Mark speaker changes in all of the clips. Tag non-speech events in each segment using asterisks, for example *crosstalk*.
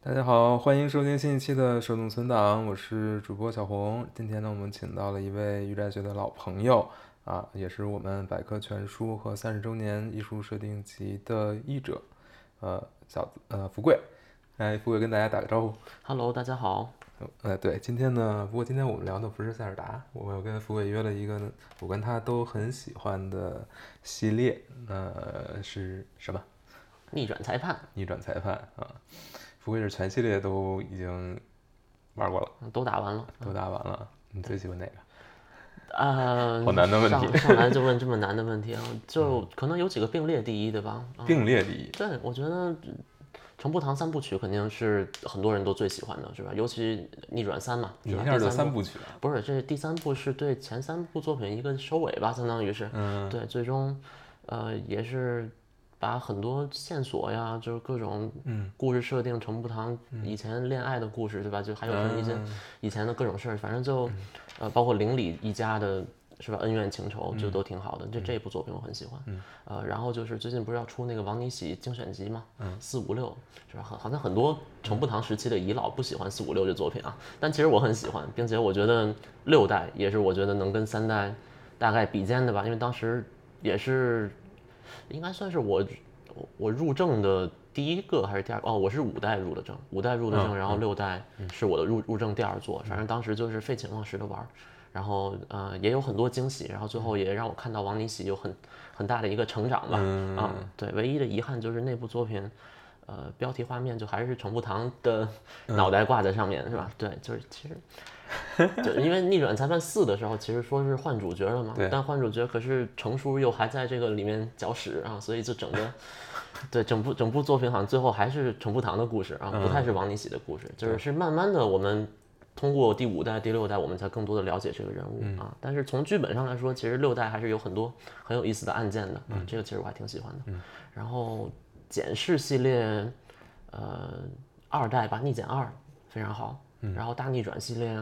Speaker 1: 大家好，欢迎收听新一期的手动存档，我是主播小红。今天呢，我们请到了一位玉斋学的老朋友啊，也是我们百科全书和三十周年艺术设定集的译者，呃，小子呃富贵。哎，富贵跟大家打个招呼。
Speaker 2: Hello，大家好。
Speaker 1: 呃，对，今天呢，不过今天我们聊的不是塞尔达，我有跟福伟约了一个我跟他都很喜欢的系列，呃，是什么？
Speaker 2: 逆转裁判，
Speaker 1: 逆转裁判啊，福贵是全系列都已经玩过了，
Speaker 2: 嗯都打完了。
Speaker 1: 都打完了，
Speaker 2: 嗯
Speaker 1: 你最喜欢哪个？
Speaker 2: 呃，
Speaker 1: 好难的问题
Speaker 2: 上上来就问这么难的问题啊，就可能有几个并列第一，对吧？啊，
Speaker 1: 并列第一，
Speaker 2: 对，我觉得程步堂三部曲肯定是很多人都最喜欢的，是吧？尤其逆转三嘛，
Speaker 1: 你
Speaker 2: 是吧
Speaker 1: 一下就
Speaker 2: 第
Speaker 1: 三
Speaker 2: 三部，
Speaker 1: 部曲了，
Speaker 2: 不是，这第三部是对前三部作品一个收尾吧，相当于是，
Speaker 1: 嗯，
Speaker 2: 对，最终，呃，也是把很多线索呀，就是各种
Speaker 1: 嗯
Speaker 2: 故事设定，程步堂以前恋爱的故事，对吧？就还有什么一些
Speaker 1: 嗯
Speaker 2: 以前的各种事儿，反正就，呃，包括邻里一家的，是吧？恩怨情仇
Speaker 1: 嗯
Speaker 2: 就都挺好的。这这一部作品我很喜欢。呃，然后就是最近不是要出那个王尼喜精选集嘛？
Speaker 1: 嗯
Speaker 2: 四五六是吧？好好像很多程步堂时期的遗老不喜欢四五六这作品啊，但其实我很喜欢，并且我觉得六代也是我觉得能跟三代大概比肩的吧，因为当时也是应该算是我我我入正的第一个还是第二个哦，我是五代入的正，五代入的正，然后六代是我的入入正第二座，反正当时就是废寝忘食的玩儿，然后呃也有很多惊喜，然后最后也让我看到王尼喜有很很大的一个成长吧，
Speaker 1: 嗯
Speaker 2: 啊对，唯一的遗憾就是那部作品。呃，标题画面就还是程步堂的脑袋挂在上面，是吧？对，就是其实，就是因为逆转裁判四的时候，其实说是换主角了嘛
Speaker 1: 对，
Speaker 2: 但换主角可是程叔又还在这个里面搅屎啊，所以就整个，对整部整部作品好像最后还是程步堂的故事啊，不太是王尼喜的故事，就是是慢慢的我们通过第五代、第六代，我们才更多的了解这个人物、啊。但是从剧本上来说，其实六代还是有很多很有意思的案件的啊，
Speaker 1: 嗯
Speaker 2: 这个其实我还挺喜欢的。然后简氏系列，呃，二代吧，逆简二非常好。
Speaker 1: 嗯
Speaker 2: 然后大逆转系列，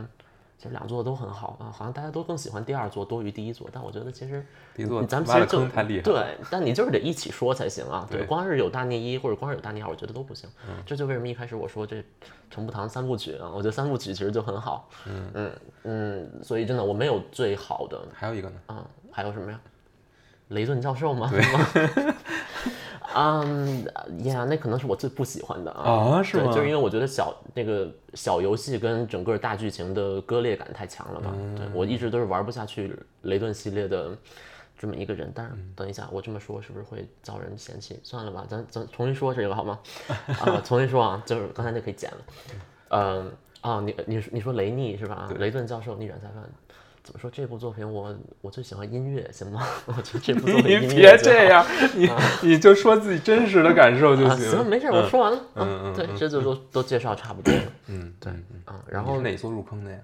Speaker 2: 其实两座都很好啊，好像大家都更喜欢第二座多于第一座，但我觉得其实
Speaker 1: 第一座
Speaker 2: 咱们
Speaker 1: 挖
Speaker 2: 其
Speaker 1: 的
Speaker 2: 实就
Speaker 1: 坑太厉害，
Speaker 2: 对，但你就是得一起说才行啊。对，
Speaker 1: 对嗯
Speaker 2: 光是有大逆一或者光是有大逆二，我觉得都不行。这就为什么一开始我说这程步堂三部曲啊，我觉得三部曲其实就很好。嗯嗯嗯，所以真的我没有最好的
Speaker 1: 还有一个
Speaker 2: *laughs*
Speaker 1: 呢，
Speaker 2: 啊、还有什么呀？雷顿教授吗？ *laughs* 嗯呀，那可能是我最不喜欢的啊。
Speaker 1: 啊，是
Speaker 2: 对
Speaker 1: 吗？
Speaker 2: 就是因为我觉得小那个小游戏跟整个大剧情的割裂感太强了吧？
Speaker 1: 嗯
Speaker 2: 对我一直都是玩不下去雷顿系列的这么一个人。但是
Speaker 1: 嗯
Speaker 2: 等一下，我这么说是不是会遭人嫌弃？算了吧，咱咱重新说这个好吗？ *laughs* 啊、重新说啊，就是刚才那可以剪了。嗯、啊，你你你说雷尼是吧？雷顿教授逆转裁判。怎么说这部作品我我最喜欢音乐，行吗？ *laughs* 我觉得这部作
Speaker 1: *laughs* 你
Speaker 2: 品音乐
Speaker 1: 别
Speaker 2: 最好
Speaker 1: 这样，你 *laughs* 你就说自己真实的感受就
Speaker 2: 啊，
Speaker 1: 行。
Speaker 2: 行，没事，我说完了。
Speaker 1: 嗯
Speaker 2: 啊
Speaker 1: 嗯，
Speaker 2: 对，这就都都介绍差不多了。
Speaker 1: 嗯，对。
Speaker 2: 啊，然
Speaker 1: 你
Speaker 2: 后
Speaker 1: 是哪座入坑的呀？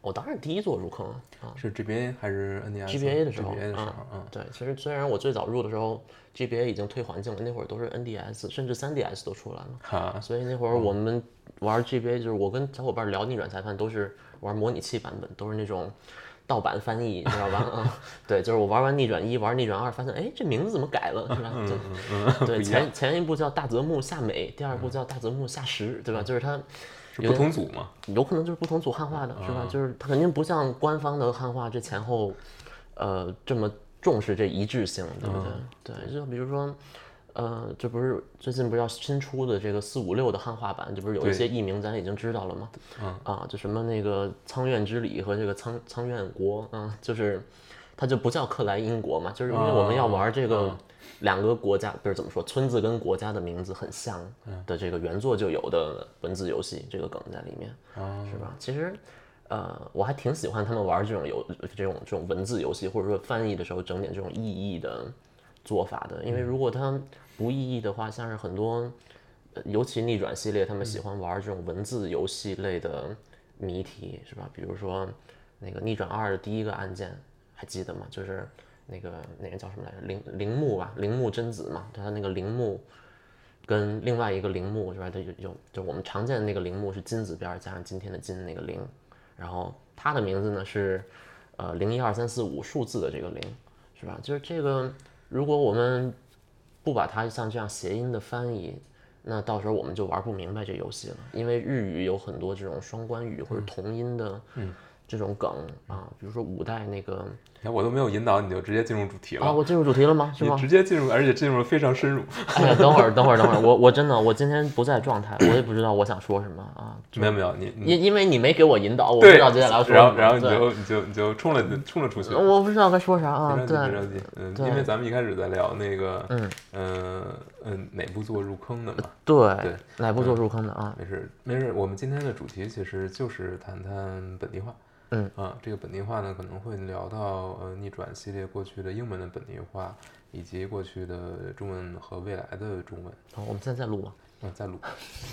Speaker 2: 我当然第一座入坑啊啊
Speaker 1: 是 GBA 还是 NDS
Speaker 2: ，GBA 的时候，
Speaker 1: ，GBA 的时候
Speaker 2: 啊，
Speaker 1: 嗯，
Speaker 2: 对，其实虽然我最早入的时候 GBA 已经退环境了，那会儿都是 NDS，甚至 3DS 都出来了，
Speaker 1: 哈，
Speaker 2: 所以那会儿我们玩 GBA 就是我跟小伙伴聊逆转裁判都是玩模拟器版本，都是那种。盗版翻译，你知道吧？啊，对，就是我玩完逆转一，玩逆转二，发现哎，这名字怎么改了，是吧？对，对，前前一部叫大泽木夏美，第二部叫大泽木夏实，对吧？就是它
Speaker 1: 是不同组嘛？
Speaker 2: 有可能就是不同组汉化的，是吧？就是它肯定不像官方的汉化这前后，呃，这么重视这一致性，对不对？对，就比如说，呃，这不是最近不是要新出的这个四五六的汉化版，这不是有
Speaker 1: 对
Speaker 2: 一些译名咱已经知道了吗？啊，就什么那个苍院之礼和这个苍苍院国啊，就是它就不叫克莱因国嘛，就是因为我们要玩这个两个国家，不是怎么说，村子跟国家的名字很像的这个原作就有的文字游戏这个梗在里面，是吧？其实。呃，我还挺喜欢他们玩这种游呃这种这种文字游戏，或者说翻译的时候整点这种意义的做法的，因为如果它不意义的话，像是很多呃尤其逆转系列，他们喜欢玩这种文字游戏类的谜题，是吧？比如说那个逆转二的第一个案件，还记得吗？就是那个那个叫什么来着？铃铃木吧，铃木真子嘛，他那个铃木跟另外一个铃木是吧？它有有就我们常见的那个铃木是金子边儿加上今天的金那个铃，然后他的名字呢是呃零一二三四五数字的这个零，是吧？就是这个，如果我们不把它像这样谐音的翻译，那到时候我们就玩不明白这游戏了，因为日语有很多这种双关语
Speaker 1: 嗯
Speaker 2: 或者同音的这种梗、啊，比如说五代那个
Speaker 1: 你看我都没有引导，你就直接进入主题了。
Speaker 2: 啊，我进入主题了吗？是
Speaker 1: 嗯你
Speaker 2: 吗？
Speaker 1: 直接进入，而且进入非常深入。
Speaker 2: 哎呀，等会儿，等会儿，等会儿，我我真的我今天不在状态，我也不知道我想说什么啊。
Speaker 1: 没有没有，你你
Speaker 2: 因因为你没给我引导，我
Speaker 1: 嗯
Speaker 2: 不
Speaker 1: 对，
Speaker 2: 知道接下来要说什
Speaker 1: 然
Speaker 2: 么。
Speaker 1: 后然后你
Speaker 2: 对
Speaker 1: 就你就你就冲了冲了出去。
Speaker 2: 我不知道该说啥啊
Speaker 1: 别着。急，
Speaker 2: 对，
Speaker 1: 别着急，嗯，
Speaker 2: 对
Speaker 1: 因为咱们一开始在聊那个，
Speaker 2: 嗯
Speaker 1: 嗯嗯，哪部作入坑的嘛？对嗯
Speaker 2: 对，哪部做入坑的啊？
Speaker 1: 没事没事，我们今天的主题其实就是谈谈本地化。
Speaker 2: 嗯
Speaker 1: 啊，这个本地化呢，可能会聊到呃逆转系列过去的英文的本地化，以及过去的中文和未来的中文。
Speaker 2: 好我们现在在录吗
Speaker 1: 嗯，再录， *laughs*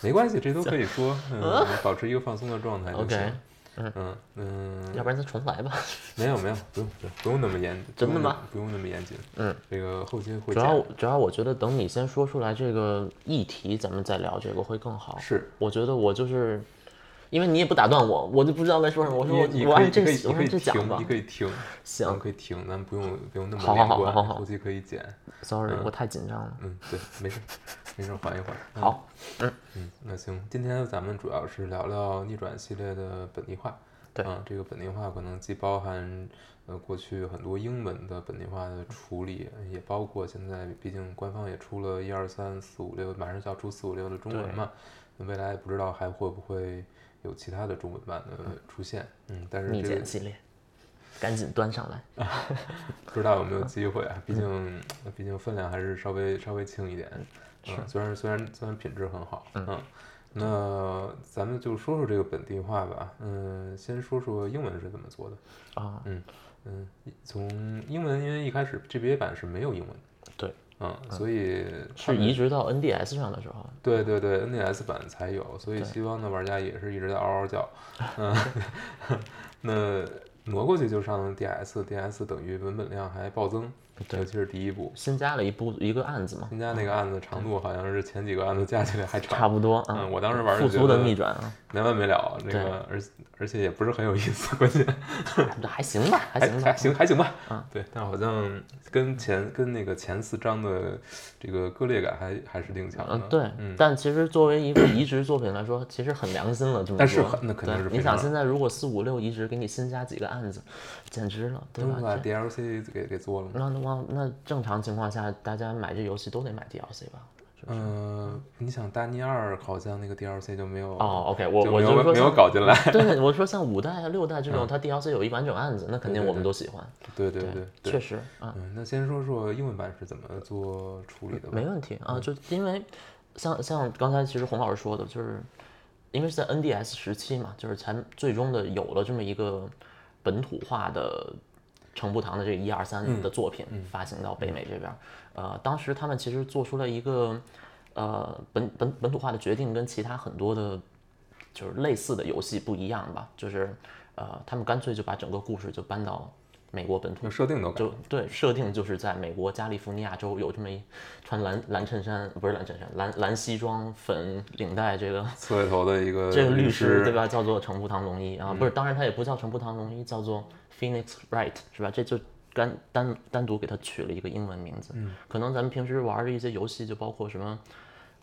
Speaker 1: 没关系，这都可以说，嗯，保持一个放松的状态就行
Speaker 2: ？OK，。
Speaker 1: 嗯嗯，
Speaker 2: 要不然咱重来吧。
Speaker 1: 没有没有，不用不用不用那么严，
Speaker 2: 真的吗
Speaker 1: 不用那？不用那么严谨。
Speaker 2: 嗯，
Speaker 1: 这个后期会
Speaker 2: 主
Speaker 1: 讲。
Speaker 2: 要主要我觉得等你先说出来这个议题，咱们再聊这个会更好。
Speaker 1: 是，
Speaker 2: 我觉得我就是，因为你也不打断我，我就不知道该说什么。我说
Speaker 1: 你你
Speaker 2: 我我
Speaker 1: 可以
Speaker 2: 按这
Speaker 1: 你可
Speaker 2: 个
Speaker 1: 以
Speaker 2: 我按
Speaker 1: 你可
Speaker 2: 这
Speaker 1: 以
Speaker 2: 讲
Speaker 1: 停，
Speaker 2: 吧
Speaker 1: 你。可以停，
Speaker 2: 行
Speaker 1: 咱们可以停，咱们不用不用那么
Speaker 2: 好好
Speaker 1: 连
Speaker 2: 好
Speaker 1: 贯，
Speaker 2: 好好好
Speaker 1: 后期可以剪。
Speaker 2: Sorry，我太紧张了。
Speaker 1: 嗯，对，没事，没事，缓一缓。嗯
Speaker 2: 好，
Speaker 1: 嗯，那行，今天咱们主要是聊聊逆转系列的本地化。
Speaker 2: 对
Speaker 1: 啊，这个本地化可能既包含呃过去很多英文的本地化的处理，也包括现在毕竟官方也出了一二三四五六，马上就要出四五六的中文
Speaker 2: 对
Speaker 1: 嘛，那未来不知道还会不会有其他的中文版的出现。嗯，但是
Speaker 2: 蜜
Speaker 1: 这
Speaker 2: 饯
Speaker 1: 个
Speaker 2: 系列，赶紧端上来。
Speaker 1: 不知道有没有机会
Speaker 2: 嗯
Speaker 1: 啊，毕竟毕竟分量还是稍微稍微轻一点。嗯，虽然虽然虽然品质很好，嗯，那咱们就说说这个本地化吧。嗯，先说说英文是怎么做的。
Speaker 2: 啊，
Speaker 1: 嗯，从英文，因为一开始 GBA 版是没有英文的，
Speaker 2: 对，
Speaker 1: 嗯，所以他
Speaker 2: 是
Speaker 1: 们
Speaker 2: 移植到 NDS 上的时候，
Speaker 1: 对对对 NDS 版才有，所以
Speaker 2: 对
Speaker 1: 西方的玩家也是一直在嗷嗷叫，嗯， *laughs* 那挪过去就上了 DS，DS 等于文本量还暴增，
Speaker 2: 对
Speaker 1: 尤其是第一部，
Speaker 2: 新加了一部一个案子嘛，
Speaker 1: 新加那个案子长度好像是前几个案子加起来还长，
Speaker 2: 差不多啊。
Speaker 1: 嗯，我当时玩
Speaker 2: 复
Speaker 1: 就觉
Speaker 2: 苏的
Speaker 1: 得
Speaker 2: 逆转啊，
Speaker 1: 没完没了，那个而而且也不是很有意思，关键。
Speaker 2: 还行吧，还
Speaker 1: 还
Speaker 2: 行吧，
Speaker 1: 还行还行吧，
Speaker 2: 嗯
Speaker 1: 对，但好像跟前跟那个前四章的这个割裂感还还是挺强的，
Speaker 2: 嗯，对，
Speaker 1: 嗯，
Speaker 2: 但其实作为一个移植作品来说，其实很良心了，这么
Speaker 1: 但是
Speaker 2: 说
Speaker 1: 很那肯定
Speaker 2: 对
Speaker 1: 是非
Speaker 2: 你想
Speaker 1: 常
Speaker 2: 现在如果四五六移植给你新加几个案子，简直了，对
Speaker 1: 都
Speaker 2: 吧？
Speaker 1: 把
Speaker 2: 这
Speaker 1: DLC 给给做了嘛，
Speaker 2: 那那那正常情况下，大家买这游戏都得买 DLC 吧？
Speaker 1: 嗯，你想大逆二好像那个 DLC 就没有，
Speaker 2: 哦，OK，我
Speaker 1: 就
Speaker 2: 我
Speaker 1: 没
Speaker 2: 就
Speaker 1: 有
Speaker 2: 是说
Speaker 1: 没有
Speaker 2: 像，
Speaker 1: 搞进来，
Speaker 2: 对，我说像五代啊、六代这种，它 DLC 有一完整案子，那肯定
Speaker 1: 对对
Speaker 2: 我们
Speaker 1: 对
Speaker 2: 都喜欢。
Speaker 1: 对对对
Speaker 2: 确
Speaker 1: 对，
Speaker 2: 实嗯啊，
Speaker 1: 嗯，那先说说英文版是怎么做处理的吧
Speaker 2: 没，问题啊，就因为像像刚才其实洪老师说的，就是因为是在 NDS 时期嘛，就是才最终的有了这么一个本土化的程步堂的这个一二三的作品发行到北美这边儿，呃，当时他们其实做出了一个呃本本本土化的决定，跟其他很多的就是类似的游戏不一样吧，就是呃，他们干脆就把整个故事就搬到美国本土
Speaker 1: 就设定都改
Speaker 2: 就对，设定就是在美国加利福尼亚州有这么一穿蓝蓝衬衫，不是蓝衬衫，蓝蓝西装、粉领带这个
Speaker 1: 刺猬头的一个
Speaker 2: *laughs* 这个律
Speaker 1: 师
Speaker 2: 师对？吧？叫做程步堂龙一啊，不是，当然他也不叫程步堂龙一，叫做 Phoenix Wright 是吧？这就单单单独给他取了一个英文名字。嗯，可能咱们平时玩的一些游戏，就包括什么，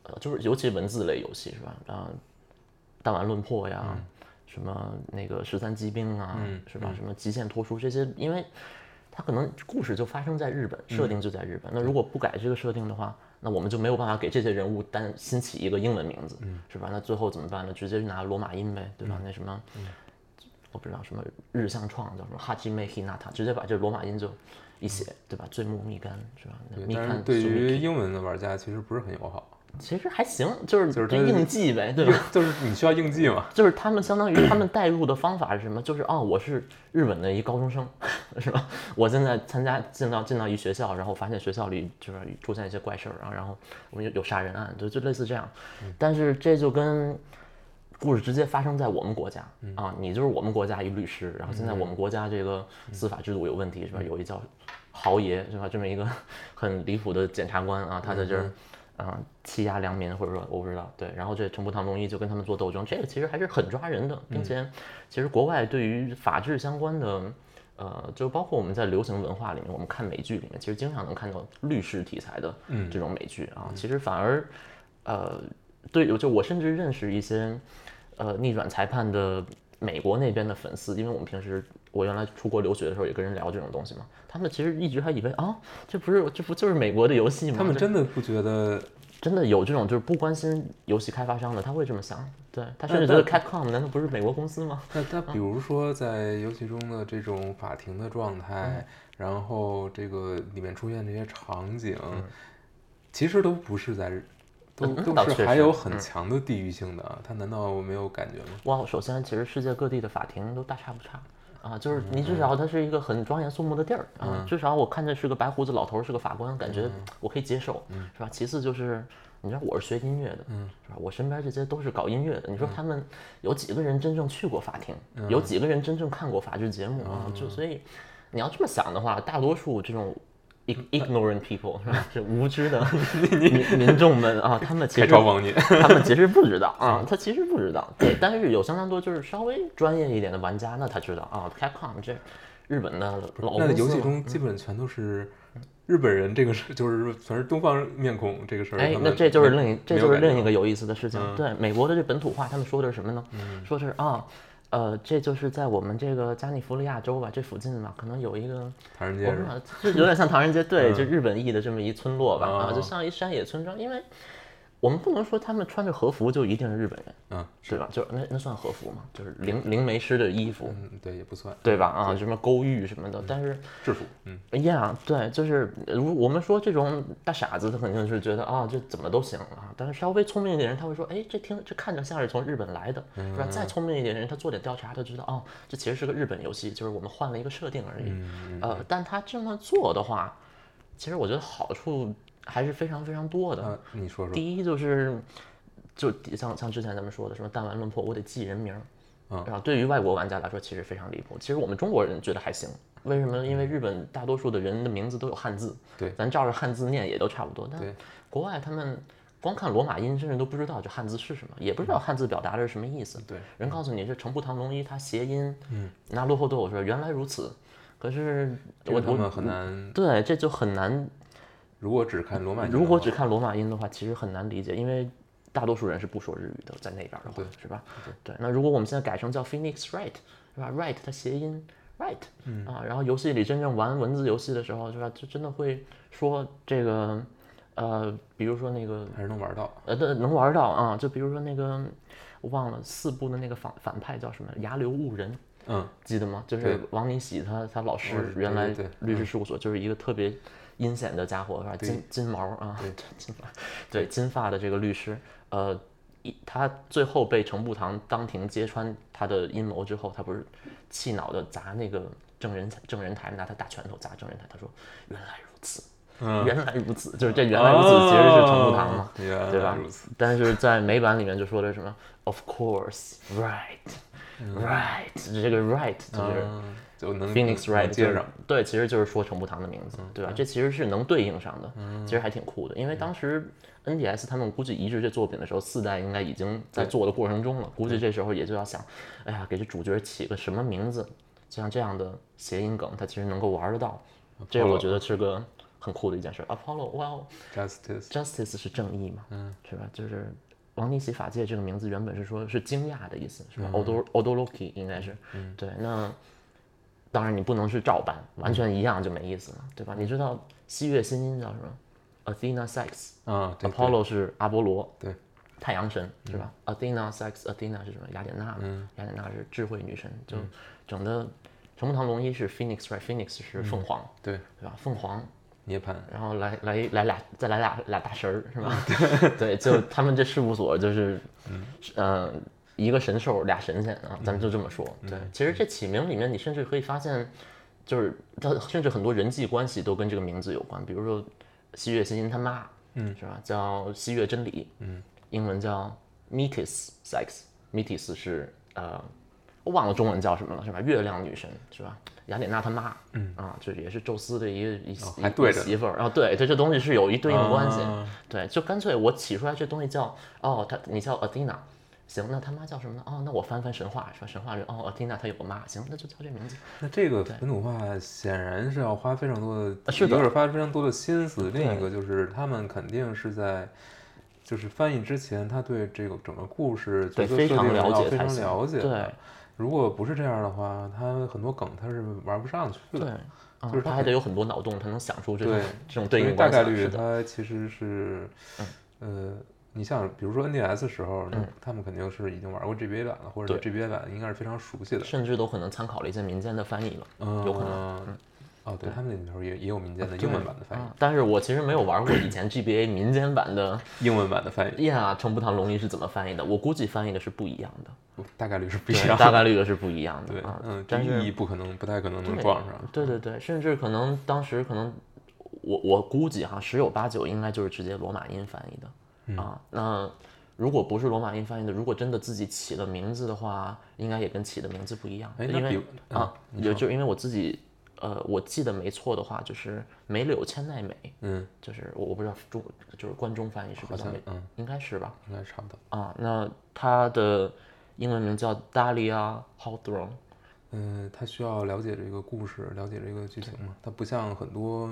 Speaker 2: 呃，就是尤其文字类游戏是吧？啊、弹丸论破呀，什么那个十三机兵啊，是吧？什么极限脱书这些，因为它可能故事就发生在日本，
Speaker 1: 嗯
Speaker 2: 设定就在日本。那如果不改这个设定的话，那我们就没有办法给这些人物单新起一个英文名字，
Speaker 1: 嗯
Speaker 2: 是吧？那最后怎么办呢？直接拿罗马音呗，对吧？那什么。
Speaker 1: 嗯
Speaker 2: 我不知道什么日向创叫什么哈基梅希纳塔，直接把这罗马音就一写，对吧？醉木蜜柑是吧？
Speaker 1: 嗯
Speaker 2: 那
Speaker 1: 对
Speaker 2: 蜜
Speaker 1: 但
Speaker 2: 柑
Speaker 1: 是对
Speaker 2: 是蜜
Speaker 1: 于英文的玩家其实不是很友好， *laughs*
Speaker 2: 其实还行，就是
Speaker 1: 就是
Speaker 2: 这
Speaker 1: 它
Speaker 2: 应记呗，对吧？
Speaker 1: 就是你需要应记
Speaker 2: *laughs*
Speaker 1: 嘛，
Speaker 2: 就是他们相当于他们带入的方法是什么？ *coughs* 就是哦，我是日本的一高中生， *laughs* 是吧？我现在参加进到进到一学校，然后发现学校里就是出现一些怪事儿，然后然后我们有有杀人案，就就类似这样。但是这就跟故事直接发生在我们国家、啊，你就是我们国家一律师，然后现在我们国家这个司法制度有问题，是吧？有一叫豪爷是吧？这么一个很离谱的检察官啊，他在这儿。啊、欺压良民，或者说我不知道，对，然后这陈步堂龙一就跟他们做斗争，这个其实还是很抓人的，
Speaker 1: 嗯
Speaker 2: 并且其实国外对于法治相关的，呃，就包括我们在流行文化里面，我
Speaker 1: 嗯
Speaker 2: 们看美剧里面，其实经常能看到律师题材的这种美剧啊，其实反而呃，对，就我甚至认识一些呃逆转裁判的美国那边的粉丝，因为我们平时我原来出国留学的时候也跟人聊这种东西嘛，他们其实一直还以为啊，这不是这不就是美国的游戏吗？
Speaker 1: 他们
Speaker 2: 这
Speaker 1: 真的不觉得
Speaker 2: 真的有这种就是不关心游戏开发商的，他会这么想，对他甚至觉
Speaker 1: 那
Speaker 2: 得 Capcom 难道不是美国公司吗？
Speaker 1: 那那比如说，在游戏中的这种法庭的状
Speaker 2: 嗯
Speaker 1: 态，然后这个里面出现这些场景，其实都不是在，都
Speaker 2: 嗯
Speaker 1: 都
Speaker 2: 倒
Speaker 1: 是
Speaker 2: 确
Speaker 1: 还
Speaker 2: 实
Speaker 1: 有很强的地域性的啊。它难道没有感觉吗？
Speaker 2: 哇，首先其实世界各地的法庭都大差不差啊，就是你至少它是一个很庄严肃穆的地儿啊，至少我看着是个白胡子老头儿是个法官，感觉我可以接受，是吧？其次就是。你知道我是学音乐的，是吧？我身边这些都是搞音乐的，你说他们有几个人真正去过法庭？有几个人真正看过法制节目啊？就所以，你要这么想的话，大多数这种 ig- ignorant people 是吧？这无知的民民众们啊，他们其
Speaker 1: 开
Speaker 2: 实
Speaker 1: 招帮你，
Speaker 2: 他们其实不知道啊，他其实不知道。对，但是有相当多就是稍微专业一点的玩家，那他知道啊，Capcom 这日本的
Speaker 1: *laughs*
Speaker 2: 老
Speaker 1: 那
Speaker 2: *laughs* 公
Speaker 1: 游
Speaker 2: 司
Speaker 1: 戏
Speaker 2: 嘛。
Speaker 1: 中基本全都是日本人，这个事就是说全是东方面孔这个事儿。
Speaker 2: 哎
Speaker 1: 他，
Speaker 2: 那
Speaker 1: 们
Speaker 2: 这就是
Speaker 1: 没
Speaker 2: 另一这
Speaker 1: 没有
Speaker 2: 就是
Speaker 1: 感觉嗯
Speaker 2: 另一个有意思的事情。对，美国的这本土化，他们说的是什么呢？说的是啊，呃，这就是在我们这个加利福利亚州吧，这附近吧，可能有一个
Speaker 1: 唐人街
Speaker 2: 我
Speaker 1: 是
Speaker 2: 不知
Speaker 1: 吧
Speaker 2: 道，就有点像唐人街，对，就日本裔的这么一村落吧，
Speaker 1: 嗯哦
Speaker 2: 啊，就像一山野村庄，因为我们不能说他们穿着和服就一定是日本人，
Speaker 1: 嗯
Speaker 2: 对吧？就那那算和服吗？就是灵灵媒师的衣服，
Speaker 1: 嗯，对，也不算
Speaker 2: 对吧？啊，什么勾玉什么的，但是哎
Speaker 1: 制服，嗯，
Speaker 2: 呀对，就是呃如我们说这种大傻子，他肯定是觉得啊，这怎么都行啊。但是稍微聪明一点人，他会说，哎，这听这看着像是从日本来的，是吧？再聪明一点人，他做点调查，他知道哦，这其实是个日本游戏，就是我们换了一个设定而已。呃，但他这么做的话，其实我觉得好处还是非常非常多的。
Speaker 1: 啊，你说说，
Speaker 2: 第一就是，就像像之前咱们说的什么弹丸论破，我得记人名儿。
Speaker 1: 嗯
Speaker 2: 然后对于外国玩家来说，其实非常离谱。其实我们中国人觉得还行，为什么呢？因为日本大多数的人的名字都有汉字，
Speaker 1: 对
Speaker 2: 咱照着汉字念也都差不多。但
Speaker 1: 对
Speaker 2: 国外他们光看罗马音，甚至都不知道这汉字是什么，也不知道汉字表达的是什么意思。
Speaker 1: 对，
Speaker 2: 人告诉你是城步堂龙一，它谐音，嗯，那落后对我说原来如此，可是
Speaker 1: 这
Speaker 2: 我
Speaker 1: 个他
Speaker 2: 我
Speaker 1: 们很难。
Speaker 2: 对这就很难
Speaker 1: 如果只看罗马尼亚的话，
Speaker 2: 如果只看罗马音的话，其实很难理解，因为大多数人是不说日语的，在那边的话
Speaker 1: 对，
Speaker 2: 是吧？对。那如果我们现在改成叫 Phoenix Wright，是吧？Wright 它谐音 Right，嗯啊，然后游戏里真正玩文字游戏的时候，是吧？就真的会说这个，呃，比如说那个
Speaker 1: 还是能玩到。
Speaker 2: 呃，对，能玩到啊，就比如说那个我忘了四部的那个反反派叫什么，牙流误人。
Speaker 1: 嗯，
Speaker 2: 记得吗？就
Speaker 1: 对
Speaker 2: 是王尼喜他他老
Speaker 1: 我
Speaker 2: 师
Speaker 1: 对
Speaker 2: 原来
Speaker 1: 对对嗯
Speaker 2: 律师事务所就是一个特别阴险的家伙，是吧？金金毛啊，对金毛，对金发的这个律师，呃，一他最后被程步堂当庭揭穿他的阴谋之后，他不是气恼的砸那个证人证人台，拿他大拳头砸证人台，他说原来如此，
Speaker 1: 嗯
Speaker 2: 原来如此，就是这原来如此其实是程步堂嘛
Speaker 1: 哦，原来
Speaker 2: 对吧
Speaker 1: 如此？
Speaker 2: 但是在美版里面就说的什么，of course right。Right，这个 right 就是
Speaker 1: 嗯，就能
Speaker 2: Phoenix
Speaker 1: 能
Speaker 2: Wright
Speaker 1: 接嗯上。，
Speaker 2: 对，其实就是说程步堂的名字，对吧？这其实是能对应上的，
Speaker 1: 嗯
Speaker 2: 其实还挺酷的。因为当时 NDS 他们估计移植这作品的时候，四代应该已经在做的过程中了，估计这时候也就要想，哎呀，给这主角起个什么名字，就像这样的谐音梗，它其实能够玩得到，这个我觉得是个很酷的一件事。Apollo，哇、哦
Speaker 1: Justice，
Speaker 2: Justice 是正义嘛，嗯，是吧？就是王尼喜法界这个名字原本是说是惊讶的意思，是吧？Odo
Speaker 1: 嗯
Speaker 2: Odoloki 应该是，对。那当然你不能是照搬，完全一样就没意思了，对
Speaker 1: 嗯
Speaker 2: 吧？你知道西月新音叫什么？Athena Sex，
Speaker 1: 啊对对
Speaker 2: 嗯 Apollo 是阿波罗，
Speaker 1: 对，嗯
Speaker 2: 太阳神是吧、a t h e n a sex Athena 是什么？雅典娜嘛，雅典娜是智慧女神，就
Speaker 1: 嗯
Speaker 2: 整的神木堂龙一是 Phoenix right，Phoenix 是
Speaker 1: 嗯
Speaker 2: 凤凰，
Speaker 1: 对，
Speaker 2: 对吧？凤凰
Speaker 1: 涅槃。
Speaker 2: 然后来来来俩，再来俩俩大神儿是吧？对，就他们这事务所就是，呃，一个神兽俩神仙啊，咱们就这么说。对，其实这起名里面，你甚至可以发现，就是它甚至很多人际关系都跟这个名字有关，比如说西月欣欣他妈，嗯，是吧？叫西月真理，嗯，英文叫 Metis Sex，Metis 是呃我忘了中文叫什么了，是吧？月亮女神是吧？雅典娜她妈，嗯啊，这也是宙斯的一个一、
Speaker 1: 哦
Speaker 2: 一
Speaker 1: 还对
Speaker 2: 一
Speaker 1: 着呢
Speaker 2: 媳妇儿啊，对，对，这东西是有一对应关系，
Speaker 1: 啊
Speaker 2: 对，就干脆我起出来这东西叫哦，他你叫 Athena，行，那他妈叫什么呢？哦，那我翻翻神话是吧？神话人哦，Athena 她有个妈，行，那就叫这名字。
Speaker 1: 那这个本土化显然是要花非常多的，
Speaker 2: 啊是
Speaker 1: 一
Speaker 2: 的
Speaker 1: 个是花非常多的心思，另一个就是他们肯定是在就是翻译之前，他对这个整个故事角
Speaker 2: 对
Speaker 1: 色
Speaker 2: 非
Speaker 1: 设
Speaker 2: 常
Speaker 1: 定
Speaker 2: 了
Speaker 1: 要
Speaker 2: 解
Speaker 1: 非
Speaker 2: 才
Speaker 1: 常
Speaker 2: 行
Speaker 1: 了解的。
Speaker 2: 对
Speaker 1: 如果不是这样的话，他很多梗他是玩不上去
Speaker 2: 对
Speaker 1: 的。，
Speaker 2: 啊
Speaker 1: 就是
Speaker 2: 他
Speaker 1: 他
Speaker 2: 还得有很多脑洞才能想出这种
Speaker 1: 对
Speaker 2: 这种
Speaker 1: 因为
Speaker 2: 应
Speaker 1: 大
Speaker 2: 关系
Speaker 1: 概率
Speaker 2: 是的，嗯
Speaker 1: 它其实是，呃，你像比如说 NDS 时候，那他们肯定是已经玩过 GBA 版了，或者对 GBA 版应该是非常熟悉的。
Speaker 2: 甚至都可能参考了一些民间的翻译嘛，
Speaker 1: 嗯，
Speaker 2: 有可能。
Speaker 1: 哦，对，他们那时候也也有民间的
Speaker 2: 对
Speaker 1: 英文版的翻译，
Speaker 2: 啊但是我其实没有玩过以前 GBA 民间版的
Speaker 1: 英文版的翻译
Speaker 2: 呀，程步堂龙一是怎么翻译的？我估计翻译的是不一样的，
Speaker 1: 大概率是不一
Speaker 2: 对
Speaker 1: 样。
Speaker 2: 大概率的是不一样的
Speaker 1: *laughs* 对
Speaker 2: 啊，。
Speaker 1: 嗯，这
Speaker 2: 但是
Speaker 1: 意义不可能，不太可能能
Speaker 2: 对嗯
Speaker 1: 撞上。
Speaker 2: 对对对，甚至可能当时可能我我估计哈，十有八九应该就是直接罗马音翻译的、
Speaker 1: 嗯
Speaker 2: 啊。那如果不是罗马音翻译的，如果真的自己起了名字的话，应该也跟起的名字不一样，
Speaker 1: 哎那
Speaker 2: 因为
Speaker 1: 比如嗯
Speaker 2: 啊，有就因为我自己。呃，我记得没错的话，就是梅柳千奈美，
Speaker 1: 嗯，
Speaker 2: 就是我我不知道中就是关中翻译是不
Speaker 1: 好
Speaker 2: 是叫
Speaker 1: 像
Speaker 2: 梅，
Speaker 1: 嗯，
Speaker 2: 应该是吧？
Speaker 1: 应该差不多。
Speaker 2: 啊，那她的英文名叫 Dalia Hawthorne，
Speaker 1: 嗯，他需要了解这个故事，了解这个剧情嘛。它不像很多，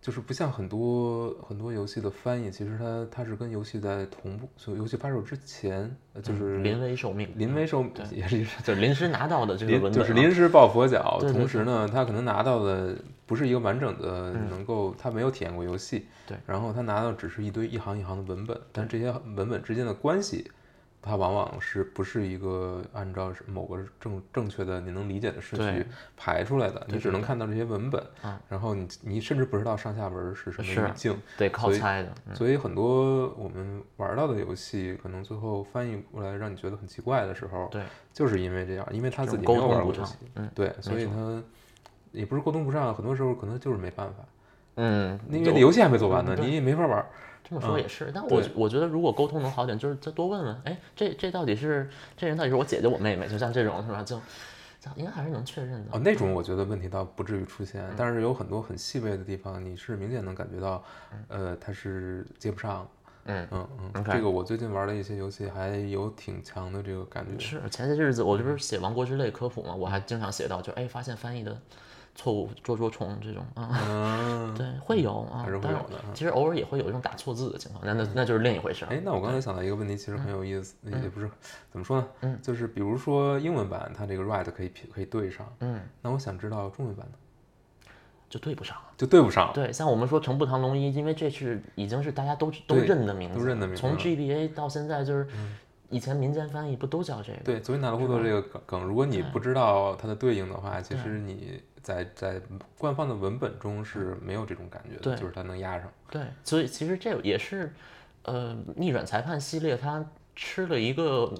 Speaker 1: 就是不像很多很多游戏的翻译，其实它它是跟游戏在同步，所以游戏发售之前，呃就是
Speaker 2: 嗯临危受命，
Speaker 1: 临危受也是
Speaker 2: 就是临时拿到的这个文
Speaker 1: 临
Speaker 2: 本啊，
Speaker 1: 就是临时抱佛脚，
Speaker 2: 对对嗯
Speaker 1: 同时呢，他可能拿到的不是一个完整的，能够他没有体验过游戏，
Speaker 2: 对，
Speaker 1: 然后他拿到只是一堆一行一行的文本，但这些文本之间的关系，它往往是不是一个按照是某个正正确的你能理解的顺序
Speaker 2: 对
Speaker 1: 排出来的，你只能看到这些文本
Speaker 2: 嗯，
Speaker 1: 然后你你甚至不知道上下文是什么
Speaker 2: 是啊
Speaker 1: 语
Speaker 2: 嗯
Speaker 1: 境，
Speaker 2: 对，靠
Speaker 1: 所以
Speaker 2: 猜的。
Speaker 1: 所以很多我们玩到的游戏，可能最后翻译过来让你觉得很奇怪的时候，
Speaker 2: 对，
Speaker 1: 就是因为这样，因为他
Speaker 2: 这
Speaker 1: 自
Speaker 2: 种
Speaker 1: 己没
Speaker 2: 沟
Speaker 1: 有
Speaker 2: 通
Speaker 1: 玩
Speaker 2: 不
Speaker 1: 过游
Speaker 2: 畅
Speaker 1: 戏，
Speaker 2: 嗯
Speaker 1: 对，所以他也不是沟通不上，很多时候可能就是没办法，
Speaker 2: 嗯，
Speaker 1: 因为
Speaker 2: 有
Speaker 1: 游戏还没做完呢，
Speaker 2: 对
Speaker 1: 你也没法玩。
Speaker 2: 这么说也是，但我
Speaker 1: 对
Speaker 2: 我觉得如果沟通能好点，就是再多问问，哎，这这到底是这人到底是我姐姐我妹妹？就像这种是吧？就就应该还是能确认的。
Speaker 1: 哦，那种我觉得问题倒不至于出现，
Speaker 2: 嗯
Speaker 1: 但是有很多很细微的地方，你是明显能感觉到，呃，它是接不上。
Speaker 2: 嗯
Speaker 1: 嗯嗯，
Speaker 2: OK
Speaker 1: 这个我最近玩的一些游戏还有挺强的这个感觉。
Speaker 2: 是前些日子我这不是写《王国之泪》科普嘛，我还经常写到，就哎发现翻译的错误捉捉虫这种啊，
Speaker 1: 嗯，
Speaker 2: 对，会有啊
Speaker 1: 还是，会
Speaker 2: 当然
Speaker 1: 有的啊
Speaker 2: 其实偶尔也会有这种打错字的情况，那那那就是另一回事儿。
Speaker 1: 哎，那我刚才想到一个问题，其
Speaker 2: 嗯
Speaker 1: 实很有意思，也不是怎么说呢，就是比如说英文版它这个 right 可以匹可以对上，
Speaker 2: 嗯，
Speaker 1: 那我想知道中文版呢，
Speaker 2: 就对不上。
Speaker 1: 就对不上了。
Speaker 2: 对，像我们说城步堂龙一，因为这是已经是大家都知都
Speaker 1: 对
Speaker 2: 认的名字
Speaker 1: 都
Speaker 2: 了，
Speaker 1: 认的名字
Speaker 2: 从
Speaker 1: 了嗯
Speaker 2: GBA 到现在就是，以前民间翻译不都叫这个？
Speaker 1: 对，昨天拿了互动这个梗梗，如果你不知道它的对应的话，其实你在在官方的文本中是没有这种感觉的，
Speaker 2: 对
Speaker 1: 就是它能压上。
Speaker 2: 对所以其实这也是，呃，逆转裁判系列它吃了一个。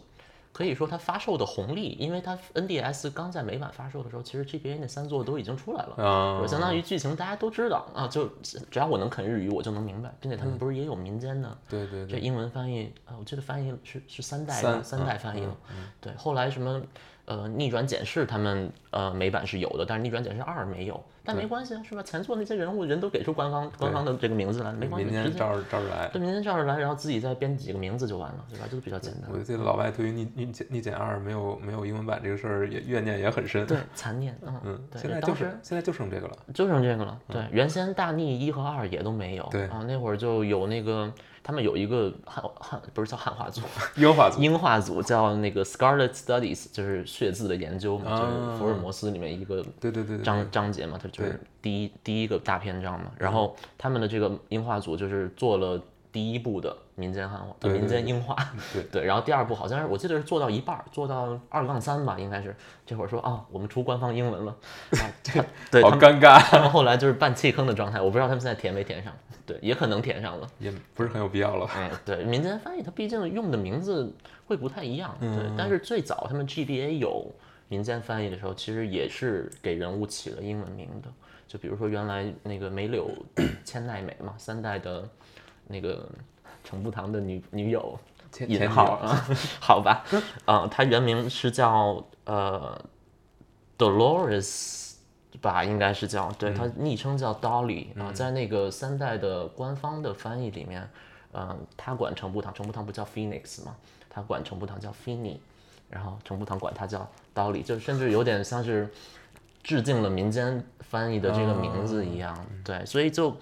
Speaker 2: 可以说它发售的红利，因为它 NDS 刚在美版发售的时候，其实 GBA 那三座都已经出来了，
Speaker 1: 啊、
Speaker 2: 就相当于剧情大家都知道啊，就只要我能啃日语，我就能明白，并且他们不是也有民间的
Speaker 1: 对嗯对对，
Speaker 2: 这英文翻译啊，我记得翻译是是三代
Speaker 1: 三
Speaker 2: 吧三代
Speaker 1: 嗯
Speaker 2: 翻译了。对，后来什么呃逆转检视他们呃美版是有的，但是逆转检视二没有，但没关系啊，是吧？前作那些人物人都给出官方官方的这个名字来了，没关系，
Speaker 1: 民
Speaker 2: 直
Speaker 1: 间
Speaker 2: 接
Speaker 1: 照着照着来。
Speaker 2: 对民间照着来，然后自己再编几个名字就完了，对吧？就比较简单
Speaker 1: 我。就记得老外对于逆逆减逆减二没有没有英文版这个事儿也怨念也很深。
Speaker 2: 对，残念，嗯
Speaker 1: 嗯，现在
Speaker 2: 对，
Speaker 1: 就
Speaker 2: 当
Speaker 1: 是
Speaker 2: 时
Speaker 1: 现在就剩这个了。
Speaker 2: 就剩这个了。对，原先大逆一和二也都没有，
Speaker 1: 嗯对
Speaker 2: 啊，那会儿就有那个他们有一个汉汉不是叫汉化组， *laughs*
Speaker 1: 英法组
Speaker 2: 英化组叫那个 Scarlet Studies，就是血字的研究嘛，就是福尔摩斯里面一个
Speaker 1: 对对啊对对，嗯
Speaker 2: 章章节嘛，它就是第一第一个大篇章嘛。然后他们的这个英化组就是做了第一部的民间汉化，
Speaker 1: 对
Speaker 2: 呃
Speaker 1: 对
Speaker 2: 民间英化，
Speaker 1: 对
Speaker 2: 然后第二部好像是我记得是做到一半儿，做到二杠三吧，应该是这会儿说啊，我们出官方英文了，啊、
Speaker 1: *laughs*
Speaker 2: 这对
Speaker 1: 好
Speaker 2: 他们
Speaker 1: 尴尬， *laughs*
Speaker 2: 他们后来就是半弃坑的状态，我不知道他们现在填没填上，对，也可能填上了。
Speaker 1: 也不是很有必要了。
Speaker 2: 嗯，对，民间翻译它毕竟用的名字会不太一样，对。但是最早他们 GBA 有民间翻译的时候，其实也是给人物起了英文名的。就比如说原来那个梅柳 *coughs* 千奈美嘛，三代的那个程步堂的女女友，
Speaker 1: 前前
Speaker 2: 引
Speaker 1: 女
Speaker 2: 号 *laughs*
Speaker 1: 友
Speaker 2: 啊，好吧，嗯，她原名是叫呃 Dolores 吧，应该是叫，对，她昵称叫 Dolly 啊、在那个三代的官方的翻译里面，嗯，她管程步堂，程步堂不叫 Phoenix 嘛，她管程步堂叫 Finny，然后程步堂管她叫 Dolly，就甚至有点像是致敬了民间翻译的这个名字一样，对，所以就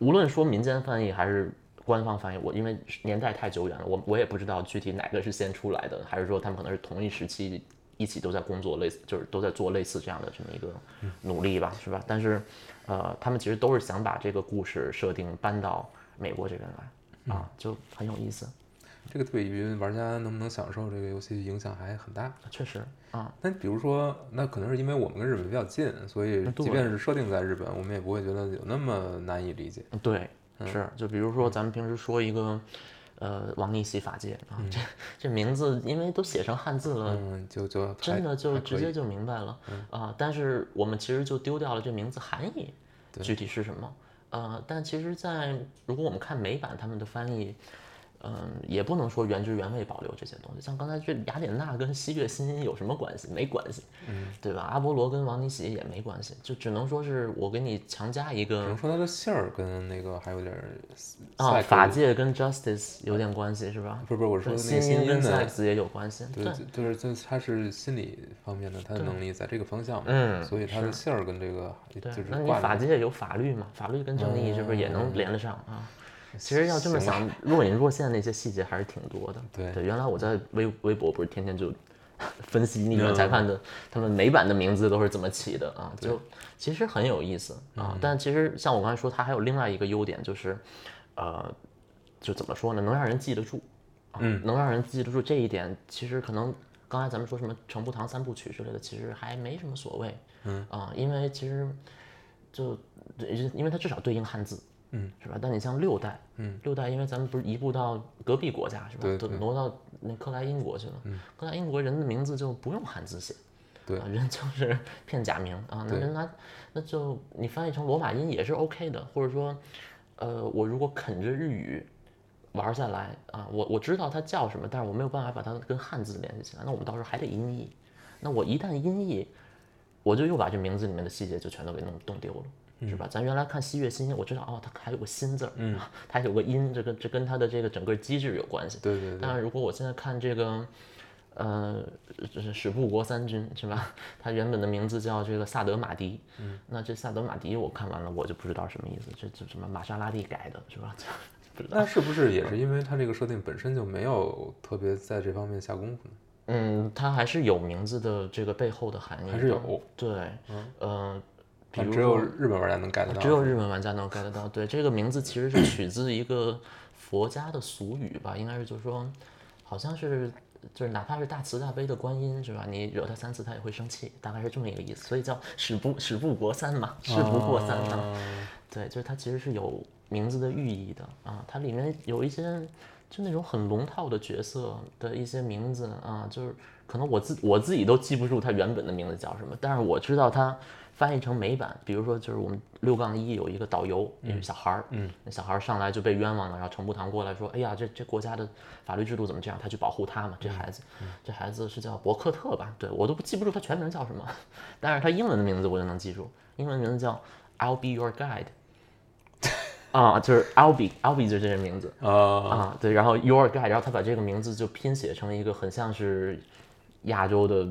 Speaker 2: 无论说民间翻译还是官方翻译，我因为年代太久远了，我我也不知道具体哪个是先出来的，还是说他们可能是同一时期一起都在工作，类似就是都在做类似这样的这么一个努力吧，是吧？但是，呃，他们其实都是想把这个故事设定搬到美国这边来啊，就很有意思。
Speaker 1: 这个对于玩家能不能享受这个游戏影响还很大。
Speaker 2: 确实啊，
Speaker 1: 那比如说，那可能是因为我们跟日本比较近，所以
Speaker 2: 嗯对
Speaker 1: 即便是设定在日本，我们也不会觉得有那么难以理解。
Speaker 2: 嗯对，是就比如说咱们平时说一个，呃，王逆袭法界啊，这这名字因为都写成汉字了，
Speaker 1: 嗯，就就还
Speaker 2: 真的就
Speaker 1: 还可
Speaker 2: 直
Speaker 1: 以嗯
Speaker 2: 接就明白了啊。但是我们其实就丢掉了这名字含义具体是什么。呃，但其实在，如果我们看美版他们的翻译，嗯、也不能说原汁原味保留这些东西。像刚才这雅典娜跟西月欣欣有什么关系？没关系，
Speaker 1: 嗯
Speaker 2: 对吧？阿波罗跟王尼喜也没关系，就只能说是我给你强加一个
Speaker 1: 只能说它的馅儿跟那个还有点儿
Speaker 2: 啊，
Speaker 1: 赛
Speaker 2: 法
Speaker 1: 格
Speaker 2: 界跟 justice 有点关系是吧？
Speaker 1: 不是不是，我说
Speaker 2: 跟
Speaker 1: 的那个
Speaker 2: 心
Speaker 1: 新
Speaker 2: 音
Speaker 1: 音
Speaker 2: 跟
Speaker 1: 的，
Speaker 2: sex 也有关系，
Speaker 1: 对
Speaker 2: 对，，
Speaker 1: 就是就是它是心理方面的，它的能力在这个方向嘛，
Speaker 2: 嗯
Speaker 1: 所以它的馅儿跟这个
Speaker 2: 对
Speaker 1: 就是
Speaker 2: 那你
Speaker 1: 挂
Speaker 2: 法
Speaker 1: 着。嗯
Speaker 2: 界有法律嘛？法律跟正义是不是也能连得上啊？其实要这么
Speaker 1: 行吧
Speaker 2: 想，若隐若现那些细节还是挺多的。
Speaker 1: 对
Speaker 2: 原来我在微微博不是天天就分析逆转裁判的、他们美版的名字都是怎么起的啊？就其实很有意思啊。但其实像我刚才说，它还有另外一个优点就是，呃，就怎么说呢？能让人记得住。嗯，能让人记得住这一点，其实可能刚才咱们说什么程步堂三部曲之类的，其实还没什么所谓。嗯啊、因为其实就因为它至少对应汉字，嗯，是吧？但你像六代，嗯，六代因为咱们不是移步到隔壁国家是吧？
Speaker 1: 对嗯
Speaker 2: 都挪到那克莱因国去了。克莱因国人的名字就不用汉字写，
Speaker 1: 对
Speaker 2: 啊，人就是 *laughs* 片假名啊，那
Speaker 1: 对
Speaker 2: 人拿那就你翻译成罗马音也是 OK 的，或者说，呃，我如果啃着日语。玩下来啊，我我知道它叫什么，但是我没有办法把它跟汉字联系起来。那我们到时候还得音译，那我一旦音译，我就又把这名字里面的细节就全都给弄弄丢
Speaker 1: 嗯
Speaker 2: 了，是吧？咱原来看西月心，我知道哦，它还有个心字儿，嗯，它还有个音，这跟这跟它的这个整个机制有关系。
Speaker 1: 对对对，
Speaker 2: 但是如果我现在看这个，呃，就是史布国三军是吧？它原本的名字叫这个萨德马迪，嗯，那这萨德马迪我看完了我就不知道什么意思，这这什么玛莎拉蒂改的是吧？ *laughs* 不知道。
Speaker 1: 那是不是也是因为它这个设定本身就没有特别在这方面下功夫呢？
Speaker 2: 嗯，它还是有名字的这个背后的含义，
Speaker 1: 还是有，
Speaker 2: 对，嗯、呃，比
Speaker 1: 但
Speaker 2: 如
Speaker 1: 只有
Speaker 2: 说
Speaker 1: 日本玩家能 get 到。
Speaker 2: 啊只有日本玩家能 get 得到。对，这个名字其实是取自一个佛家的俗语吧，应该是就是说，好像是就是哪怕是大慈大悲的观音是吧？你惹他三次他也会生气，大概是这么一个意思，所以叫使不使不过三嘛，事不过三嘛。
Speaker 1: 啊
Speaker 2: 对，就是它其实是有名字的寓意的啊，它里面有一些就那种很龙套的角色的一些名字啊，就是可能我自我自己都记不住它原本的名字叫什么，但是我知道它翻译成美版，比如说就是我们六杠一有一个导游，一个小孩儿，嗯，那小孩儿上来就被冤枉了，然后程步堂过来说，哎呀，这这国家的法律制度怎么这样？他去保护他嘛，这孩子，这孩子是叫伯克特吧？对我都不记不住他全名叫什么， *laughs* 但是他英文的名字我就能记住，英文名字叫 I'll be your guide。啊，就是 Albi Albi 就是这个名字
Speaker 1: 啊，
Speaker 2: 啊，对，然后 Your Guy，然后他把这个名字就拼写成一个很像是亚洲的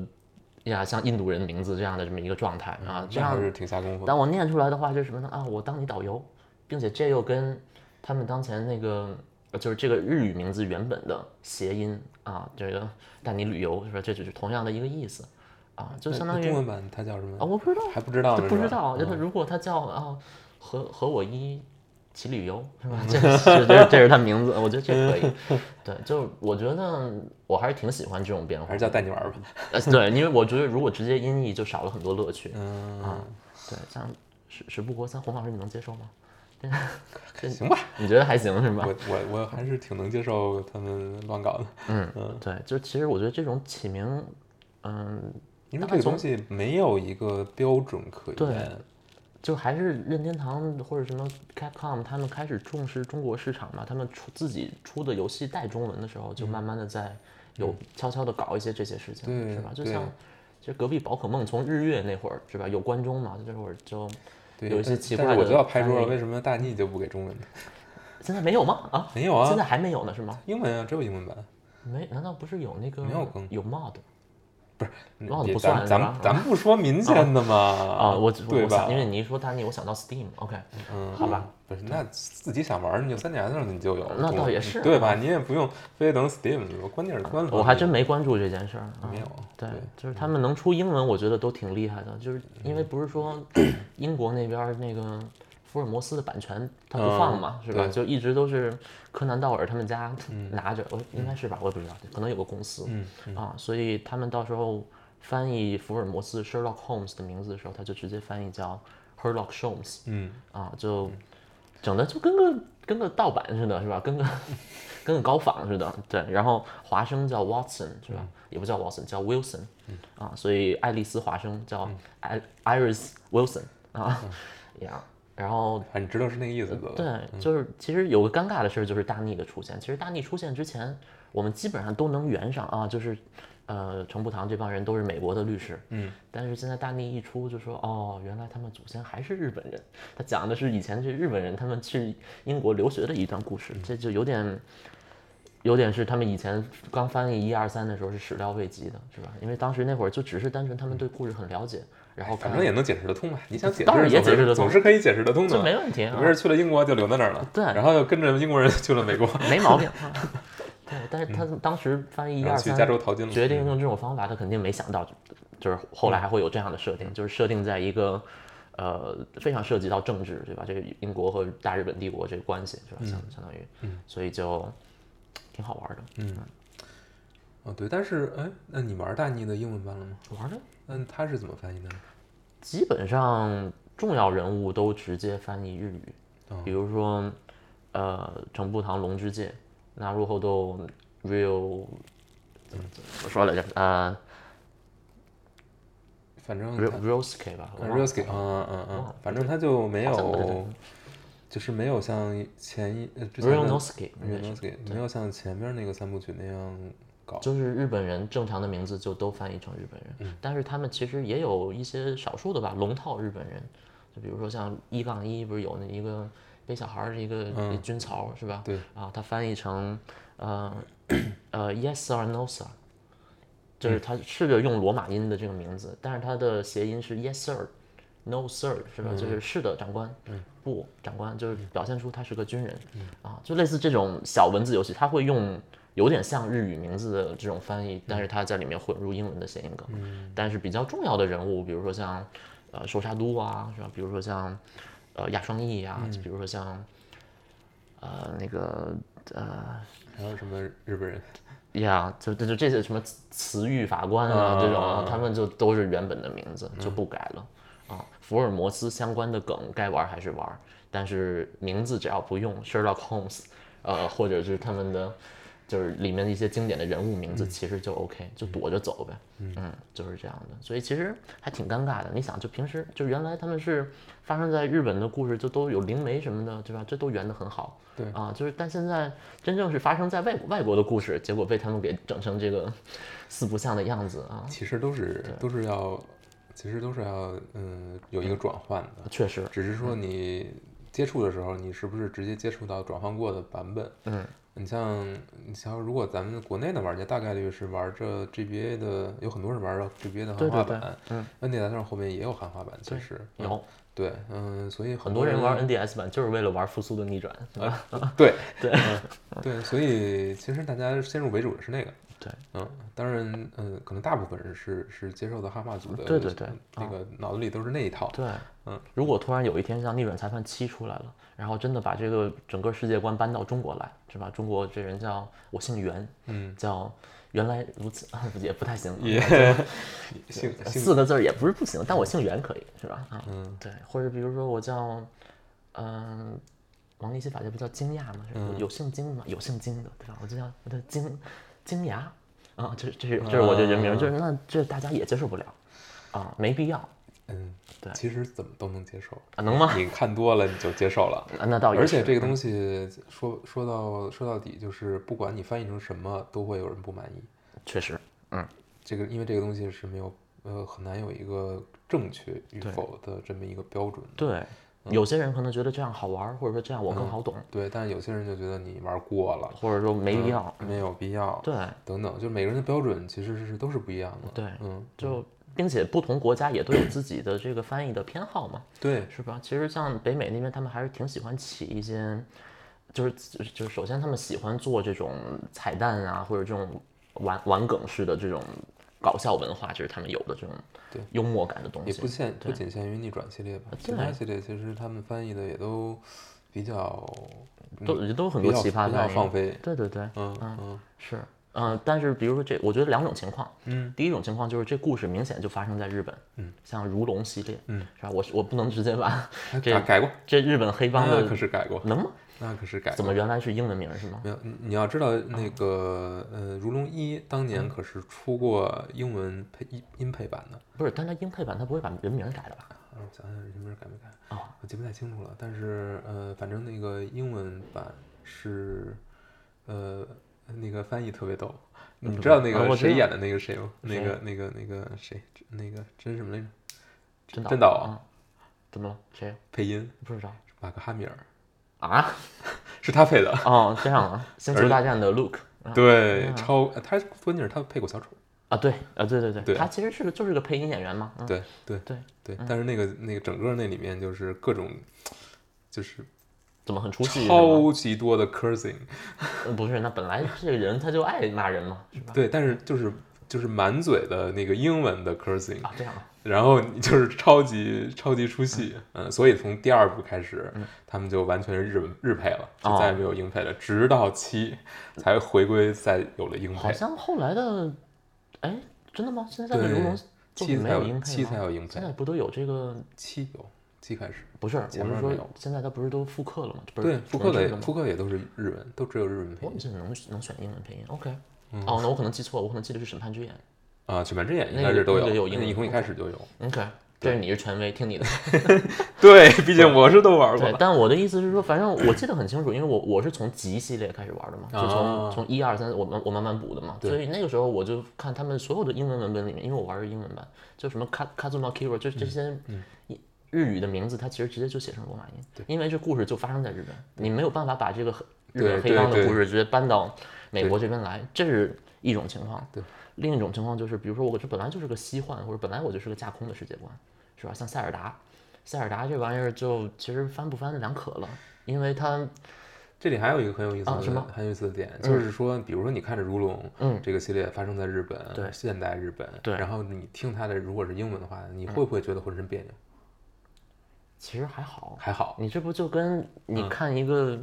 Speaker 2: 呀，像印度人名字这样的这么一个状态啊，这
Speaker 1: 这嗯还
Speaker 2: 样
Speaker 1: 是挺下功夫的。
Speaker 2: 当我念出来的话就是什么呢？啊，我当你导游，并且这又跟他们当前那个呃就是这个日语名字原本的谐音啊，这个带你旅游是吧？这只是同样的一个意思啊，就
Speaker 1: 那
Speaker 2: 相当于
Speaker 1: 中
Speaker 2: 啊，
Speaker 1: 文版它叫什么？
Speaker 2: 我不知道。
Speaker 1: 还不知道呢，
Speaker 2: 不
Speaker 1: 是
Speaker 2: 知
Speaker 1: 吧
Speaker 2: 道，就是嗯如果他叫啊和和我一起旅游是 *laughs* 吧？这是这是这是他名字，我觉得这可以。 *laughs* 对，就是我觉得我还是挺喜欢这种变化
Speaker 1: 还是。叫带你玩儿吧。
Speaker 2: 呃对，因为我觉得如果直接音译就少了很多乐趣。
Speaker 1: 嗯，
Speaker 2: 对，像十十不国三，洪老师你能接受吗？
Speaker 1: 行吧，
Speaker 2: 你觉得还行是吧？
Speaker 1: 我我我还是挺能接受他们乱搞的，
Speaker 2: 嗯，对，就其实我觉得这种起名，嗯，
Speaker 1: 因为这个东西没有一个标准可
Speaker 2: 对
Speaker 1: 言。
Speaker 2: 就还是任天堂或者什么 Capcom 他们开始重视中国市场嘛，他们出自己出的游戏带中文的时
Speaker 1: 嗯
Speaker 2: 候，就慢慢的在有悄悄的搞一些这些事情，
Speaker 1: 对
Speaker 2: 是吧？就
Speaker 1: 对
Speaker 2: 像就隔壁宝可梦从日月那会儿是吧，有关中嘛，就这会儿就
Speaker 1: 对，
Speaker 2: 有一些
Speaker 1: 但
Speaker 2: 奇
Speaker 1: 但
Speaker 2: 怪
Speaker 1: 是我
Speaker 2: 的
Speaker 1: 就要拍
Speaker 2: 翻
Speaker 1: 桌了，
Speaker 2: 译
Speaker 1: 为什么大逆就不给中文呢？
Speaker 2: 现在没有吗？啊，
Speaker 1: 没有
Speaker 2: 现
Speaker 1: 啊，
Speaker 2: 在还没有呢是吗？
Speaker 1: 英文啊，只有英文版。
Speaker 2: 没，难道不是有那个
Speaker 1: 没有更
Speaker 2: 有 mod
Speaker 1: 不是，
Speaker 2: 那
Speaker 1: 也
Speaker 2: 不
Speaker 1: 咱
Speaker 2: 算
Speaker 1: 咱
Speaker 2: 是
Speaker 1: 们
Speaker 2: 吧
Speaker 1: 咱们不说民间的嘛
Speaker 2: 啊，我
Speaker 1: 对
Speaker 2: 我
Speaker 1: 吧
Speaker 2: 想，因？为你一说丹尼，我想到 Steam，OK，、
Speaker 1: 嗯，
Speaker 2: 好吧，
Speaker 1: 不是，那自己想玩儿，你就三年的时候你就有，
Speaker 2: 那倒也是啊
Speaker 1: 对吧？你也不用非等 Steam，关键是官方。
Speaker 2: 我还真没关注这件事儿，啊
Speaker 1: 没有
Speaker 2: 对
Speaker 1: 对，嗯
Speaker 2: 就是他们能出英文，我觉得都挺厉害的，就是因为不是说
Speaker 1: *clears throat*
Speaker 2: 英国那边儿那个福尔摩斯的版权他不放嘛，
Speaker 1: 嗯
Speaker 2: 是吧？
Speaker 1: 对
Speaker 2: 就一直都是柯南道尔他们家拿着，我应该是吧，我也不知道，可能有个公司、
Speaker 1: 嗯
Speaker 2: 啊，所以他们到时候翻译福尔摩斯 Sherlock Holmes 的名字的时候，他就直接翻译叫 Herlock Sholmes
Speaker 1: 嗯，
Speaker 2: 啊，就整的就跟个跟个盗版似的，是吧？跟个跟个高仿似的，对。然后华生叫 Watson 是吧？也不叫 Watson，叫 Wilson，、啊，所以爱丽丝华生叫 I、Iris Wilson 啊， *laughs* 呀、然后
Speaker 1: 反正知道是那个意思的。
Speaker 2: 对，就是其实有个尴尬的事儿，就是大逆的出现。其实大逆出现之前，我们基本上都能圆上啊，就是，呃，程步堂这帮人都是美国的律师，
Speaker 1: 嗯，
Speaker 2: 但是现在大逆一出，就说哦，原来他们祖先还是日本人。他讲的是以前这日本人他们去英国留学的一段故
Speaker 1: 嗯
Speaker 2: 事，这就有点，有点是他们以前刚翻译一二三的时候是始料未及的，是吧？因为当时那会儿就只是单纯他们对故事很了解，然后
Speaker 1: 嗯哎反
Speaker 2: 看
Speaker 1: 正也能解释得通吧？你想解释，
Speaker 2: 当然也解释得通
Speaker 1: 总是可以解释得通的
Speaker 2: 这
Speaker 1: 嘛。
Speaker 2: 没问题啊
Speaker 1: 有。没事去了英国就留在那儿了，
Speaker 2: 对
Speaker 1: 然后又跟着英国人去了美国，
Speaker 2: *laughs* 没毛病。啊对，但是他当时翻译一
Speaker 1: 嗯 *laughs* 然
Speaker 2: 二
Speaker 1: 后去加
Speaker 2: 三
Speaker 1: 州淘金了。
Speaker 2: 决定用这种方法，他肯定没想到，就是后来还会有这样的设
Speaker 1: 嗯
Speaker 2: 定，就是设定在一个呃非常涉及到政治，对吧？这个英国和大日本帝国这个关系，是
Speaker 1: 嗯
Speaker 2: 吧？相相当于，所以就挺好玩的。
Speaker 1: 哦，对，但是哎，那你玩大逆的英文版了吗？
Speaker 2: 玩的
Speaker 1: 那他是怎么翻译的呢？
Speaker 2: 基本上重要人物都直接翻译日语，
Speaker 1: 哦
Speaker 2: 比如说呃程步堂龙之介，那入后斗 real
Speaker 1: 嗯
Speaker 2: 怎么怎么说来着？呃。
Speaker 1: 反正
Speaker 2: r o s k 吧
Speaker 1: r i s k 嗯嗯
Speaker 2: 忘
Speaker 1: 嗯
Speaker 2: 了，
Speaker 1: 反正他就没
Speaker 2: 好像不是这
Speaker 1: 有
Speaker 2: 个，
Speaker 1: 就是没有像前一呃之前
Speaker 2: r i
Speaker 1: 的
Speaker 2: o n o s k
Speaker 1: r i n o s k 没有像前面那个三部曲那样搞。
Speaker 2: 就是日本人正常的名字就都翻译成日本人，
Speaker 1: 嗯
Speaker 2: 但是他们其实也有一些少数的吧，龙套日本人，就比如说像一杠一不是有那一个背小孩儿的一个
Speaker 1: 嗯
Speaker 2: 军曹、是吧？
Speaker 1: 对
Speaker 2: 啊，他翻译成呃呃 yes or no sir，就是
Speaker 1: 嗯
Speaker 2: 他试着用罗马音的这个名字，但是他的谐音是 yes sir。No sir，是
Speaker 1: 嗯
Speaker 2: 吧？就是是的，长官。不，长官就是表现出他是个军人、
Speaker 1: 嗯
Speaker 2: 啊，就类似这种小文字游戏，他会用有点像日语名字的这种翻译，但是他在里面混入英文的谐音梗。但是比较重要的人物，比如说像呃寿沙都啊，是吧？比如说像呃亚双翼啊，比如说像呃那个呃
Speaker 1: 还有什么日本人？
Speaker 2: 呀，就就就这些什么词词语法官啊
Speaker 1: 啊
Speaker 2: 这种啊，他们就都是原本的名字，就不改了。啊，福尔摩斯相关的梗该玩还是玩，但是名字只要不用 Sherlock Holmes，呃，或者是他们的就是里面的一些经典的人物名字，其实就 OK，、就躲着走呗。嗯就是这样的，所以其实还挺尴尬的。你想，就平时就原来他们是发生在日本的故事，就都有灵媒什么的，对吧？这都圆的很好。
Speaker 1: 对
Speaker 2: 啊，就是但现在真正是发生在外国外国的故事，结果被他们给整成这个四不像的样子啊。
Speaker 1: 其实都是都是要，其实都是要嗯有一个转换的，
Speaker 2: 确实，
Speaker 1: 只是
Speaker 2: 嗯
Speaker 1: 说你接触的时候，你是不是直接接触到转换过的版本？
Speaker 2: 嗯，
Speaker 1: 你像你像如果咱们国内的玩家，大概率是玩这 GBA 的，有很多人玩着 GBA 的
Speaker 2: 对
Speaker 1: 汉化
Speaker 2: 对对
Speaker 1: 版，
Speaker 2: 嗯，
Speaker 1: ，NDS 上后面也有汉化版，其实嗯
Speaker 2: 有
Speaker 1: 对，嗯，所以很
Speaker 2: 很多人
Speaker 1: 人
Speaker 2: 玩 NDS 版就是为了玩复苏的逆转，对吧？
Speaker 1: *laughs* 对
Speaker 2: *laughs* 对
Speaker 1: 嗯对，所以其实大家先入为主的是那个，
Speaker 2: 对，
Speaker 1: 嗯，当然，嗯，可能大部分人是是接受的汉化组的，
Speaker 2: 对对对
Speaker 1: 那个脑子里都是那一套，
Speaker 2: 对，
Speaker 1: 嗯，
Speaker 2: 如果突然有一天像《逆转裁判七》出来了，然后真的把这个整个世界观搬到中国来，是吧？中国这人叫我姓袁，
Speaker 1: 嗯，
Speaker 2: 叫原来如此， *laughs* 也不太行，啊 *laughs*
Speaker 1: 也性性
Speaker 2: 四个字儿也不是不行，但我姓袁可以，是吧？啊，
Speaker 1: 嗯，
Speaker 2: 对，或者比如说我叫，嗯、王力西法家不叫惊讶吗？是
Speaker 1: 嗯
Speaker 2: 吧有有姓金吗？有姓金的，对吧？我就叫我叫金金牙啊，这这是这是我这人名，
Speaker 1: 啊
Speaker 2: 就是那这大家也接受不了啊，没必要啊，
Speaker 1: 嗯，
Speaker 2: 对
Speaker 1: 其实怎么都能接受，
Speaker 2: 能吗？
Speaker 1: 你看多了你就接受了。
Speaker 2: 啊那倒也
Speaker 1: 而
Speaker 2: 是，
Speaker 1: 且这个东西说说到说到底，就是不管你翻译成什么，都会有人不满意。
Speaker 2: 确实，
Speaker 1: 嗯这个因为这个东西是没有呃很难有一个正确与
Speaker 2: 对
Speaker 1: 否的这么一个标准的。
Speaker 2: 对，有些人可能觉得这样好玩，或者说这样我
Speaker 1: 嗯
Speaker 2: 更好懂，
Speaker 1: 对，但是有些人就觉得你玩过了，
Speaker 2: 或者说没
Speaker 1: 嗯
Speaker 2: 必要。
Speaker 1: 没有必要，
Speaker 2: 对
Speaker 1: 等等，就每个人的标准其实是都是不一样的。
Speaker 2: 对，
Speaker 1: 嗯，
Speaker 2: 就并且不同国家也都有自己的这个翻译的偏好嘛，
Speaker 1: 对，
Speaker 2: 是吧？其实像北美那边，他们还是挺喜欢起一些，就是就是首先他们喜欢做这种彩蛋啊，或者这种玩玩梗式的这种搞笑文化，这是他们有的这种
Speaker 1: 对
Speaker 2: 幽默感的东
Speaker 1: 也
Speaker 2: 西
Speaker 1: 不。限不仅限于逆转系列
Speaker 2: 啊
Speaker 1: 吧，其他系列其实他们翻译的也都比较
Speaker 2: 都也都有很
Speaker 1: 嗯比
Speaker 2: 多
Speaker 1: 较
Speaker 2: 奇葩
Speaker 1: 比较
Speaker 2: 的，
Speaker 1: 放飞，
Speaker 2: 对对对，
Speaker 1: 嗯嗯
Speaker 2: 是，嗯、但是比如说这，我觉得两种情况，
Speaker 1: 嗯，
Speaker 2: 第一种情况就是这故事明显就发生在日本，
Speaker 1: 嗯，
Speaker 2: 像如龙系列，
Speaker 1: 嗯，
Speaker 2: 是吧？我我不能直接把 *laughs* 这
Speaker 1: 改改过，
Speaker 2: 这日本黑帮
Speaker 1: 那
Speaker 2: 的
Speaker 1: 可是改过，
Speaker 2: 能吗？
Speaker 1: 那可是改
Speaker 2: 怎
Speaker 1: 过。
Speaker 2: 么原来是英文名儿是吗？
Speaker 1: 没有，你你要知道那个呃，《如龙一》当年
Speaker 2: 嗯
Speaker 1: 可是出过英文配音音配版的，
Speaker 2: 不是，但它英配版它不会把人名儿改了吧？
Speaker 1: 啊我想想人名改没改，
Speaker 2: 哦，
Speaker 1: 我记不太清楚了。但是呃，反正那个英文版是呃那个翻译特别逗，你知道那
Speaker 2: 啊我
Speaker 1: 个
Speaker 2: 知道
Speaker 1: 谁演的那个谁吗？那
Speaker 2: 谁
Speaker 1: 个那个那个谁，那个真什么来着？
Speaker 2: 真的
Speaker 1: 真的
Speaker 2: 啊
Speaker 1: 啊、
Speaker 2: 嗯怎么了？谁？
Speaker 1: 配音
Speaker 2: 不知道
Speaker 1: 是马克哈米尔，
Speaker 2: 啊？
Speaker 1: 是他配的。
Speaker 2: *laughs* 哦，这样啊，《星球大战》的 Luke 啊
Speaker 1: 对，超他关键是他配过小丑，
Speaker 2: 啊，对啊，对对对，
Speaker 1: 对
Speaker 2: 他其实是个就是个配音演员嘛，嗯，
Speaker 1: 对对
Speaker 2: 对，嗯
Speaker 1: 对。但是那个那个整个那里面就是各种就是
Speaker 2: 怎么很出戏是吗？
Speaker 1: 超级多的 cursing，
Speaker 2: 呃不是，那本来这个人他就爱骂人嘛，是吧？
Speaker 1: 对，但是就是就是满嘴的那个英文的 cursing，
Speaker 2: 啊，这样啊，
Speaker 1: 然后你就是超级超级出戏，嗯，所以从第二部开始，他们就完全是日本日配了，就
Speaker 2: 嗯哦
Speaker 1: 再也没有英配了，直到
Speaker 2: *laughs*
Speaker 1: 七才回归，再有了英
Speaker 2: 好
Speaker 1: 配，
Speaker 2: 像后来的，哎，真的吗？现在的
Speaker 1: 对
Speaker 2: 如龙作
Speaker 1: 七
Speaker 2: 品没
Speaker 1: 才
Speaker 2: 有英配
Speaker 1: 七才
Speaker 2: 吗？
Speaker 1: 有英
Speaker 2: 现
Speaker 1: 配，
Speaker 2: 在不都有这个？
Speaker 1: 七有七开始，
Speaker 2: 不是，我
Speaker 1: 前面
Speaker 2: 是
Speaker 1: 没
Speaker 2: 说
Speaker 1: 有
Speaker 2: 现在它不是都复刻了吗？不是
Speaker 1: 对，复刻
Speaker 2: 重
Speaker 1: 的
Speaker 2: 置
Speaker 1: 也
Speaker 2: 吗？
Speaker 1: 复刻也都是日文，都只有日文配
Speaker 2: 我怎么
Speaker 1: 音
Speaker 2: 记得能能选英文配音？OK，哦，
Speaker 1: 嗯
Speaker 2: 那我可能记错了，我可能记得是《审判之眼
Speaker 1: 啊，全面之眼应
Speaker 2: 那
Speaker 1: 该
Speaker 2: 个
Speaker 1: 是都
Speaker 2: 那个有
Speaker 1: 那
Speaker 2: 英
Speaker 1: 你
Speaker 2: 文
Speaker 1: 从一开始就有，》。
Speaker 2: OK，这是你是权威，听你的。
Speaker 1: 对，毕竟我是都玩过
Speaker 2: 对，
Speaker 1: 了，
Speaker 2: 但我的意思是说，反正我记得很清楚，因为我我是从集系列开始玩的嘛，就从
Speaker 1: 啊
Speaker 2: 从一二三，我慢我慢慢补的嘛，所以那个时候我就看他们所有的英文文本里面，因为我玩的是英文版，就什么 Ka- Kazuma Kira，就是
Speaker 1: 嗯
Speaker 2: 这些一日语的名字，它其实直接就写成罗马音，因为这故事就发生在日本，你没有办法把这个黑日
Speaker 1: 对
Speaker 2: 本黑
Speaker 1: 对
Speaker 2: 帮的
Speaker 1: 对
Speaker 2: 故事直接搬到美国这边来，这是一种情况。
Speaker 1: 对，
Speaker 2: 另一种情况就是，比如说我这本来就是个西幻，或者本来我就是个架空的世界观，是吧？像塞尔达，塞尔达这玩意儿就其实翻不翻两可了，因为它
Speaker 1: 这里还有一个很有意思的、
Speaker 2: 啊什么
Speaker 1: 很有意思的点，就是说，比如说你看着《如龙》
Speaker 2: 嗯
Speaker 1: 这个系列发生在日本，
Speaker 2: 对
Speaker 1: 现代日本，
Speaker 2: 对嗯
Speaker 1: 然后你听它的如果是英文的话，你会不会觉得浑身别扭？
Speaker 2: 其实还好。
Speaker 1: 还好，
Speaker 2: 你这不就跟你
Speaker 1: 嗯
Speaker 2: 看一个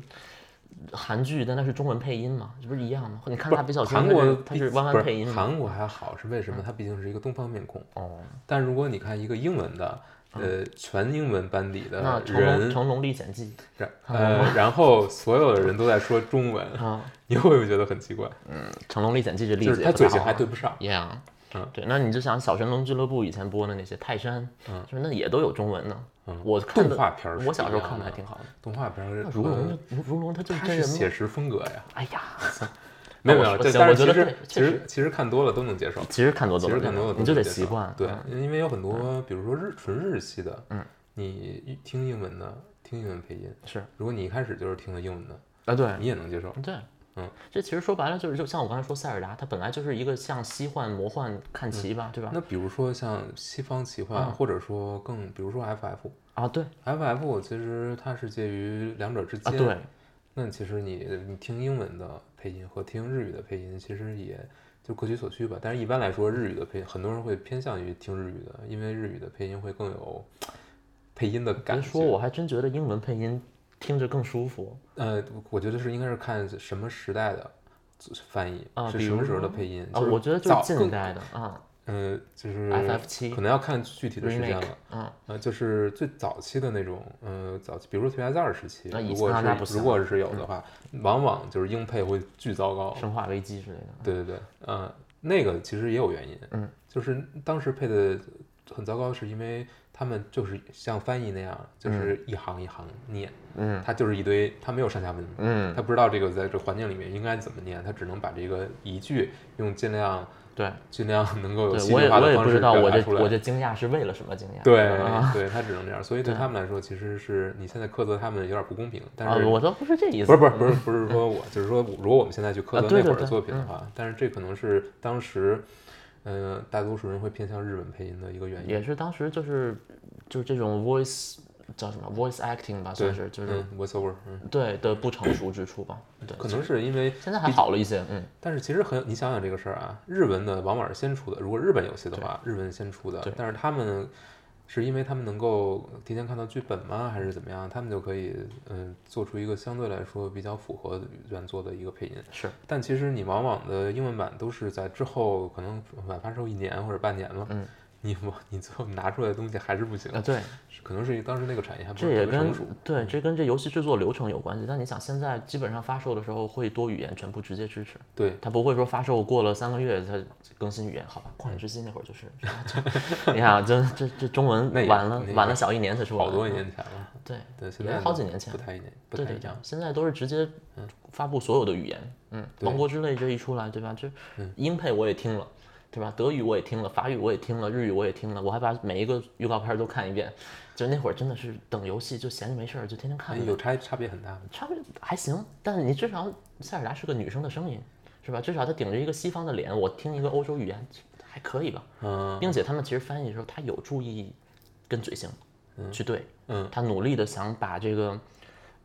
Speaker 2: 韩剧，但那是中文配音吗？这不是一样吗？你看《蜡笔小新》，
Speaker 1: 韩
Speaker 2: 它
Speaker 1: 国
Speaker 2: 是它是弯
Speaker 1: 不
Speaker 2: 弯配音吗？嗯
Speaker 1: 韩国还好是为什么？它毕竟是一个东方面孔，
Speaker 2: 哦，
Speaker 1: 但如果你看一个英文的。呃，全英文班底的
Speaker 2: 嗯那《成龙
Speaker 1: 呃人，
Speaker 2: 成龙历险记
Speaker 1: 然呃，然后所有的人都在说中
Speaker 2: *laughs*
Speaker 1: 文，》
Speaker 2: 啊，
Speaker 1: 你会不会觉得很奇怪？
Speaker 2: 嗯，《成龙历险记》这例
Speaker 1: 就
Speaker 2: 子
Speaker 1: 是
Speaker 2: 也
Speaker 1: 他
Speaker 2: 不
Speaker 1: 嘴
Speaker 2: 太
Speaker 1: 型
Speaker 2: 好
Speaker 1: 还
Speaker 2: 啊
Speaker 1: 对不上，
Speaker 2: Yeah，
Speaker 1: 嗯
Speaker 2: 对，那你就想小神龙俱乐部以前播的那些泰山，
Speaker 1: 嗯
Speaker 2: 就是那也都有中文呢。
Speaker 1: 嗯
Speaker 2: 我看
Speaker 1: 动
Speaker 2: 的
Speaker 1: 画片儿是
Speaker 2: 我小时候
Speaker 1: 一样
Speaker 2: 看的还
Speaker 1: 的
Speaker 2: 挺好的。
Speaker 1: 动画片儿
Speaker 2: 那如龙就如如龙，他就是
Speaker 1: 它
Speaker 2: 真
Speaker 1: 是
Speaker 2: 人吗
Speaker 1: 写实风格呀，
Speaker 2: 哎呀，
Speaker 1: 没有
Speaker 2: 我
Speaker 1: 没有，
Speaker 2: 我
Speaker 1: 这
Speaker 2: 行
Speaker 1: 但
Speaker 2: 我
Speaker 1: 是其
Speaker 2: 觉得
Speaker 1: 实
Speaker 2: 对
Speaker 1: 其
Speaker 2: 确实
Speaker 1: 实其实看多了都能接受，
Speaker 2: 其实看多
Speaker 1: 其
Speaker 2: 懂
Speaker 1: 实
Speaker 2: 了，
Speaker 1: 看多了都
Speaker 2: 你就
Speaker 1: 能
Speaker 2: 得
Speaker 1: 接
Speaker 2: 习
Speaker 1: 受
Speaker 2: 惯。
Speaker 1: 对
Speaker 2: 嗯，
Speaker 1: 因为有很多比如说日纯日系的，嗯，你一听英文的听英文配音，
Speaker 2: 是
Speaker 1: 如果你一开始就是听的英文的，
Speaker 2: 啊，对，
Speaker 1: 你也能接受。
Speaker 2: 对，
Speaker 1: 嗯，
Speaker 2: 这其实说白了就是，就像我刚才说塞尔达，它本来就是一个像西幻、魔幻、看齐
Speaker 1: 嗯
Speaker 2: 吧，对吧？
Speaker 1: 那比如说像西方奇
Speaker 2: 嗯
Speaker 1: 幻，或者说更比如说 FF，FF
Speaker 2: 啊，对
Speaker 1: 其实它是介于两者之
Speaker 2: 啊，
Speaker 1: 间，
Speaker 2: 对，
Speaker 1: 那其实你你听英文的配音和听日语的配音，其实也就各取所需吧。但是一般来说，日语的配音很多人会偏向于听日语的，因为日语的配音会更有配音的感
Speaker 2: 别
Speaker 1: 觉。
Speaker 2: 说，我还真觉得英文配音听着更舒服。
Speaker 1: 呃，我觉得是应该是看什么时代的翻译，
Speaker 2: 啊
Speaker 1: 是
Speaker 2: 比
Speaker 1: 什么
Speaker 2: 如
Speaker 1: 时候的
Speaker 2: 说
Speaker 1: 配音。
Speaker 2: 啊，
Speaker 1: 嗯就是
Speaker 2: 我觉得就是
Speaker 1: 早
Speaker 2: 近
Speaker 1: 更
Speaker 2: 代的啊
Speaker 1: 呃，就是
Speaker 2: ，FF7
Speaker 1: 可能要看具体的时间
Speaker 2: remake，
Speaker 1: 了。
Speaker 2: 啊，
Speaker 1: 呃，就是最早期的那种，呃，早期，比如说 TS 2时期，
Speaker 2: 啊那以
Speaker 1: 如果
Speaker 2: 前那不啊嗯
Speaker 1: 是
Speaker 2: 行
Speaker 1: 如果是有的话，往往就是英配会巨糟糕。
Speaker 2: 生化危机之类的。
Speaker 1: 对对对，呃，那个其实也有原因，
Speaker 2: 啊嗯，
Speaker 1: 就是当时配的很糟糕，是因为他们就是像翻译那样，就是一行一行念，
Speaker 2: 嗯
Speaker 1: 他就是一堆，他没有上下文，
Speaker 2: 嗯，
Speaker 1: 他不知道这个在这环境里面应该怎么念，他只能把这个一句用尽量
Speaker 2: 对，
Speaker 1: 尽量能够有
Speaker 2: 对
Speaker 1: 戏
Speaker 2: 我
Speaker 1: 剧
Speaker 2: 也
Speaker 1: 化
Speaker 2: 我
Speaker 1: 的
Speaker 2: 也
Speaker 1: 方
Speaker 2: 不
Speaker 1: 式
Speaker 2: 知道我
Speaker 1: 表达
Speaker 2: 这
Speaker 1: 出来。
Speaker 2: 我这惊讶是为了什么惊讶，
Speaker 1: 对嗯
Speaker 2: 啊，
Speaker 1: 对，他只能这样，所以对他们来说，其实是你现在苛责他们有点不公平。但
Speaker 2: 啊，
Speaker 1: 是
Speaker 2: 我都不是这意思，
Speaker 1: 不是不是不是不是说我，就是说如果我们现在去苛
Speaker 2: 啊
Speaker 1: 责
Speaker 2: 对
Speaker 1: 那会儿的
Speaker 2: 对对
Speaker 1: 作品的话，但是这可能是当时，嗯，大多数人会偏向日本配音的一个原因。
Speaker 2: 也是当时就是就是这种 voice 叫什么 voice acting 吧，
Speaker 1: 对
Speaker 2: 算是就是、
Speaker 1: 嗯，voiceover，嗯，
Speaker 2: 对的不成熟之处吧，对，
Speaker 1: 可能是因为，
Speaker 2: 现在还好了一些，嗯，
Speaker 1: 但是其实很，你想想这个事儿啊，日文的往往是先出的，如果日本游戏的话，日文先出的
Speaker 2: 对，
Speaker 1: 但是他们。是因为他们能够提前看到剧本吗，还是怎么样？他们就可以嗯做出一个相对来说比较符合原作的一个配音。
Speaker 2: 是
Speaker 1: 但其实你往往的英文版都是在之后可能晚发售一年或者半年了，
Speaker 2: 嗯，
Speaker 1: 你往你最后拿出来的东西还是不行，
Speaker 2: 啊对，
Speaker 1: 是可能是当时那个产业还不
Speaker 2: 这
Speaker 1: 是
Speaker 2: 也
Speaker 1: 特别
Speaker 2: 跟
Speaker 1: 成熟。嗯
Speaker 2: 对这跟这游戏制作流程有关系，但你想现在基本上发售的时候会多语言全部直接支持，
Speaker 1: 对，
Speaker 2: 它不会说发售过了三个月才更新语言，好吧？旷野之心那会儿就是，
Speaker 1: *laughs*
Speaker 2: 就你看啊，这这这中文
Speaker 1: 那也
Speaker 2: 晚了
Speaker 1: 那也
Speaker 2: 晚了小一年才出来，
Speaker 1: 好多年前了，
Speaker 2: 对，
Speaker 1: 对，现
Speaker 2: 也
Speaker 1: 在
Speaker 2: 是好
Speaker 1: 都
Speaker 2: 几年前
Speaker 1: 不太一样，不
Speaker 2: 对
Speaker 1: 太
Speaker 2: 对
Speaker 1: 一
Speaker 2: 对
Speaker 1: 样，，嗯
Speaker 2: 现在都是直接发布所有的语言，嗯，
Speaker 1: 对嗯
Speaker 2: 王国之泪这一出来，对吧？这英配我也听了，对吧？德语我也听了，法语我也听了，日语我也听了，我还把每一个预告片都看一遍。就那会儿真的是等游戏就闲着没事儿就天天看
Speaker 1: 哎，，有差差别很大。
Speaker 2: 差不多还行，但是你至少塞尔达是个女生的声音，是吧？至少她顶着一个西方的脸，我听一个欧洲语言还可以吧，
Speaker 1: 嗯
Speaker 2: 并且他们其实翻译的时候，他有注意跟嘴型去对，
Speaker 1: 嗯，
Speaker 2: 他努力的想把这个，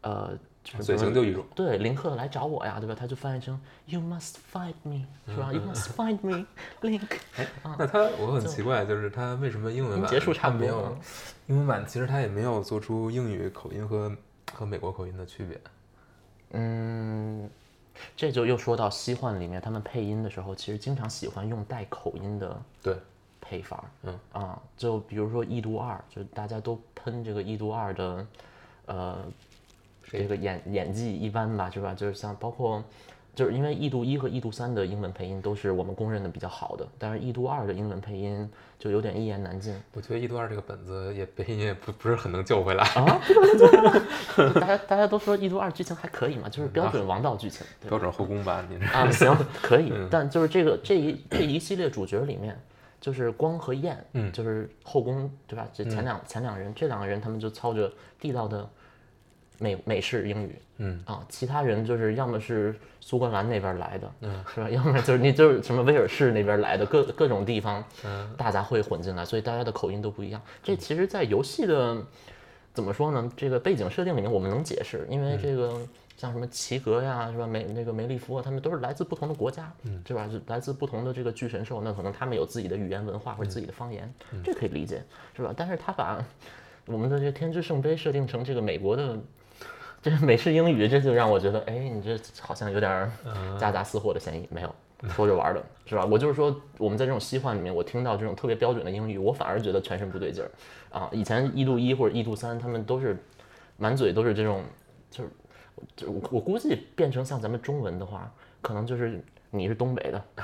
Speaker 2: 呃，就是
Speaker 1: 嘴型就一种，
Speaker 2: 对，林克来找我呀，对吧？他就翻译成 “You must find me”，是吧、y o u must find me,
Speaker 1: 嗯
Speaker 2: Link。
Speaker 1: 那他我很奇怪，就是他为什么英文版
Speaker 2: 嗯结束差
Speaker 1: 他
Speaker 2: 不多嗯
Speaker 1: 没有
Speaker 2: 了，
Speaker 1: 英文版其实他也没有做出英语口音和和美国口音的区别。
Speaker 2: 嗯，这就又说到西幻里面，他们配音的时候，其实经常喜欢用带口音的
Speaker 1: 对，
Speaker 2: 配法儿。
Speaker 1: 嗯
Speaker 2: 啊，就比如说《异度二》，就大家都喷这个《异度二》的，呃，这个演演技一般吧，是吧？就是像包括，就是因为《异度一》和《异度三》的英文配音都是我们公认的比较好的，但是《异度二》的英文配音就有点一言难尽。 *laughs*
Speaker 1: 我觉得一度二这个本子也 *laughs* 别也不不是很能救回来。
Speaker 2: 大家大家都说《异度二》剧情还可以嘛，就是标准王道剧情。对
Speaker 1: 标准后宫版，你这
Speaker 2: 啊，行，可以。
Speaker 1: 嗯
Speaker 2: 但就是这个这一这一系列主角里面，就是光和燕，
Speaker 1: 嗯
Speaker 2: 就是后宫对吧？这前两、前两人，这两个人他们就操着地道的美美式英语，
Speaker 1: 嗯
Speaker 2: 啊，其他人就是要么是苏格兰那边来的，嗯，是吧？要么就是你就是什么威尔士那边来的，各各种地方，
Speaker 1: 嗯，
Speaker 2: 大杂烩混进来，所以大家的口音都不一样。这其实，在游戏的怎么说呢？这个背景设定里面我们能解释，因为这个像什么齐格呀，是吧？梅那个梅利夫啊，他们都是来自不同的国家，嗯，对吧？是来自不同的这个巨神兽，那可能他们有自己的语言文化或者自己的方言，这可以理解，是吧？但是他把我们的这个天之圣杯设定成这个美国的。这美式英语，这就让我觉得，哎，你这好像有点儿
Speaker 1: 嗯
Speaker 2: 夹杂私货的嫌疑。没有，说着玩儿的，是吧？我就是说，我们在这种西幻里面，我听到这种特别标准的英语，我反而觉得全身不对劲儿啊。以前一度一或者一度三，他们都是满嘴都是这种，就是就我我估计变成像咱们中文的话，可能就是你是东北的， *laughs*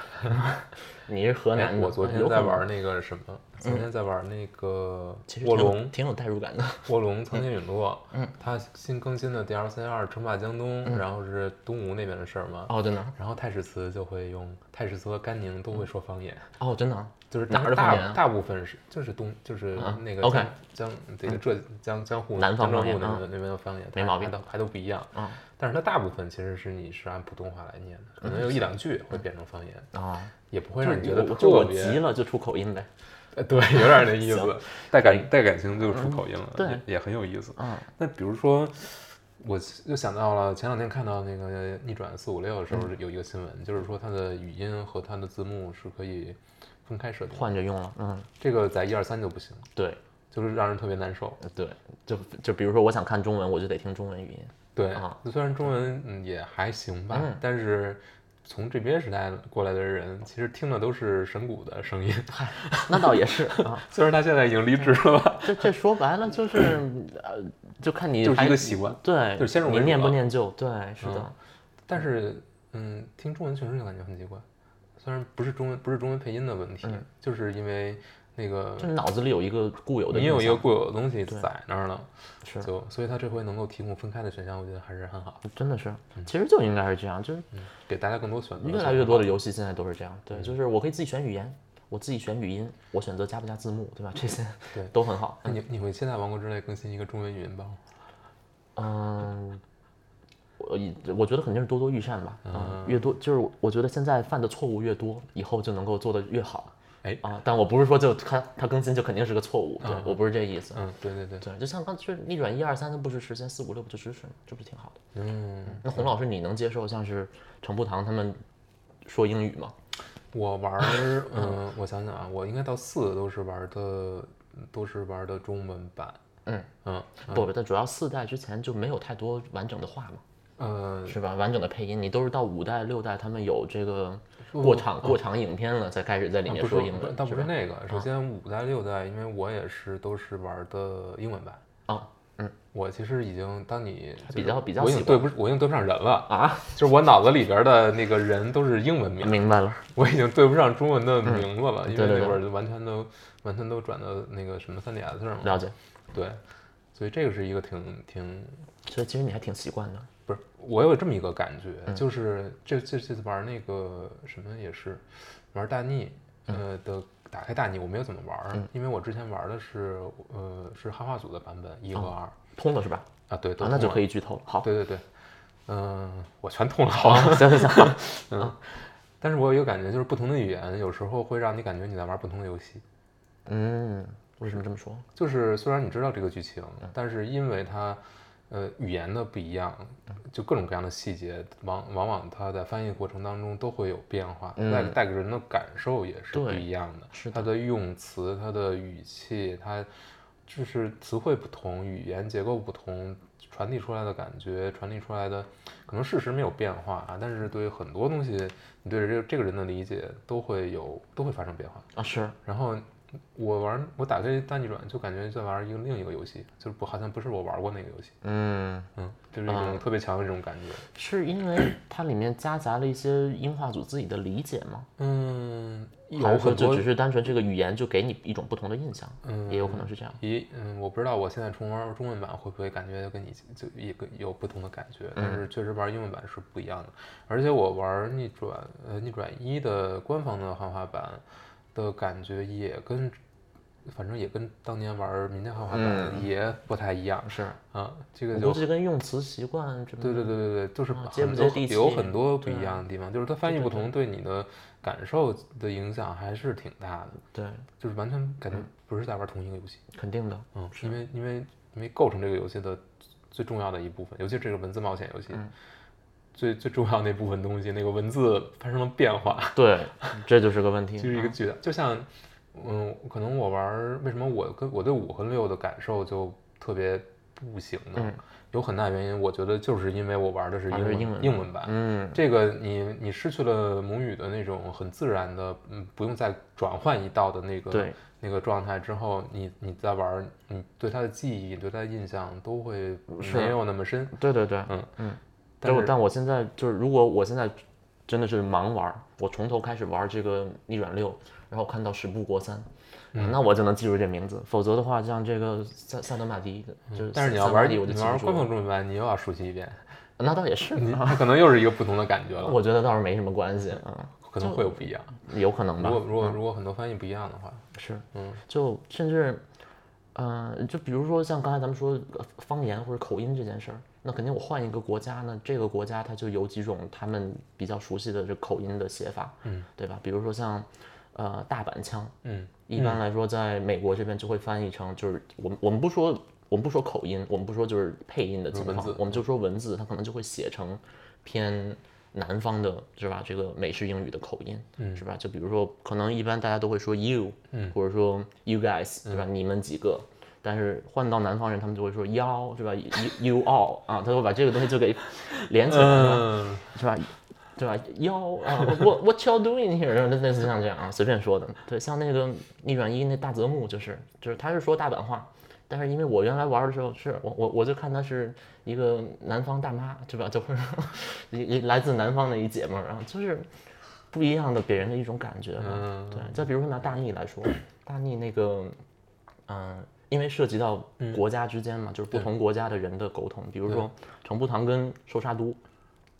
Speaker 2: 你是河
Speaker 1: 哎
Speaker 2: 南的。
Speaker 1: 我昨天
Speaker 2: 有可
Speaker 1: 在
Speaker 2: 能嗯
Speaker 1: 玩，那个什么，昨天在玩那个
Speaker 2: 其实
Speaker 1: 卧
Speaker 2: 挺有
Speaker 1: 龙，
Speaker 2: 挺有代入感的。
Speaker 1: 卧龙苍天陨落，嗯，它新更新的 DLC 二称霸江东，
Speaker 2: 嗯
Speaker 1: 然后是东吴那边的事儿嘛，
Speaker 2: 哦，真的啊，
Speaker 1: 然后太史慈就会用太史慈和甘宁都会说方言，
Speaker 2: 哦，真的啊，
Speaker 1: 就是
Speaker 2: 哪
Speaker 1: 大
Speaker 2: 儿的方言啊
Speaker 1: 大大部分是就是东就是
Speaker 2: 啊
Speaker 1: 那个
Speaker 2: ，OK 嗯
Speaker 1: 江江这个浙江江户
Speaker 2: 南方
Speaker 1: 江浙
Speaker 2: 方言
Speaker 1: 沪那
Speaker 2: 啊
Speaker 1: 边那边的方言，
Speaker 2: 没毛病
Speaker 1: 还都还都不一样
Speaker 2: 啊，
Speaker 1: 但是它大部分其实是你是按普通话来念的，可能有一两句会变成方言，
Speaker 2: 哦
Speaker 1: 也不会让你觉得
Speaker 2: 我嗯就
Speaker 1: 特
Speaker 2: 我
Speaker 1: 别
Speaker 2: 急了就出口音呗。
Speaker 1: 呃 *laughs* 对，有点那 *laughs* 意思，嗯带感带感情就出口音了，
Speaker 2: 对
Speaker 1: 也也很有意思。
Speaker 2: 嗯，
Speaker 1: 那比如说，我又想到了前两天看到那个《逆转四五六》的时
Speaker 2: 嗯
Speaker 1: 候，有一个新闻，就是说它的语音和它的字幕是可以分开设定的，
Speaker 2: 换着用了，嗯，
Speaker 1: 这个在一二三就不行，
Speaker 2: 对
Speaker 1: 就是让人特别难受。
Speaker 2: 对，就就比如说我想看中文，我就得听中文语音。
Speaker 1: 对，
Speaker 2: 啊
Speaker 1: 虽然中文嗯也还行吧，
Speaker 2: 嗯
Speaker 1: 但是。从 GPS 时代过来的人，其实听的都是神谷的声音。
Speaker 2: 那倒也是啊，
Speaker 1: 虽然他现在已经离职了吧，
Speaker 2: 这这说白了就是呃，就看你
Speaker 1: 就是
Speaker 2: 还
Speaker 1: 一个习惯。
Speaker 2: 对，
Speaker 1: 就是先入为
Speaker 2: 你
Speaker 1: 主
Speaker 2: 念不
Speaker 1: 了
Speaker 2: 念旧，对，是的，
Speaker 1: 但是，嗯，听中文确实就感觉很奇怪。虽然不是中文，不是中文配音的问题，就是因为那个
Speaker 2: 嗯就是脑子里有一个固有的，
Speaker 1: 嗯你有一
Speaker 2: 个
Speaker 1: 个固有的东西在那儿了，
Speaker 2: 是
Speaker 1: 就所以他这回能够提供分开的选项，我觉得还是很好，
Speaker 2: 真的是，
Speaker 1: 嗯
Speaker 2: 其实就应该是这样，就是
Speaker 1: 给大家更多选择。
Speaker 2: 越来越多的游戏现在都是这样，
Speaker 1: 嗯
Speaker 2: 对，就是我可以自己选语言，我自己选语音，我选择加不加字幕，对吧？这些
Speaker 1: 对
Speaker 2: 都很好。
Speaker 1: 那你你会期待《王国之泪》更新一个中文语音版吗？
Speaker 2: 嗯，我我觉得肯定是多多益善吧。嗯，越多就是我觉得现在犯的错误越多，以后就能够做得越好。
Speaker 1: 哎
Speaker 2: 啊，但我不是说就它它更新就肯定是个错误，对我不是这意思。
Speaker 1: 嗯，对对对，
Speaker 2: 对，就像刚就是逆转一二三，它不是实现四五六不就支持吗？这不是挺好的？
Speaker 1: 嗯，
Speaker 2: 那洪老师，你能接受像是程步堂他们说英语吗？
Speaker 1: 我玩儿，
Speaker 2: *laughs*
Speaker 1: 嗯，我想想啊，我应该到四都是玩的，都是玩的中文版。
Speaker 2: 嗯
Speaker 1: 嗯
Speaker 2: 不不，但主要四代之前就没有太多完整的话嘛，
Speaker 1: 呃，
Speaker 2: 是吧？完整的配音，你都是到五代六代他们有这个过场过场影片了，才开始在里
Speaker 1: 嗯啊
Speaker 2: 面
Speaker 1: 不
Speaker 2: 说
Speaker 1: 是
Speaker 2: 英，文，
Speaker 1: 但不
Speaker 2: 吧啊
Speaker 1: 是那个。首先五代六代，因为我也是都是玩的英文版。
Speaker 2: 啊
Speaker 1: 我其实已经，当你
Speaker 2: 他
Speaker 1: 就
Speaker 2: 比
Speaker 1: 是
Speaker 2: 较比较
Speaker 1: 我已
Speaker 2: 喜
Speaker 1: 经对不，我已经对不上人了。
Speaker 2: 啊，
Speaker 1: *laughs* 就是我脑子里边的那个人都是英文名，
Speaker 2: 明白了，
Speaker 1: 我已经对不上中文的名字了，因
Speaker 2: 嗯对对
Speaker 1: 为那
Speaker 2: 对
Speaker 1: 会儿就完全都完全都转到那个什么 3DS 上了。
Speaker 2: 了解。
Speaker 1: 对，所以这个是一个挺挺
Speaker 2: 所以其实你还挺习惯的，
Speaker 1: 不是，我有这么一个感觉，
Speaker 2: 嗯
Speaker 1: 就是这这这次玩那个什么也是，玩大逆，
Speaker 2: 嗯
Speaker 1: 呃的打开大逆，我没有怎么玩儿，因为我之前玩的是呃是汉化组的版本一和二、
Speaker 2: 通了是吧？
Speaker 1: 啊，对，都
Speaker 2: 哦啊，那就可
Speaker 1: 以，
Speaker 2: 以剧透了。好，
Speaker 1: 对对对，嗯、我全通了， *laughs* 好吧
Speaker 2: 好， *laughs* 行行行，
Speaker 1: 但是我有一个感觉，就是不同的语言有时候会让你感觉你在玩不同的游戏，
Speaker 2: 嗯，为什么这么说？
Speaker 1: 就是虽然你知道这个剧情，
Speaker 2: 嗯
Speaker 1: 但是因为它，呃，语言的不一样，
Speaker 2: 嗯
Speaker 1: 就各种各样的细节，往往往它在翻译过程当中都会有变化，带带给人的感受也是不
Speaker 2: 嗯对
Speaker 1: 一样的。
Speaker 2: 是
Speaker 1: 它的用词、它的语气、它就是词汇不同、语言结构不同，传递出来的感觉、传递出来的可能事实没有变化啊，但是对于很多东西，你对这个这个人的理解都会有都会发生变化。
Speaker 2: 啊，是
Speaker 1: 然后我玩，我打开大逆转就感觉在玩一个另一个游戏，就是不好像不是我玩过那个游戏，
Speaker 2: 嗯，
Speaker 1: 嗯，就是一种特别强的这种感觉。
Speaker 2: 是因为它里面夹杂了一些音画组自己的理解吗？
Speaker 1: 嗯，
Speaker 2: 还
Speaker 1: 有
Speaker 2: 是说
Speaker 1: 很
Speaker 2: 就
Speaker 1: 多
Speaker 2: 只是单纯这个语言就给你一种不同的印象？
Speaker 1: 嗯
Speaker 2: 也有可能是这样。
Speaker 1: 一嗯，我不知道我现在重玩中文版会不会感觉跟你就一个有不同的感觉，但
Speaker 2: 嗯
Speaker 1: 是确实玩英文版是不一样的。而且我玩逆转呃逆转一的官方的汉化版的感觉也跟，反正也跟当年玩民间汉化
Speaker 2: 嗯
Speaker 1: 版也不太一样、
Speaker 2: 是，
Speaker 1: 啊。这个
Speaker 2: 我
Speaker 1: 就
Speaker 2: 估计跟用词习惯这
Speaker 1: 对对对对对，就是
Speaker 2: 啊
Speaker 1: 很
Speaker 2: 接不
Speaker 1: 多
Speaker 2: 接地
Speaker 1: 有
Speaker 2: 气
Speaker 1: 很多不
Speaker 2: 对
Speaker 1: 一样的地方，就是它翻译不同，对你的感受的影响还是挺大的，
Speaker 2: 对，
Speaker 1: 就是完全感
Speaker 2: 嗯
Speaker 1: 觉不是在玩同一个游戏，
Speaker 2: 肯定的。
Speaker 1: 嗯，因为因为因为构成这个游戏的最重要的一部分，尤其是这个文字冒险游戏，
Speaker 2: 嗯
Speaker 1: 最最重要那部分东西，那个文字发生了变化，
Speaker 2: *laughs* 对，这 *laughs* 就是个问题。
Speaker 1: 就是一个巨大，就像嗯，可能我玩儿为什么我跟我对五和六的感受就特别不行呢？有很大原因，我觉得就是因为我玩的是
Speaker 2: 嗯
Speaker 1: 英
Speaker 2: 玩的是
Speaker 1: 文
Speaker 2: 英文
Speaker 1: 英文版，
Speaker 2: 嗯，
Speaker 1: 这个你你失去了母语的那种很自然的，嗯，不用再转换一道的那个
Speaker 2: 对，
Speaker 1: 那个状态之后，你你再玩儿，你对它的记忆、对它的印象都会
Speaker 2: 是
Speaker 1: 没有那么深。
Speaker 2: 对对对，
Speaker 1: 嗯
Speaker 2: 嗯。
Speaker 1: 但
Speaker 2: 但我
Speaker 1: 是
Speaker 2: 但我现在就是，如果我现在真的是盲玩儿，我从头开始玩这个逆转六，然后看到十步国三，啊
Speaker 1: 嗯
Speaker 2: 那我就能记住这名字。否则的话，像这个萨萨德马迪，就是
Speaker 1: 嗯但是你
Speaker 2: 萨
Speaker 1: 要
Speaker 2: 德
Speaker 1: 玩
Speaker 2: 马
Speaker 1: 儿，
Speaker 2: 迪我就
Speaker 1: 你
Speaker 2: 记
Speaker 1: 玩儿嗯
Speaker 2: 不
Speaker 1: 官
Speaker 2: 住。啊
Speaker 1: 方中文版，你又要熟悉一
Speaker 2: *laughs*
Speaker 1: 遍，
Speaker 2: 那倒也是，
Speaker 1: 你它可能又是一个不同的感觉了，
Speaker 2: 我觉得倒是没什么关系啊，
Speaker 1: 可能会有不一样。
Speaker 2: 嗯有可能吧
Speaker 1: 如。果如果如果很多翻译不一样的话，
Speaker 2: 是，
Speaker 1: 嗯，
Speaker 2: 就甚至，嗯、就比如说像刚才咱们说呃方言或者口音这件事儿，那肯定我换一个国家呢，这个国家它就有几种他们比较熟悉的这口音的写法，嗯，对吧？比如说像，呃，大阪腔，
Speaker 1: 嗯，
Speaker 2: 一般来说在美国这边就会翻译成，就是我们我们不说。我们不说口音，我们不说就是配音的情
Speaker 1: 文
Speaker 2: 况
Speaker 1: 字，
Speaker 2: 我们就说文字，它可能就会写成偏南方的，是吧？这个美式英语的口音，嗯，是吧？就比如说，可能一般大家都会说 you，嗯，或者说 you guys，对吧？你们几个，但是换到南方人，他们就会说 y'all，是吧？you you all 啊，他就会把这个东西就给连起来，
Speaker 1: 嗯，
Speaker 2: 是吧？对吧？y'all 啊，what what y'all doing here？然后类似像这样啊，随便说的。对，像那个逆转一那大泽木就是就是他是说大阪话。但是因为我原来玩的时候是我我我就看她是一 *laughs* 个南方大妈，对吧？就是一一来自南方的一姐们儿啊，就是不一样的给人的一种感觉吧。
Speaker 1: 嗯
Speaker 2: 对，再比如说拿大逆来说，大逆那个，嗯、因为涉及到国家之间嘛，就是不同国家的人的沟通。比如说程步堂跟寿沙都，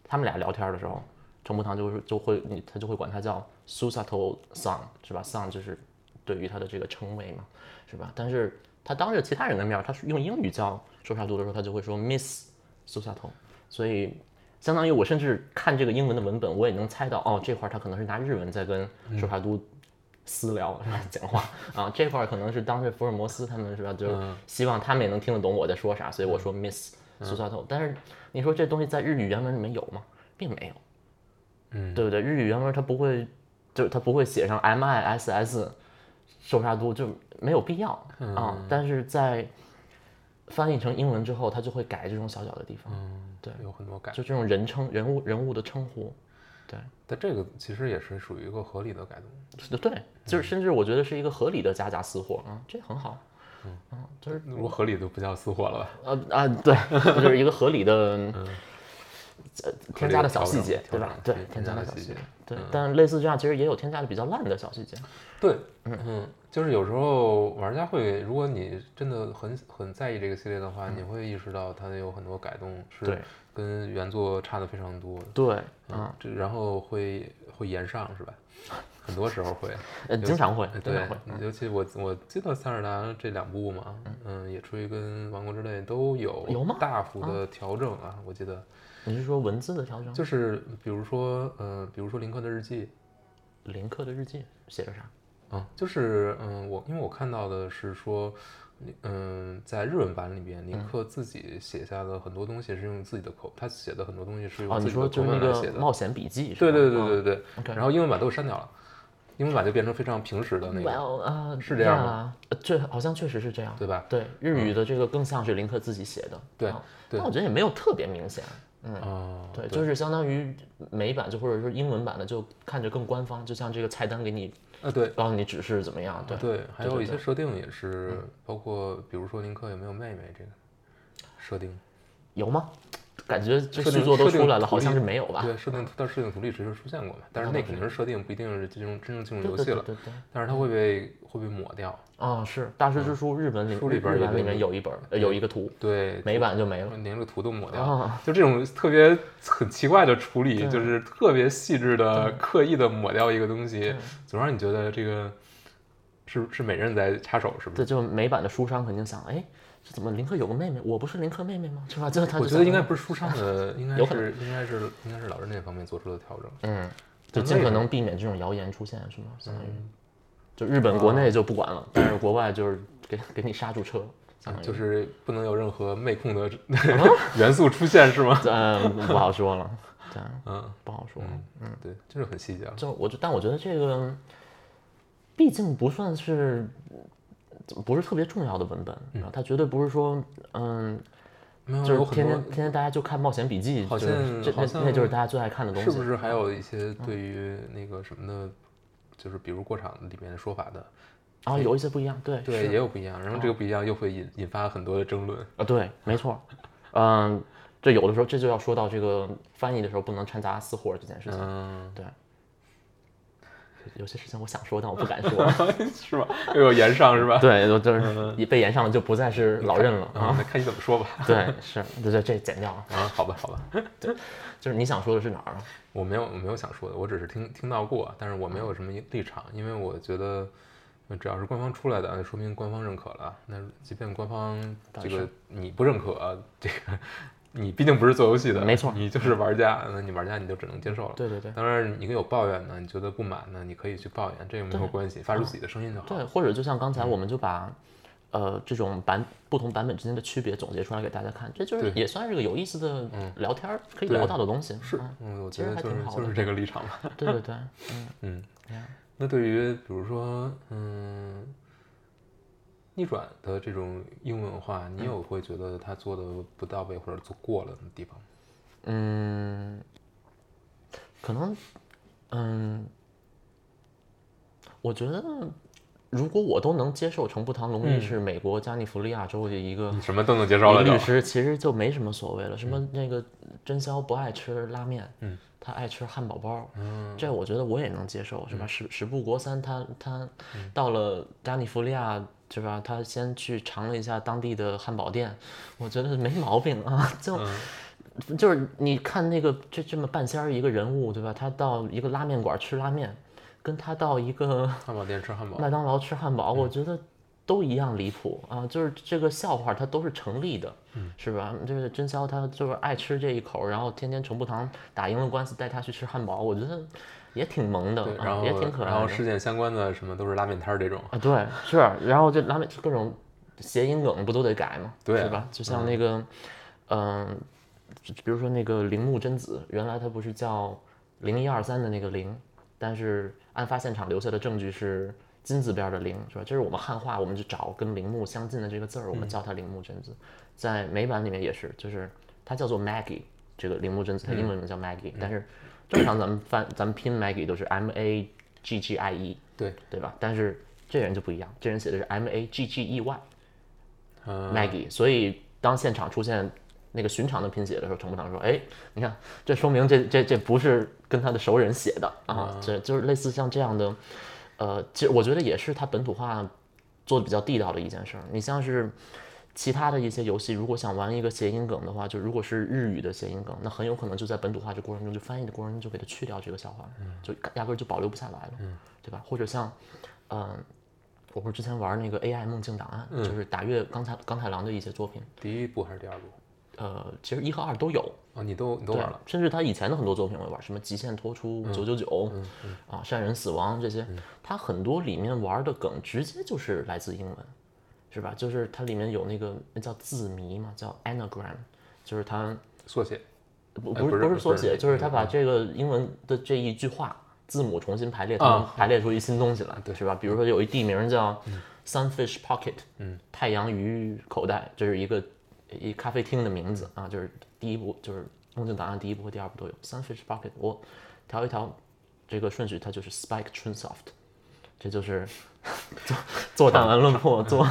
Speaker 2: 他们俩聊天的时候，程步堂就是就会你他就会管他叫 Susato San 是吧？San 就是对于他的这个称谓嘛，是吧？但是他当着其他人的面儿，他是用英语叫寿沙都的时候，他就会说 Miss Susato，所以相当于我甚至看这个英文的文本，我也能猜到，哦，这块儿他可能是拿日文在跟寿沙都私聊、是吧？讲话啊，这块儿可能是当时福尔摩斯他们是吧，就是希望他们也能听得懂我在说啥，所以我说 Miss 苏萨头。但是你说这东西在日语原文里面有吗？并没有，
Speaker 1: 嗯，
Speaker 2: 对不对？日语原文它不会，就是它不会写上 M I S S 受杀都，就没有必要啊。但是在翻译成英文之后，它就会改这种小小的地方，
Speaker 1: 对，有很多改。
Speaker 2: 就这种人称人物人物的称呼，
Speaker 1: 但这个其实也是属于一个合理的改动。
Speaker 2: 对，就是甚至我觉得是一个合理的加价私货啊，这很好。嗯，就是
Speaker 1: 如果合理就不叫私货了吧？
Speaker 2: 呃啊，对，这就是一个合理的，呃，添加的小细节，
Speaker 1: 嗯合理的调
Speaker 2: 对
Speaker 1: 整
Speaker 2: 吧？
Speaker 1: 调
Speaker 2: 对
Speaker 1: 整，
Speaker 2: 添加
Speaker 1: 的
Speaker 2: 的小
Speaker 1: 细
Speaker 2: 细
Speaker 1: 节嗯
Speaker 2: 节，对。但类似这样，其实也有添加的比较烂的小细节，
Speaker 1: 对，嗯，就是有时候玩家会，如果你真的很很在意这个系列的话，你会意识到它有很多改动是
Speaker 2: 嗯对
Speaker 1: 跟原作差的非常多的。
Speaker 2: 对，
Speaker 1: 嗯，这然后会会延上是吧？很多时候会，
Speaker 2: 呃，经常 *laughs* 会，经常
Speaker 1: 对
Speaker 2: 会，，
Speaker 1: 尤其我我记得塞尔达这两部嘛，嗯，野炊跟王国之泪都有
Speaker 2: 有吗
Speaker 1: 大幅的调整啊，我记得
Speaker 2: 你是说文字的调整？
Speaker 1: 就是比如说，嗯，比如说林克的日记，
Speaker 2: 林克的日记写着啥？
Speaker 1: 啊，就是嗯，我因为我看到的是说，嗯，在日文版里边，
Speaker 2: 嗯
Speaker 1: 林克自己写下的很多东西是用自己的口，他写的很多东西是用
Speaker 2: 哦，你
Speaker 1: 自己
Speaker 2: 说
Speaker 1: 的
Speaker 2: 就
Speaker 1: 口
Speaker 2: 是那
Speaker 1: 吻来
Speaker 2: 个
Speaker 1: 写的。
Speaker 2: 冒险笔记是吧？哦
Speaker 1: 对对对对对。
Speaker 2: OK
Speaker 1: 然后英文版都给删掉了，英文版就变成非常平实的那
Speaker 2: 哇
Speaker 1: 个，
Speaker 2: 哦啊，
Speaker 1: 是这样吗
Speaker 2: 吗？呃这好像确实是这样。
Speaker 1: 对吧？
Speaker 2: 对，日语的这个更像是林克自己写的。
Speaker 1: 嗯对
Speaker 2: 啊
Speaker 1: 对
Speaker 2: 但我觉得也没有特别明显。
Speaker 1: 啊，
Speaker 2: 嗯对，就是相当于美版就或者说英文版的就看着更官方，就像这个菜单给你
Speaker 1: 啊对。
Speaker 2: 告诉你指示怎么样。对，
Speaker 1: 对，还有
Speaker 2: 对嗯
Speaker 1: 一些设定也是，包括比如说林克有没有妹妹这个设定，
Speaker 2: 有吗？感觉这
Speaker 1: 设定
Speaker 2: 续作都
Speaker 1: 设定
Speaker 2: 出来了，
Speaker 1: 图
Speaker 2: 好
Speaker 1: 例
Speaker 2: 像是没有吧？
Speaker 1: 对，设定但是设定图里其实出现过嘛，但
Speaker 2: 哦
Speaker 1: 是那肯定是设定，不一定是真正真正进入游
Speaker 2: 对
Speaker 1: 戏
Speaker 2: 对
Speaker 1: 了，
Speaker 2: 对对。
Speaker 1: 但是它会被会被抹掉，
Speaker 2: 啊，是大师之书日文里
Speaker 1: 嗯书里边
Speaker 2: 日
Speaker 1: 有
Speaker 2: 版里
Speaker 1: 一个
Speaker 2: 面有一本儿，呃有一个图，
Speaker 1: 对，
Speaker 2: 美版就没了。
Speaker 1: 连这个图都抹掉，
Speaker 2: 啊
Speaker 1: 就这种特别很奇怪的处理，就是特别细致的、刻意的抹掉一个东西，总让你觉得这个是是美人在插手，是不
Speaker 2: 对，
Speaker 1: 是？
Speaker 2: 就美版的书商肯定想，哎，这怎么林克有个妹妹？我不是林克妹妹吗？是吧？就他就
Speaker 1: 我觉得
Speaker 2: 想
Speaker 1: 应该不是书上
Speaker 2: *laughs*
Speaker 1: 的，应该
Speaker 2: 有可
Speaker 1: 是应该是应该是老人那方面做出的调整。
Speaker 2: 嗯，就
Speaker 1: 那
Speaker 2: 尽
Speaker 1: 为
Speaker 2: 可
Speaker 1: 什
Speaker 2: 能嗯避免这种谣言出现，是吗？相当于，就日本国内就不管了，但是国外就是给给你刹住车，相当于
Speaker 1: 就是不能有任何妹控的 *laughs* 元素出现，是
Speaker 2: *laughs*
Speaker 1: 吗？
Speaker 2: 嗯，不好说了， *laughs* 对，
Speaker 1: 嗯，
Speaker 2: 不好说。
Speaker 1: 嗯，对，就是很细节了。
Speaker 2: 就我就，但我觉得这个，毕竟不算是，不是特别重要的文本，然后它绝对不是说，嗯，
Speaker 1: 没有，
Speaker 2: 就
Speaker 1: 有
Speaker 2: 是
Speaker 1: 很
Speaker 2: 天天
Speaker 1: 多
Speaker 2: 天天大家就看冒险笔记，
Speaker 1: 好
Speaker 2: 就是
Speaker 1: 像
Speaker 2: 这
Speaker 1: 好
Speaker 2: 那那就是
Speaker 1: 像
Speaker 2: 大家最爱看的东
Speaker 1: 是
Speaker 2: 西，嗯
Speaker 1: 不是还有一些对于那个什么的，就是比如过场里面的说法的，
Speaker 2: 然后有一些不一样，对，
Speaker 1: 对，
Speaker 2: 是哦
Speaker 1: 也有不一样，然后这个不一样又会引引发很多的争论。
Speaker 2: 啊，对，没错，嗯，这有的时候这就要说到这个翻译的时候不能掺杂私货这件事情，
Speaker 1: 嗯， *laughs*
Speaker 2: 对。有些事情我想说，但我不敢 *laughs* 说。
Speaker 1: 是吧？又有言上是
Speaker 2: *laughs*
Speaker 1: 吧？
Speaker 2: 对，我就是一被延上了，就不再是老任了
Speaker 1: 啊，
Speaker 2: 啊。
Speaker 1: 那看你怎么说吧。 *laughs*
Speaker 2: 对，是，对对，这剪掉了。
Speaker 1: 啊，好吧，好吧，
Speaker 2: 就是你想说的是哪儿啊？
Speaker 1: 我没有我没有想说的，我只是听听到过，但是我没有什么立场，因为我觉得只要是官方出来的，那说明官方认可了。那即便官方这个你不认可，这个你毕竟不是做游戏的，
Speaker 2: 没错
Speaker 1: 你就是玩家，那你玩家你就只能接受了。
Speaker 2: 对对对
Speaker 1: 当然，你有抱怨呢，你觉得不满呢，你可以去抱怨，这个没有关系，发出自己的声音就好。
Speaker 2: 对，或者就像刚才我们就把，呃，这种版不同版本之间的区别总结出来给大家看，这就是
Speaker 1: 对
Speaker 2: 也算是个有意思的聊天儿可以聊
Speaker 1: 对
Speaker 2: 到的东西。嗯是，
Speaker 1: 嗯，我
Speaker 2: 啊其
Speaker 1: 觉得
Speaker 2: 实还
Speaker 1: 就是
Speaker 2: 挺好
Speaker 1: 就是
Speaker 2: 的
Speaker 1: 这个立场吧。
Speaker 2: 对对对，
Speaker 1: 嗯
Speaker 2: 呀，
Speaker 1: 那对于比如说，嗯，逆转的这种英文化，
Speaker 2: 嗯
Speaker 1: 你有会觉得他做的不到位或者做过了的地方吗？
Speaker 2: 嗯，可能，嗯，我觉得如果我都能接受城步堂龙一是美国加利福尼亚州的一个
Speaker 1: 你什么都能接受了就
Speaker 2: 律。师，其实就没什么所谓了。什么那个真宵不爱吃拉面，嗯，他爱吃汉堡包，嗯，这我觉得我也能接受，是吧？史史布国三他他到了加利福利亚。是吧？他先去尝了一下当地的汉堡店，我觉得没毛病啊。就、就是你看那个这这么半仙儿一个人物，对吧？他到一个拉面馆吃拉面，跟他到一个
Speaker 1: 汉堡店吃汉堡，嗯
Speaker 2: 麦当劳吃汉堡，我觉得都一样离谱啊！就是这个笑话它都是成立的，
Speaker 1: 嗯
Speaker 2: 是吧？就是真宵他就是爱吃这一口，然后天天程步堂打赢了官司带他去吃汉堡，我觉得也挺萌的
Speaker 1: 对，，
Speaker 2: 啊
Speaker 1: 然后
Speaker 2: 也挺可爱的。
Speaker 1: 然后事件相关的什么都是拉面摊儿这种，
Speaker 2: 啊，对，是，然后这拉面各种谐音梗不都得改吗？
Speaker 1: 对
Speaker 2: 是
Speaker 1: 啊
Speaker 2: 吧？就像那个，嗯、就比如说那个铃木真子，原来她不是叫零一二三的那个零，但是案发现场留下的证据是金字边的零，是吧？这是我们汉化，我们就找跟铃木相近的这个字儿，我
Speaker 1: 嗯
Speaker 2: 们叫它铃木真子。在美版里面也是，就是它叫做 Maggie，这个铃木真子，它英文
Speaker 1: 嗯
Speaker 2: 名叫 Maggie，、但是正常咱们翻咱们拼 Maggie 都是 M A G G I E。
Speaker 1: 对，
Speaker 2: 对吧？但是这人就不一样，这人写的是 M A G G E Y
Speaker 1: 嗯、
Speaker 2: Maggie，所以当现场出现那个寻常的拼写的时候，程部堂说：“哎，你看，这说明这这这不是跟他的熟人写的啊，这就是类似像这样的，呃，其实我觉得也是他本土化做的比较地道的一件事儿。你像是其他的一些游戏，如果想玩一个谐音梗的话，就如果是日语的谐音梗，那很有可能就在本土化这过程中，就翻译的过程中就给它去掉这个笑话，就压根儿就保留不下来了，对吧？或者像，嗯、我不是之前玩那个 AI 梦境档案，
Speaker 1: 嗯
Speaker 2: 就是打月刚才刚太郎的一些作品，
Speaker 1: 第一部还是第二部？
Speaker 2: 呃，其实一和二都有，
Speaker 1: 哦，你都你都
Speaker 2: 对
Speaker 1: 玩了，，嗯
Speaker 2: 甚至他以前的很多作品我也玩，什么《极限脱出》《九九九》啊，《善人死亡》这些，他很多里面玩的梗直接就是来自英文，是吧？就是它里面有那个那叫字谜嘛，叫 anagram，就是它
Speaker 1: 缩写
Speaker 2: 不
Speaker 1: 哎
Speaker 2: 不
Speaker 1: 不
Speaker 2: 是
Speaker 1: 是
Speaker 2: 不
Speaker 1: 不
Speaker 2: 是缩
Speaker 1: 是
Speaker 2: 写，
Speaker 1: 那
Speaker 2: 就是
Speaker 1: 个
Speaker 2: 他把这个英文的这一句话字母重新排列，它能排列出一新东西来，啊对，是吧？比如说有一地名叫 Sunfish Pocket，嗯，太阳鱼口袋，这是一个一咖啡厅的名字啊，就是第一部就是《梦境档案》第一部和第二部都有 Sunfish Pocket，我调一调这个顺序，它就是 Spike Chunsoft，这就是做做档案论破做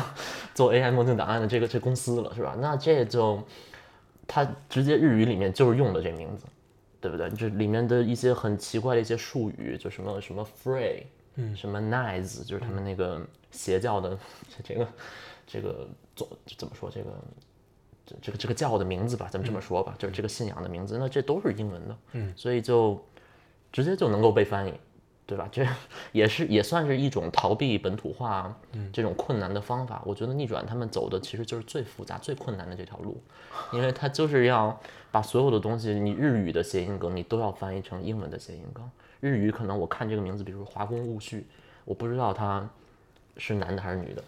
Speaker 2: 做 AI 梦境档案的这个这公司了，是吧？那这就。它直接日语里面就是用的这名字，对不对？这里面的一些很奇怪的一些术语，就什么什么 free，嗯，什么 nice，就是他们那个邪教的 *laughs* 这个这个总怎么说这个这这个这个教的名字吧，咱们这么说吧，就是这个信仰的名字，那这都是英文的，嗯，所以就直接就能够被翻译。对吧？这也是也算是一种逃避本土化这种困难的方法。我觉得逆转他们走的其实就是最复杂、最困难的这条路，因为它就是要把所有的东西，你日语的谐音梗，你都要翻译成英文的谐音梗。日语可能我看这个名字，比如说华工戊戌，我不知道它是男的还是女的，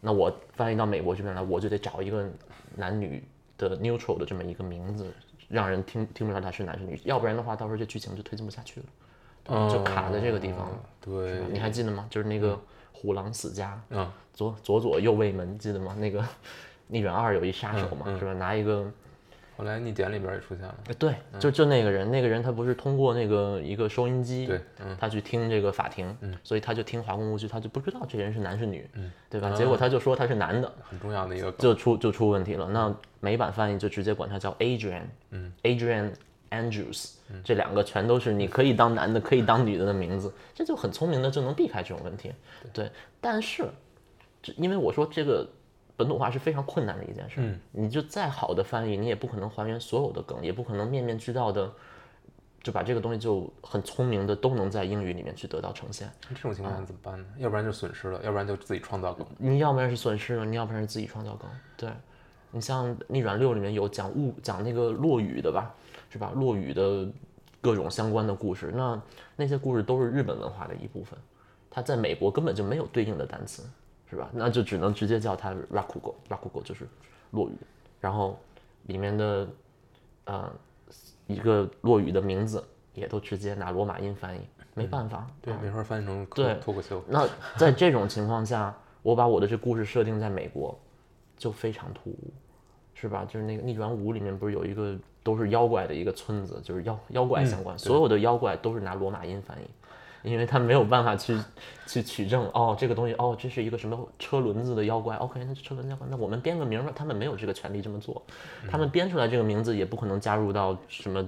Speaker 2: 那我翻译到美国这边来，我就得找一个男女的 neutral 的这么一个名字，让人听听不出来他是男是女，要不然的话，到时候这剧情就推进不下去了，对吧嗯就卡在这个地方了。
Speaker 1: 哦对，
Speaker 2: 你还记得吗？就是那个虎狼死家，
Speaker 1: 嗯，
Speaker 2: 左左左右卫门，记得吗？那个 *laughs* 逆转二有一杀手嘛，
Speaker 1: 嗯
Speaker 2: 是吧？拿一个
Speaker 1: 后来逆点里边也出现了，
Speaker 2: 呃对，就就那个人，那个人他不是通过那个一个收音机，
Speaker 1: 对
Speaker 2: 他去听这个法庭，所以他就听华工无惧，他就不知道这人是男是女，对吧？结果他就说他是男的，
Speaker 1: 很重要的一个梗。
Speaker 2: 就出就出问题了。那美版翻译就直接管他叫 Adrian，嗯，Adrian Andrews，、这两个全都是你可以当男的，可以当女的的名字，这就很聪明的就能避开这种问题。对，但是这因为我说这个本土化是非常困难的一件事，
Speaker 1: 嗯
Speaker 2: 你就再好的翻译，你也不可能还原所有的梗，也不可能面面俱到的。就把这个东西就很聪明的都能在英语里面去得到呈现，
Speaker 1: 这种情
Speaker 2: 啊
Speaker 1: 况下怎么办呢？要不然就损失了，要不然就自己创造梗。
Speaker 2: 你要不然是损失了，你要不然是自己创造梗。对，你像《逆转六》里面有讲物讲那个落雨的吧，是吧？落雨的各种相关的故事，那那些故事都是日本文化的一部分，它在美国根本就没有对应的单词，是吧？那就只能直接叫它 rakugo，rakugo 就是落雨，然后里面的呃一个落雨的名字也都直接拿罗马音翻译，没办法，
Speaker 1: 对，没法翻译成
Speaker 2: 啊对
Speaker 1: 脱脱口秀。
Speaker 2: 那在这种情况下，我把我的这故事设定在美国，就非常突兀，是吧？就是那个《逆转五》里面不是有一个
Speaker 1: 嗯
Speaker 2: 都是妖怪的一个村子，就是妖妖怪相关，所有的妖怪都是拿罗马音翻译。因为他没有办法去去取证。哦，这个东西，哦，这是一个什么车轮子的妖怪？OK，那是车轮子妖怪，那我们编个名吧。他们没有这个权利这么做，
Speaker 1: 嗯
Speaker 2: 他们编出来这个名字也不可能加入到什么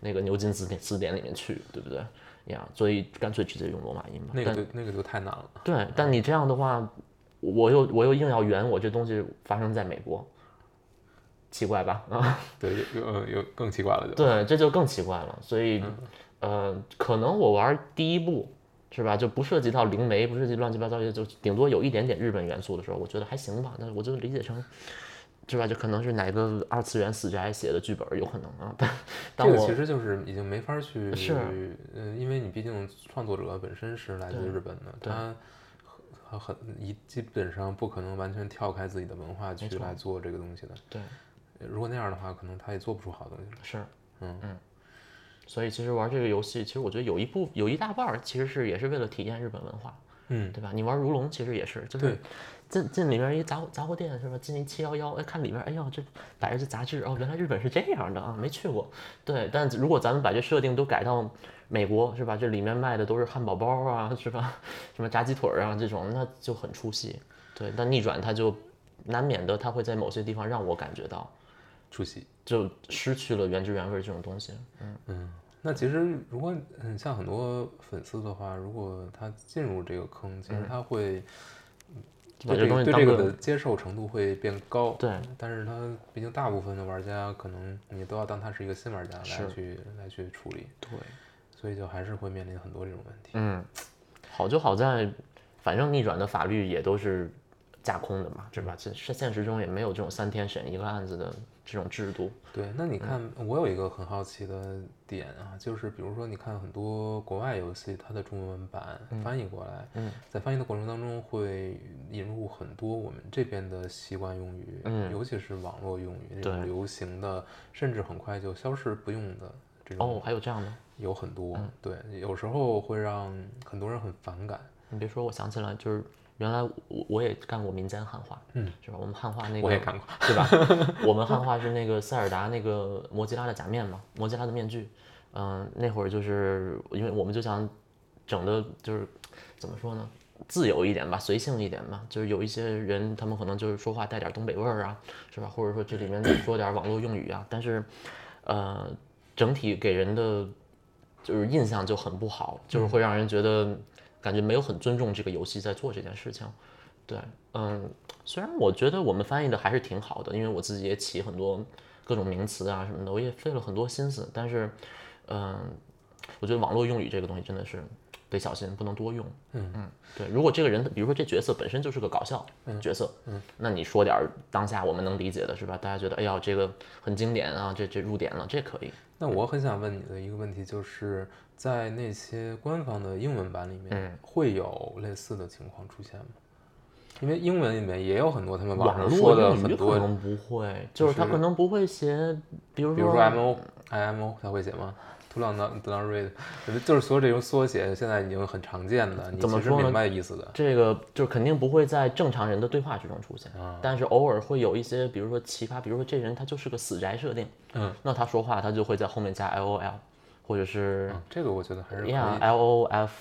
Speaker 2: 那个牛津字典字典里面去，对不对？呀、所以干脆直接用罗马音吧。
Speaker 1: 那
Speaker 2: 但
Speaker 1: 个就那个就太难了。
Speaker 2: 对，但你这样的话，我又我又硬要圆我这东西发生在美国，奇怪吧？ *laughs* 啊，
Speaker 1: 对，有有呃有更奇怪了就。
Speaker 2: 对，这就更奇怪了。所以，
Speaker 1: 嗯
Speaker 2: 呃，可能我玩第一部是吧，就不涉及到灵媒，不涉及乱七八糟的，就顶多有一点点日本元素的时候，我觉得还行吧。那我就理解成。是吧？就可能是哪个二次元死宅写的剧本儿，有可能啊。但但
Speaker 1: 这个
Speaker 2: 我
Speaker 1: 其实就是已经没法去，
Speaker 2: 是
Speaker 1: 呃，因为你毕竟创作者本身是来自
Speaker 2: 对
Speaker 1: 日本的，
Speaker 2: 对
Speaker 1: 他很很一基本上不可能完全跳开自己的文化去
Speaker 2: 错
Speaker 1: 来做这个东西的。
Speaker 2: 对，
Speaker 1: 呃如果那样的话，可能他也做不出好东西来。
Speaker 2: 是，
Speaker 1: 嗯
Speaker 2: 嗯。所以其实玩这个游戏，其实我觉得有一部有一大半儿其实是也是为了体验日本文化，
Speaker 1: 嗯，
Speaker 2: 对吧？你玩如龙其实也是，就是
Speaker 1: 对
Speaker 2: 进进里面一杂货杂货店是吧？进一七幺幺，哎，看里面，哎呦，这摆着这杂志哦，原来日本是这样的啊，没去过。对，但如果咱们把这设定都改到美国是吧？这里面卖的都是汉堡包啊，是吧？ *laughs* 什么炸鸡腿儿啊这种，那就很出戏。对，但逆转它就难免的，它会在某些地方让我感觉到。
Speaker 1: 出席。
Speaker 2: 就失去了原汁原味这种东西。
Speaker 1: 那其实如果嗯像很多粉丝的话，如果他进入这个坑，其实
Speaker 2: 嗯
Speaker 1: 他会
Speaker 2: 把
Speaker 1: 对这
Speaker 2: 这东
Speaker 1: 个
Speaker 2: 西
Speaker 1: 对
Speaker 2: 当
Speaker 1: 这个
Speaker 2: 个
Speaker 1: 的接受程度会变高。
Speaker 2: 对
Speaker 1: 但是他毕竟大部分的玩家，可能你都要当他是一个新玩家来
Speaker 2: 是
Speaker 1: 去来去处理。
Speaker 2: 对，
Speaker 1: 所以就还是会面临很多这种问题。
Speaker 2: 嗯，好就好在，反正逆转的法律也都是架空的嘛，对吧？这是现实中也没有这种三天审一个案子的这种制度。
Speaker 1: 对，那你看，我有一个很好奇的点啊，就是比如说，你看很多国外游戏，它的中文版翻译过来，
Speaker 2: 嗯
Speaker 1: 在翻译的过程当中会引入很多我们这边的习惯用语，
Speaker 2: 嗯
Speaker 1: 尤其是网络用语那种
Speaker 2: 对
Speaker 1: 流行的，甚至很快就消失不用的这种
Speaker 2: 哦，嗯还有这样的，
Speaker 1: 有很多。对，有时候会让很多人很反感。
Speaker 2: 你别说，我想起来就是。原来我我也干过民间汉化，
Speaker 1: 嗯，
Speaker 2: 是吧？我们汉化那个
Speaker 1: 我也干过，
Speaker 2: 对吧？ *laughs* 我们汉化是那个塞尔达那个摩吉拉的假面嘛，摩吉拉的面具。嗯、那会儿就是因为我们就想整的，就是怎么说呢，自由一点吧，随性一点吧。就是有一些人，他们可能就是说话带点东北味儿啊，是吧？或者说这里面说点网络用语啊，但是，呃，整体给人的就是印象就很不好，就是会让人觉得感觉没有很尊重这个游戏在做这件事情。对，嗯，虽然我觉得我们翻译的还是挺好的，因为我自己也起很多各种名词啊什么的，我也费了很多心思，但是，嗯，我觉得网络用语这个东西真的是得小心，不能多用。
Speaker 1: 嗯
Speaker 2: 对，如果这个人，比如说这角色本身就是个搞笑角色，嗯，那你说点儿当下我们能理解的是吧？大家觉得哎呀这个很经典啊，这这入点了，这可以。
Speaker 1: 那我很想问你的一个问题，就是在那些官方的英文版里面，
Speaker 2: 嗯
Speaker 1: 会有类似的情况出现吗？因为英文里面也有很多他们网上说
Speaker 2: 络
Speaker 1: 的
Speaker 2: 用语
Speaker 1: 很
Speaker 2: 可
Speaker 1: 多，
Speaker 2: 能不会，就是他可能不会写，比如
Speaker 1: 比如说 M O I M O，他会写吗？图朗当德朗瑞，呃就是所有这种缩写，现在已经很常见的，你
Speaker 2: 怎么
Speaker 1: 其实
Speaker 2: 说呢
Speaker 1: 明白意思的。
Speaker 2: 这个就是肯定不会在正常人的对话之中出现，
Speaker 1: 啊
Speaker 2: 但是偶尔会有一些，比如说奇葩，比如说这人他就是个死宅设定，
Speaker 1: 嗯，
Speaker 2: 那他说话他就会在后面加 L O L，或者是
Speaker 1: 嗯这个我觉得还是可以。
Speaker 2: Yeah L O F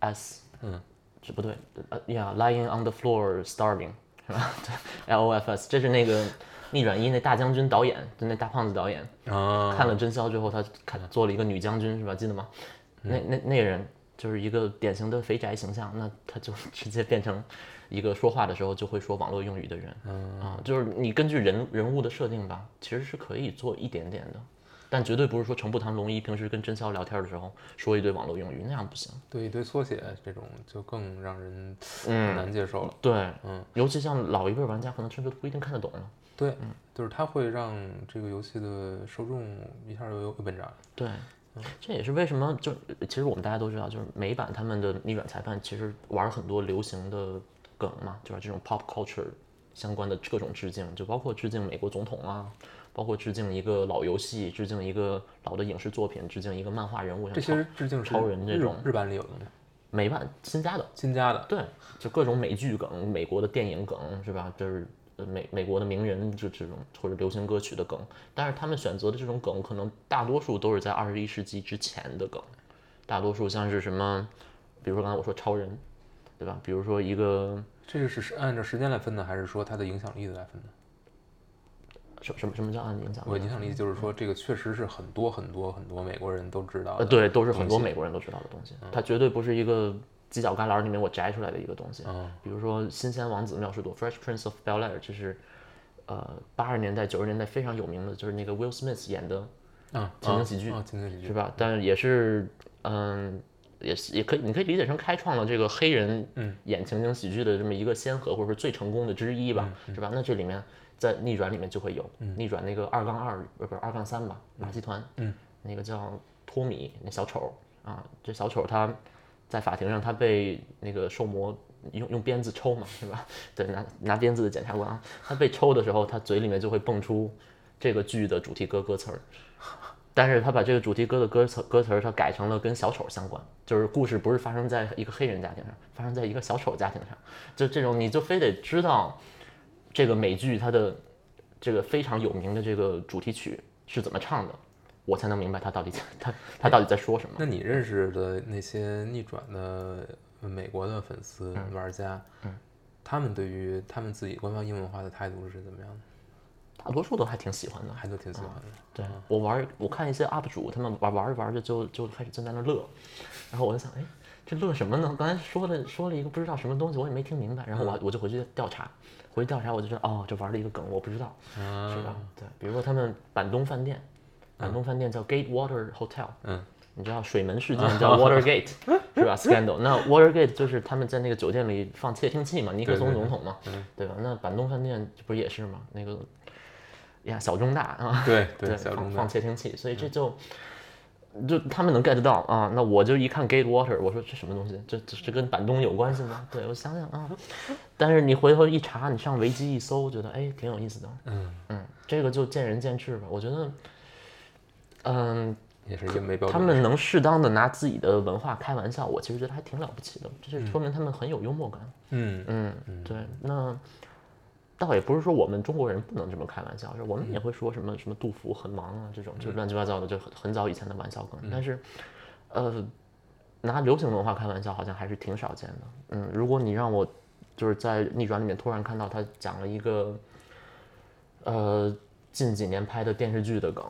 Speaker 2: S，
Speaker 1: 嗯，
Speaker 2: 这不对，呃，Yeah lying on the floor starving 是吧 *laughs* ？L O F S，这是那个逆转一那大将军导演，就那大胖子导演，
Speaker 1: 啊，
Speaker 2: 看了《真宵》之后，他看做了一个女将军是吧？记得吗？那那那个人就是一个典型的肥宅形象，那他就 *laughs* 直接变成一个说话的时候就会说网络用语的人。啊，就是你根据人人物的设定吧，其实是可以做一点点的，但绝对不是说程步堂龙一平时跟真宵聊天的时候说一堆网络用语，那样不行。
Speaker 1: 对一堆缩写这种就更让人很
Speaker 2: 嗯，
Speaker 1: 难接受了。
Speaker 2: 对，
Speaker 1: 嗯，
Speaker 2: 尤其像老一辈玩家，可能甚至都不一定看得懂了。
Speaker 1: 对，就是它会让这个游戏的受众一下就有有本涨。
Speaker 2: 对，
Speaker 1: 嗯
Speaker 2: 这也是为什么就其实我们大家都知道，就是美版他们的逆转裁判其实玩很多流行的梗嘛，就是这种 pop culture 相关的各种致敬，就包括致敬美国总统啊，包括致敬一个老游戏，致敬一个老的影视作品，致敬一个漫画人物，
Speaker 1: 这
Speaker 2: 像
Speaker 1: 些致敬是
Speaker 2: 嗯超人这
Speaker 1: 日
Speaker 2: 种
Speaker 1: 日版里有的吗？
Speaker 2: 美版新加的，
Speaker 1: 新加的，
Speaker 2: 对，就各种美剧梗、美国的电影梗是吧？就是呃美美国的名人这这种或者流行歌曲的梗，但是他们选择的这种梗，可能大多数都是在二十一世纪之前的梗，大多数像是什么比如说刚才我说超人，对吧？比如说一个
Speaker 1: 这个是按照时间来分的，还是说它的影响力来分的？
Speaker 2: 什什么什么叫按影响力？
Speaker 1: 我影响力就是说，这个确实是很多很多很多美国人都知道的
Speaker 2: 呃，对，都是很多美国人都知道的东西，它绝对不是一个犄角旮旯里面我摘出来的一个东西。
Speaker 1: 嗯
Speaker 2: 比如说《新鲜王子妙事多》（Fresh Prince of Bel Air），这是呃八十年代九十年代非常有名的，就是那个 Will Smith 演的，
Speaker 1: 嗯，
Speaker 2: 情景喜剧
Speaker 1: 啊，啊情景喜
Speaker 2: 是
Speaker 1: 剧，
Speaker 2: 吧？但也是嗯。也是也可以，你可以理解成开创了这个黑人
Speaker 1: 嗯
Speaker 2: 演情景喜剧的这么一个先河，或者说最成功的之一吧，
Speaker 1: 嗯
Speaker 2: 是吧？那这里面在逆转里面就会有、逆转那个二杠二，呃不是二杠三吧，马戏团，
Speaker 1: 嗯，
Speaker 2: 那个叫托米那小丑啊，这小丑他在法庭上他被那个受魔用用鞭子抽嘛，是吧？ *laughs* 对，拿拿鞭子的检察官啊，他被抽的时候，他嘴里面就会蹦出这个剧的主题歌歌词儿。但是他把这个主题歌的歌词歌词儿，他改成了跟小丑相关，就是故事不是发生在一个黑人家庭上，发生在一个小丑家庭上，就这种你就非得知道这个美剧它的这个非常有名的这个主题曲是怎么唱的，我才能明白他到底在他他到底在说什么。
Speaker 1: 那你认识的那些逆转的美国的粉丝
Speaker 2: 嗯
Speaker 1: 玩家，他们对于他们自己官方英文化的态度是怎么样的？
Speaker 2: 大多数都还挺喜欢的，
Speaker 1: 还都挺喜欢的。
Speaker 2: 对我玩儿，我看一些 UP 主，他们玩玩着玩着就就开始就在那乐，然后我就想，哎，这乐什么呢？刚才说了说了一个不知道什么东西，我也没听明白，然后我我就回去调查，回去调查我就知道，哦，这玩了一个梗，我不知道，
Speaker 1: 嗯
Speaker 2: 是吧？对，比如说他们板东饭店，板东饭店叫 Gatewater Hotel，
Speaker 1: 嗯
Speaker 2: 你知道水门事件叫 *laughs* Watergate 是吧？Scandal，那 Watergate 就是他们在那个酒店里放窃听器嘛，尼克松总统嘛，对嗯吧？那板东饭店这不是也是嘛？那个呀，小中大啊。
Speaker 1: 嗯对
Speaker 2: *laughs* 对，
Speaker 1: 小嗯
Speaker 2: 放
Speaker 1: 众
Speaker 2: 放
Speaker 1: 的，
Speaker 2: 窃听器，所以这就、就他们能 get 到啊。那我就一看 Gate Water，我说这什么东西？这这这跟板东有关系吗？ *laughs* 对我想想啊，但是你回头一查，你上维基一搜，觉得哎挺有意思的。
Speaker 1: 嗯
Speaker 2: 嗯，这个就见仁见智吧。我觉得，嗯，
Speaker 1: 也是一个没标
Speaker 2: 他
Speaker 1: 准。
Speaker 2: 们能适当的拿自己的文化开玩笑，我其实觉得还挺了不起的，这就说明他们很有幽默感。
Speaker 1: 嗯，
Speaker 2: 嗯，对，那倒也不是说我们中国人不能这么开玩笑，是我们也会说什么什么杜甫很忙啊这种，就是乱七八糟的，就很很早以前的玩笑梗。但是，呃，拿流行文化开玩笑好像还是挺少见的。嗯，如果你让我就是在逆转里面突然看到他讲了一个，呃，近几年拍的电视剧的梗，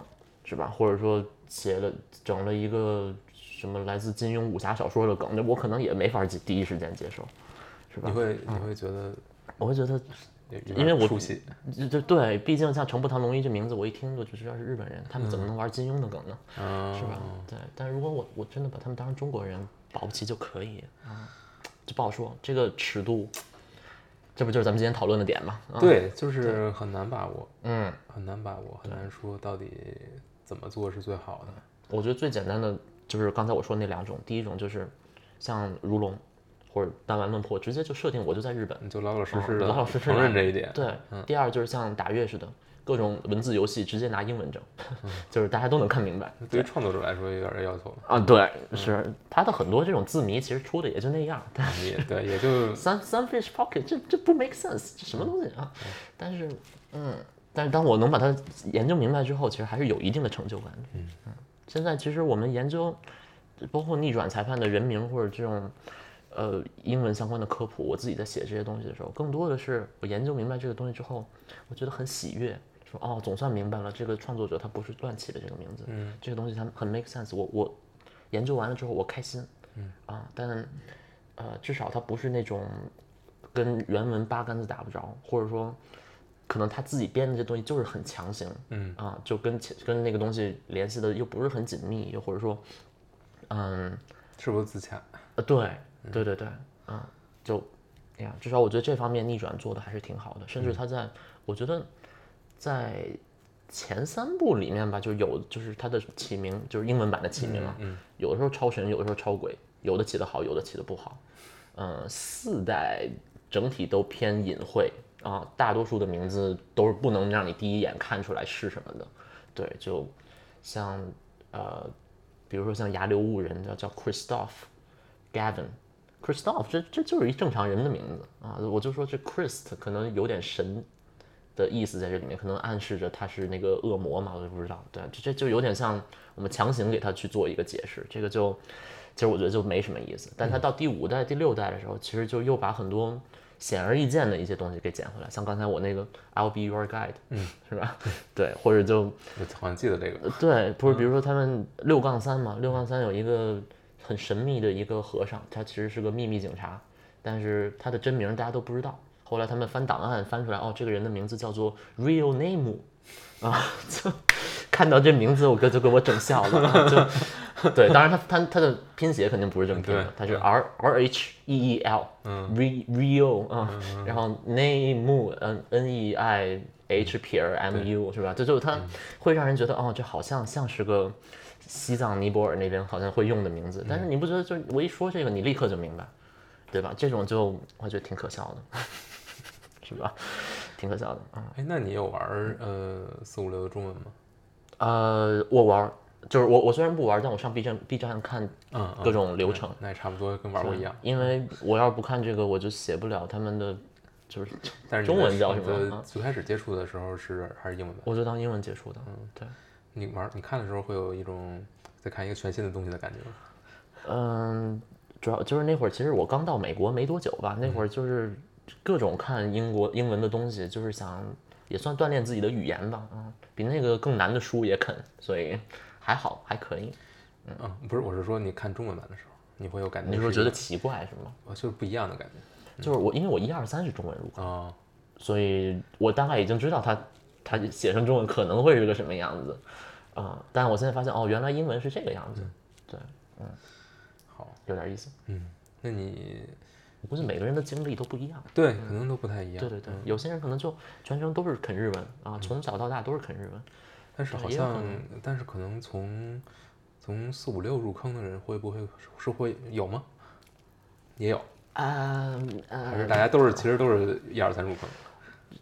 Speaker 2: 是吧？或者说写了整了一个什么来自金庸武侠小说的梗，那我可能也没法第一时间接受。是吧
Speaker 1: 你？会你会觉得
Speaker 2: 我会觉得
Speaker 1: 有点
Speaker 2: 因为我
Speaker 1: 出戏，
Speaker 2: 这这对，毕竟像程步堂龙一这名字，我一听就知道是日本人，他们怎么能玩金庸的梗呢？
Speaker 1: 嗯，
Speaker 2: 是吧？对，但如果我我真的把他们当成中国人，保不齐就可以啊，就不好说这个尺度，这不就是咱们今天讨论的点吗？啊，
Speaker 1: 对，就是很难把握，
Speaker 2: 嗯，
Speaker 1: 很难把握，很难说到底怎么做是最好的。
Speaker 2: 我觉得最简单的就是刚才我说那两种，第一种就是像如龙或者弹丸论破，直接就设定我就在日本，
Speaker 1: 你就老老实
Speaker 2: 嗯
Speaker 1: 实
Speaker 2: 老老
Speaker 1: 的
Speaker 2: 实实
Speaker 1: 承
Speaker 2: 地
Speaker 1: 认这一点。
Speaker 2: 对，第二就是像打月似的，各种文字游戏直接拿英文整， *laughs* 就是大家都能看明白。
Speaker 1: 对于创作者来说有点要求了，
Speaker 2: 啊，对，是他的很多这种字谜，其实出的也就那样。但
Speaker 1: 你也对，也就
Speaker 2: Sun Sunfish Pocket 这这不 make sense，这什么东西啊？但是，嗯，但是当我能把它研究明白之后，其实还是有一定的成就感的。嗯现在其实我们研究，包括逆转裁判的人名或者这种，呃，英文相关的科普，我自己在写这些东西的时候，更多的是我研究明白这个东西之后，我觉得很喜悦。说哦，总算明白了，这个创作者他不是乱起的这个名字，嗯，这个东西他很 make sense 我。我研究完了之后，我开心，嗯啊，但呃，至少它不是那种跟原文八竿子打不着，或者说可能他自己编的这东西就是很强行，
Speaker 1: 嗯
Speaker 2: 啊，就跟其跟那个东西联系的又不是很紧密，又或者说，嗯，
Speaker 1: 是不是自洽？
Speaker 2: 呃，对，对对对，啊，就哎呀，至少我觉得这方面逆转做的还是挺好的，甚至他在，我觉得在前三部里面吧，就有就是他的起名，就是英文版的起名啊，有的时候超神，有的时候超鬼，有的起的好，有的起的不好，嗯，四代整体都偏隐晦啊，大多数的名字都是不能让你第一眼看出来是什么的，对，就像呃，比如说像牙流误人叫叫 Christoph。Gavin。Christoph，这这就是一正常人的名字啊！我就说这 Christ 可能有点神的意思在这里面，可能暗示着他是那个恶魔嘛，我就不知道。对，这这就有点像我们强行给他去做一个解释，这个就其实我觉得就没什么意思。但它到第五代、第六代的时候，其实就又把很多显而易见的一些东西给捡回来，像刚才我那个 I'll be your guide，嗯，是吧？ *laughs* 对，或者就
Speaker 1: 我好像记得这
Speaker 2: 呃
Speaker 1: 个，
Speaker 2: 对，不是，比如说他们六杠三嘛，六杠三有一个很神秘的一个和尚，他其实是个秘密警察，但是他的真名大家都不知道。后来他们翻档案翻出来，哦，这个人的名字叫做 Real Name，啊，就看到这名字我哥就给我整笑了，啊、就 *laughs* 对，当然他他他的拼写肯定不是这么拼的
Speaker 1: 对，
Speaker 2: 他是 R R H E E L，嗯，Real 啊，
Speaker 1: 嗯
Speaker 2: 然后 Name 嗯 N E I H 撇 M U 是吧？这就他会让人觉得哦，这好像像是个。西藏、尼泊尔那边好像会用的名
Speaker 1: 嗯
Speaker 2: 字，但是你不觉得就我一说这个，你立刻就明白，对吧？这种就我觉得挺可笑的。 *laughs* 是吧？挺可笑的啊。
Speaker 1: 哎，那你有玩儿呃四五六的中文吗？
Speaker 2: 呃，我玩儿，就是我我虽然不玩儿，但我上 B 站 B 站看
Speaker 1: 嗯，嗯
Speaker 2: 各种流程，
Speaker 1: 那也差不多跟玩过一样。
Speaker 2: 因为我要是不看这个，我就写不了他们的，就是
Speaker 1: 但是
Speaker 2: 中文叫
Speaker 1: 教
Speaker 2: 什么啊
Speaker 1: 最开始接触的时候是还是英文版？
Speaker 2: 我就当英文结束的。对，
Speaker 1: 你玩儿你看的时候会有一种在看一个全新的东西的感觉吗？
Speaker 2: 嗯，主要就是那会儿，其实我刚到美国没多久吧，那会儿就是各种看英国英文的东西，就是想也算锻炼自己的语言吧，啊、比那个更难的书也啃，所以还好还可以。
Speaker 1: 嗯，不是，我是说你看中文版的时候，你会有感觉
Speaker 2: 你
Speaker 1: 是一
Speaker 2: 说
Speaker 1: 个，
Speaker 2: 觉得奇怪是吗？
Speaker 1: 哦就是不一样的感觉
Speaker 2: 就是我，因为我一二三是中文入口。
Speaker 1: 啊。
Speaker 2: 所以我大概已经知道他他写成中文可能会是个什么样子啊、但我现在发现哦，原来英文是这个样子，对，
Speaker 1: 嗯
Speaker 2: 嗯
Speaker 1: 好，
Speaker 2: 有点意思。
Speaker 1: 嗯，那你
Speaker 2: 我估计每个人的经历都不一样，
Speaker 1: 对可能都不太一样。
Speaker 2: 嗯
Speaker 1: 嗯
Speaker 2: 对对对，有些人可能就全程都是啃日文啊，从小到大都是啃日文，
Speaker 1: 但是
Speaker 2: 对
Speaker 1: 好
Speaker 2: 也有可
Speaker 1: 像，但是可能从从四五六入坑的人会不会是是会有吗？也有，
Speaker 2: 啊
Speaker 1: 还是
Speaker 2: 呃，
Speaker 1: 大家都是其实都是一二三入坑，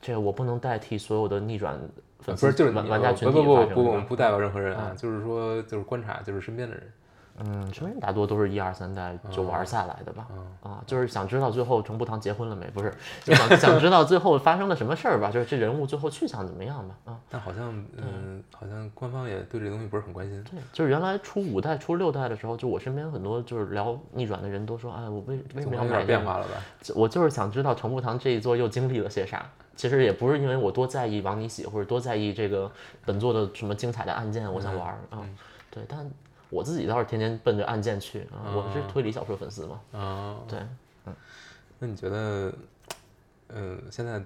Speaker 2: 这个我不能代替所有的逆转粉
Speaker 1: 不
Speaker 2: 丝，
Speaker 1: 是就是
Speaker 2: 玩
Speaker 1: 你
Speaker 2: 玩家
Speaker 1: 呃
Speaker 2: 群体
Speaker 1: 不不
Speaker 2: 发
Speaker 1: 不
Speaker 2: 生
Speaker 1: 不，
Speaker 2: 的嗯
Speaker 1: 我
Speaker 2: 吧
Speaker 1: 们不代表任何人啊，就是说就是观察就是身边的人，
Speaker 2: 嗯，什么人大多都是一二三代
Speaker 1: 嗯
Speaker 2: 就玩下来的吧？啊，就是想知道最后程步堂结婚了没？不是， *laughs* 就想想知道最后发生了什么事儿吧？就是这人物最后去向怎么样吧？啊，
Speaker 1: 但好像嗯，好像官方也对这东西不是很关心。
Speaker 2: 对，就是原来出五代、出六代的时候，就我身边很多就是聊逆转的人都说，哎，我为为什
Speaker 1: 总
Speaker 2: 么
Speaker 1: 还
Speaker 2: 要
Speaker 1: 有
Speaker 2: 买
Speaker 1: 点
Speaker 2: 这
Speaker 1: 变
Speaker 2: 个
Speaker 1: 化了吧？
Speaker 2: 就我就是想知道程步堂这一作又经历了些啥。其实也不是因为我多在意王尼喜或者多在意这个本作的什么精彩的案件，
Speaker 1: 嗯
Speaker 2: 我想玩儿啊、对，但我自己倒是天天奔着案件去啊、我
Speaker 1: 嗯
Speaker 2: 是推理小说粉丝嘛。
Speaker 1: 啊，
Speaker 2: 对，嗯
Speaker 1: 那你觉得，呃，现在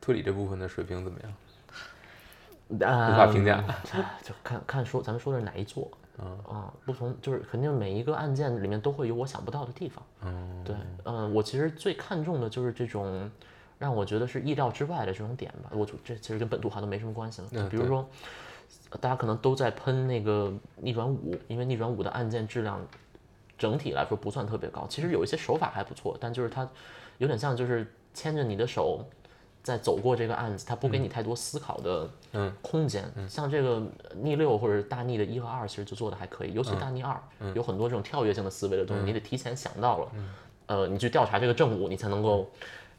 Speaker 1: 推理这部分的水平怎么样？
Speaker 2: 啊，
Speaker 1: 无法评价
Speaker 2: *laughs* 啊 *sighs* 就看看说咱们说的是哪一座
Speaker 1: 嗯
Speaker 2: 啊，不同就是肯定每一个案件里面都会有我想不到的地方。
Speaker 1: 嗯，
Speaker 2: 对，嗯，我其实最看重的就是这种让我觉得是意料之外的这种点吧。我就这其实跟本土化都没什么关系了。
Speaker 1: 嗯
Speaker 2: 就比如
Speaker 1: 对
Speaker 2: 说，呃大家可能都在喷那个逆转五，因为逆转五的案件质量整体来说不算特别高。其实有一些手法还不错，但就是它有点像就是牵着你的手。在走过这个案子，它不给你太多思考的
Speaker 1: 嗯
Speaker 2: 空间。像这个逆六或者大逆的一和二，其实就做的还可以，
Speaker 1: 嗯
Speaker 2: 尤其大逆二、有很多这种跳跃性的思维的东西，你得提前想到了。
Speaker 1: 嗯
Speaker 2: 呃，你去调查这个证物，你才能够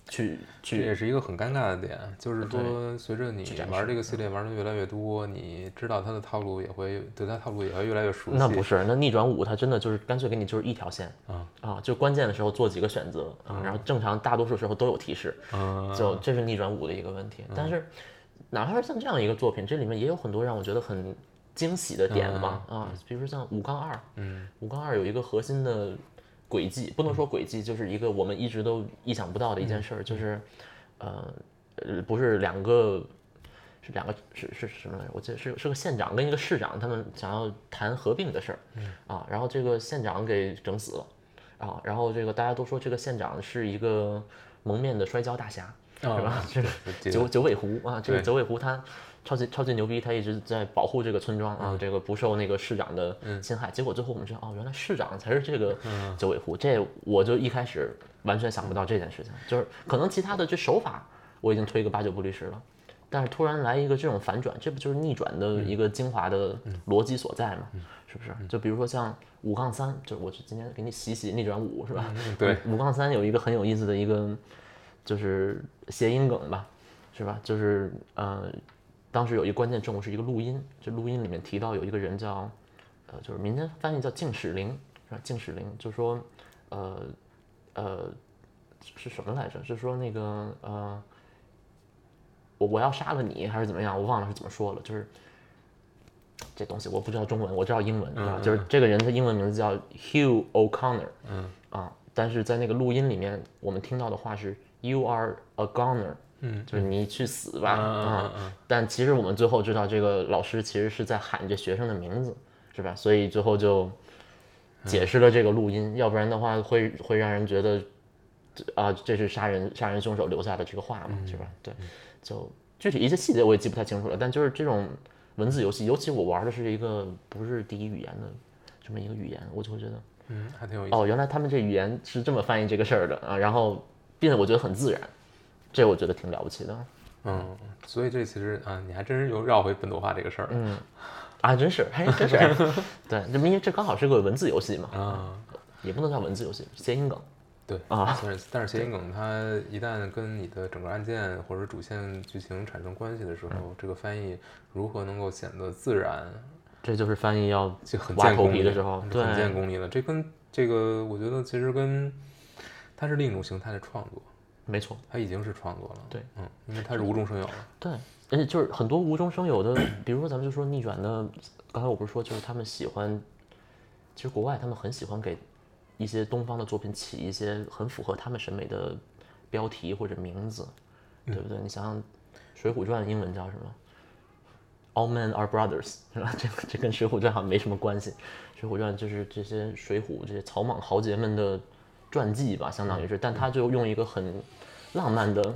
Speaker 2: 去
Speaker 1: 这
Speaker 2: 去
Speaker 1: 也是一个很尴尬的点，就是
Speaker 2: 对
Speaker 1: 说，随着你
Speaker 2: 展
Speaker 1: 玩这个系列玩的越来越多，你知道它的套路也会对它套路也会越来越熟悉。
Speaker 2: 那不是，那逆转五它真的就是干脆给你就是一条线
Speaker 1: 嗯
Speaker 2: 啊啊，就关键的时候做几个选择啊，然后正常大多数时候都有提示，
Speaker 1: 嗯，
Speaker 2: 就这是逆转五的一个问题。但是哪怕是像这样一个作品，这里面也有很多让我觉得很惊喜的点嘛啊，比如说像五杠二，嗯，五杠二有一个核心的轨迹，不能说轨迹，就是一个我们一直都意想不到的一件事儿，就是呃呃，不是两个。是两个是是是什么来着？我记得是是个县长跟一个市长，他们想要谈合并的事儿，啊，然后这个县长给整死了，啊，然后这个大家都说这个县长是一个蒙面的摔跤大侠，是吧？
Speaker 1: 嗯
Speaker 2: 这个
Speaker 1: 这
Speaker 2: *laughs* 九九尾狐啊，这个
Speaker 1: 啊对
Speaker 2: 九尾狐它超级超级牛逼，它一直在保护这个村庄啊，这个不受那个市长的侵害。结果最后我们知道，哦，原来市长才是这个九尾狐，这我就一开始完全想不到这件事情，就是可能其他的这手法我已经推个八九不离十了。但是突然来一个这种反转，这不就是逆转的一个精华的逻辑所在吗？是不是？就比如说像五杠三，就我就今天给你洗洗逆转五，是吧？
Speaker 1: 对，
Speaker 2: 五杠三有一个很有意思的一个就是谐音梗吧，是吧？就是呃，当时有一关键证物是一个录音，这录音里面提到有一个人叫呃，就是民间翻译叫净史灵是吧静史令，就说呃呃是什么来着？是说那个呃我我要杀了你还是怎么样？我忘了是怎么说了，就是。这东西我不知道中文，我知道英文，啊，就是这个人他英文名字叫 Hugh O'Connor，嗯啊，但是在那个录音里面，我们听到的话是 You are a goner，
Speaker 1: 嗯，
Speaker 2: 就是你去死吧
Speaker 1: 嗯嗯
Speaker 2: 啊、但其实我们最后知道，这个老师其实是在喊这学生的名字，是吧？所以最后就解释了这个录音，要不然的话会会让人觉得啊、这是杀人杀人凶手留下的这个话嘛，是吧？对，就具体一些细节我也记不太清楚了，但就是这种文字游戏，尤其我玩的是一个不是第一语言的这么一个语言，我就会觉得
Speaker 1: 嗯，还挺有意思。
Speaker 2: 哦，原来他们这语言是这么翻译这个事儿的啊，然后变得我觉得很自然，这我觉得挺了不起的
Speaker 1: 嗯，所以这其实啊，你还真是又绕回本土化这个事儿
Speaker 2: 啊，真是还真 *laughs* 是，对，这因为这刚好是个文字游戏嘛，
Speaker 1: 啊。
Speaker 2: 也不能叫文字游戏，谐音梗，
Speaker 1: 对
Speaker 2: 啊，
Speaker 1: 但是
Speaker 2: *laughs*
Speaker 1: 但是谐音梗它一旦跟你的整个案件或者主线剧情产生关系的时
Speaker 2: 嗯
Speaker 1: 候，这个翻译如何能够显得自然，
Speaker 2: 这就是翻译要
Speaker 1: 就很
Speaker 2: 挖
Speaker 1: 见
Speaker 2: 头
Speaker 1: 功
Speaker 2: 皮
Speaker 1: 力
Speaker 2: 的时候，
Speaker 1: 很
Speaker 2: 对，
Speaker 1: 见功力了。这跟这个，我觉得其实跟它是另一种形态的创作，
Speaker 2: 没错，
Speaker 1: 它已经是创作了。
Speaker 2: 对，
Speaker 1: 嗯，因为它是无中生有了。
Speaker 2: 对，而且就是很多无中生有的，比如说咱们就说逆转的，刚才我不是说就是他们喜欢，其实国外他们很喜欢给一些东方的作品起一些很符合他们审美的标题或者名字，对不对？你想想，《水浒传》英文叫什么？All men are brothers，是吧？这这跟《水浒传》好像没什么关系，《水浒传》就是这些《水浒》这些草莽豪杰们的传记吧，相当于是，但他就用一个很浪漫的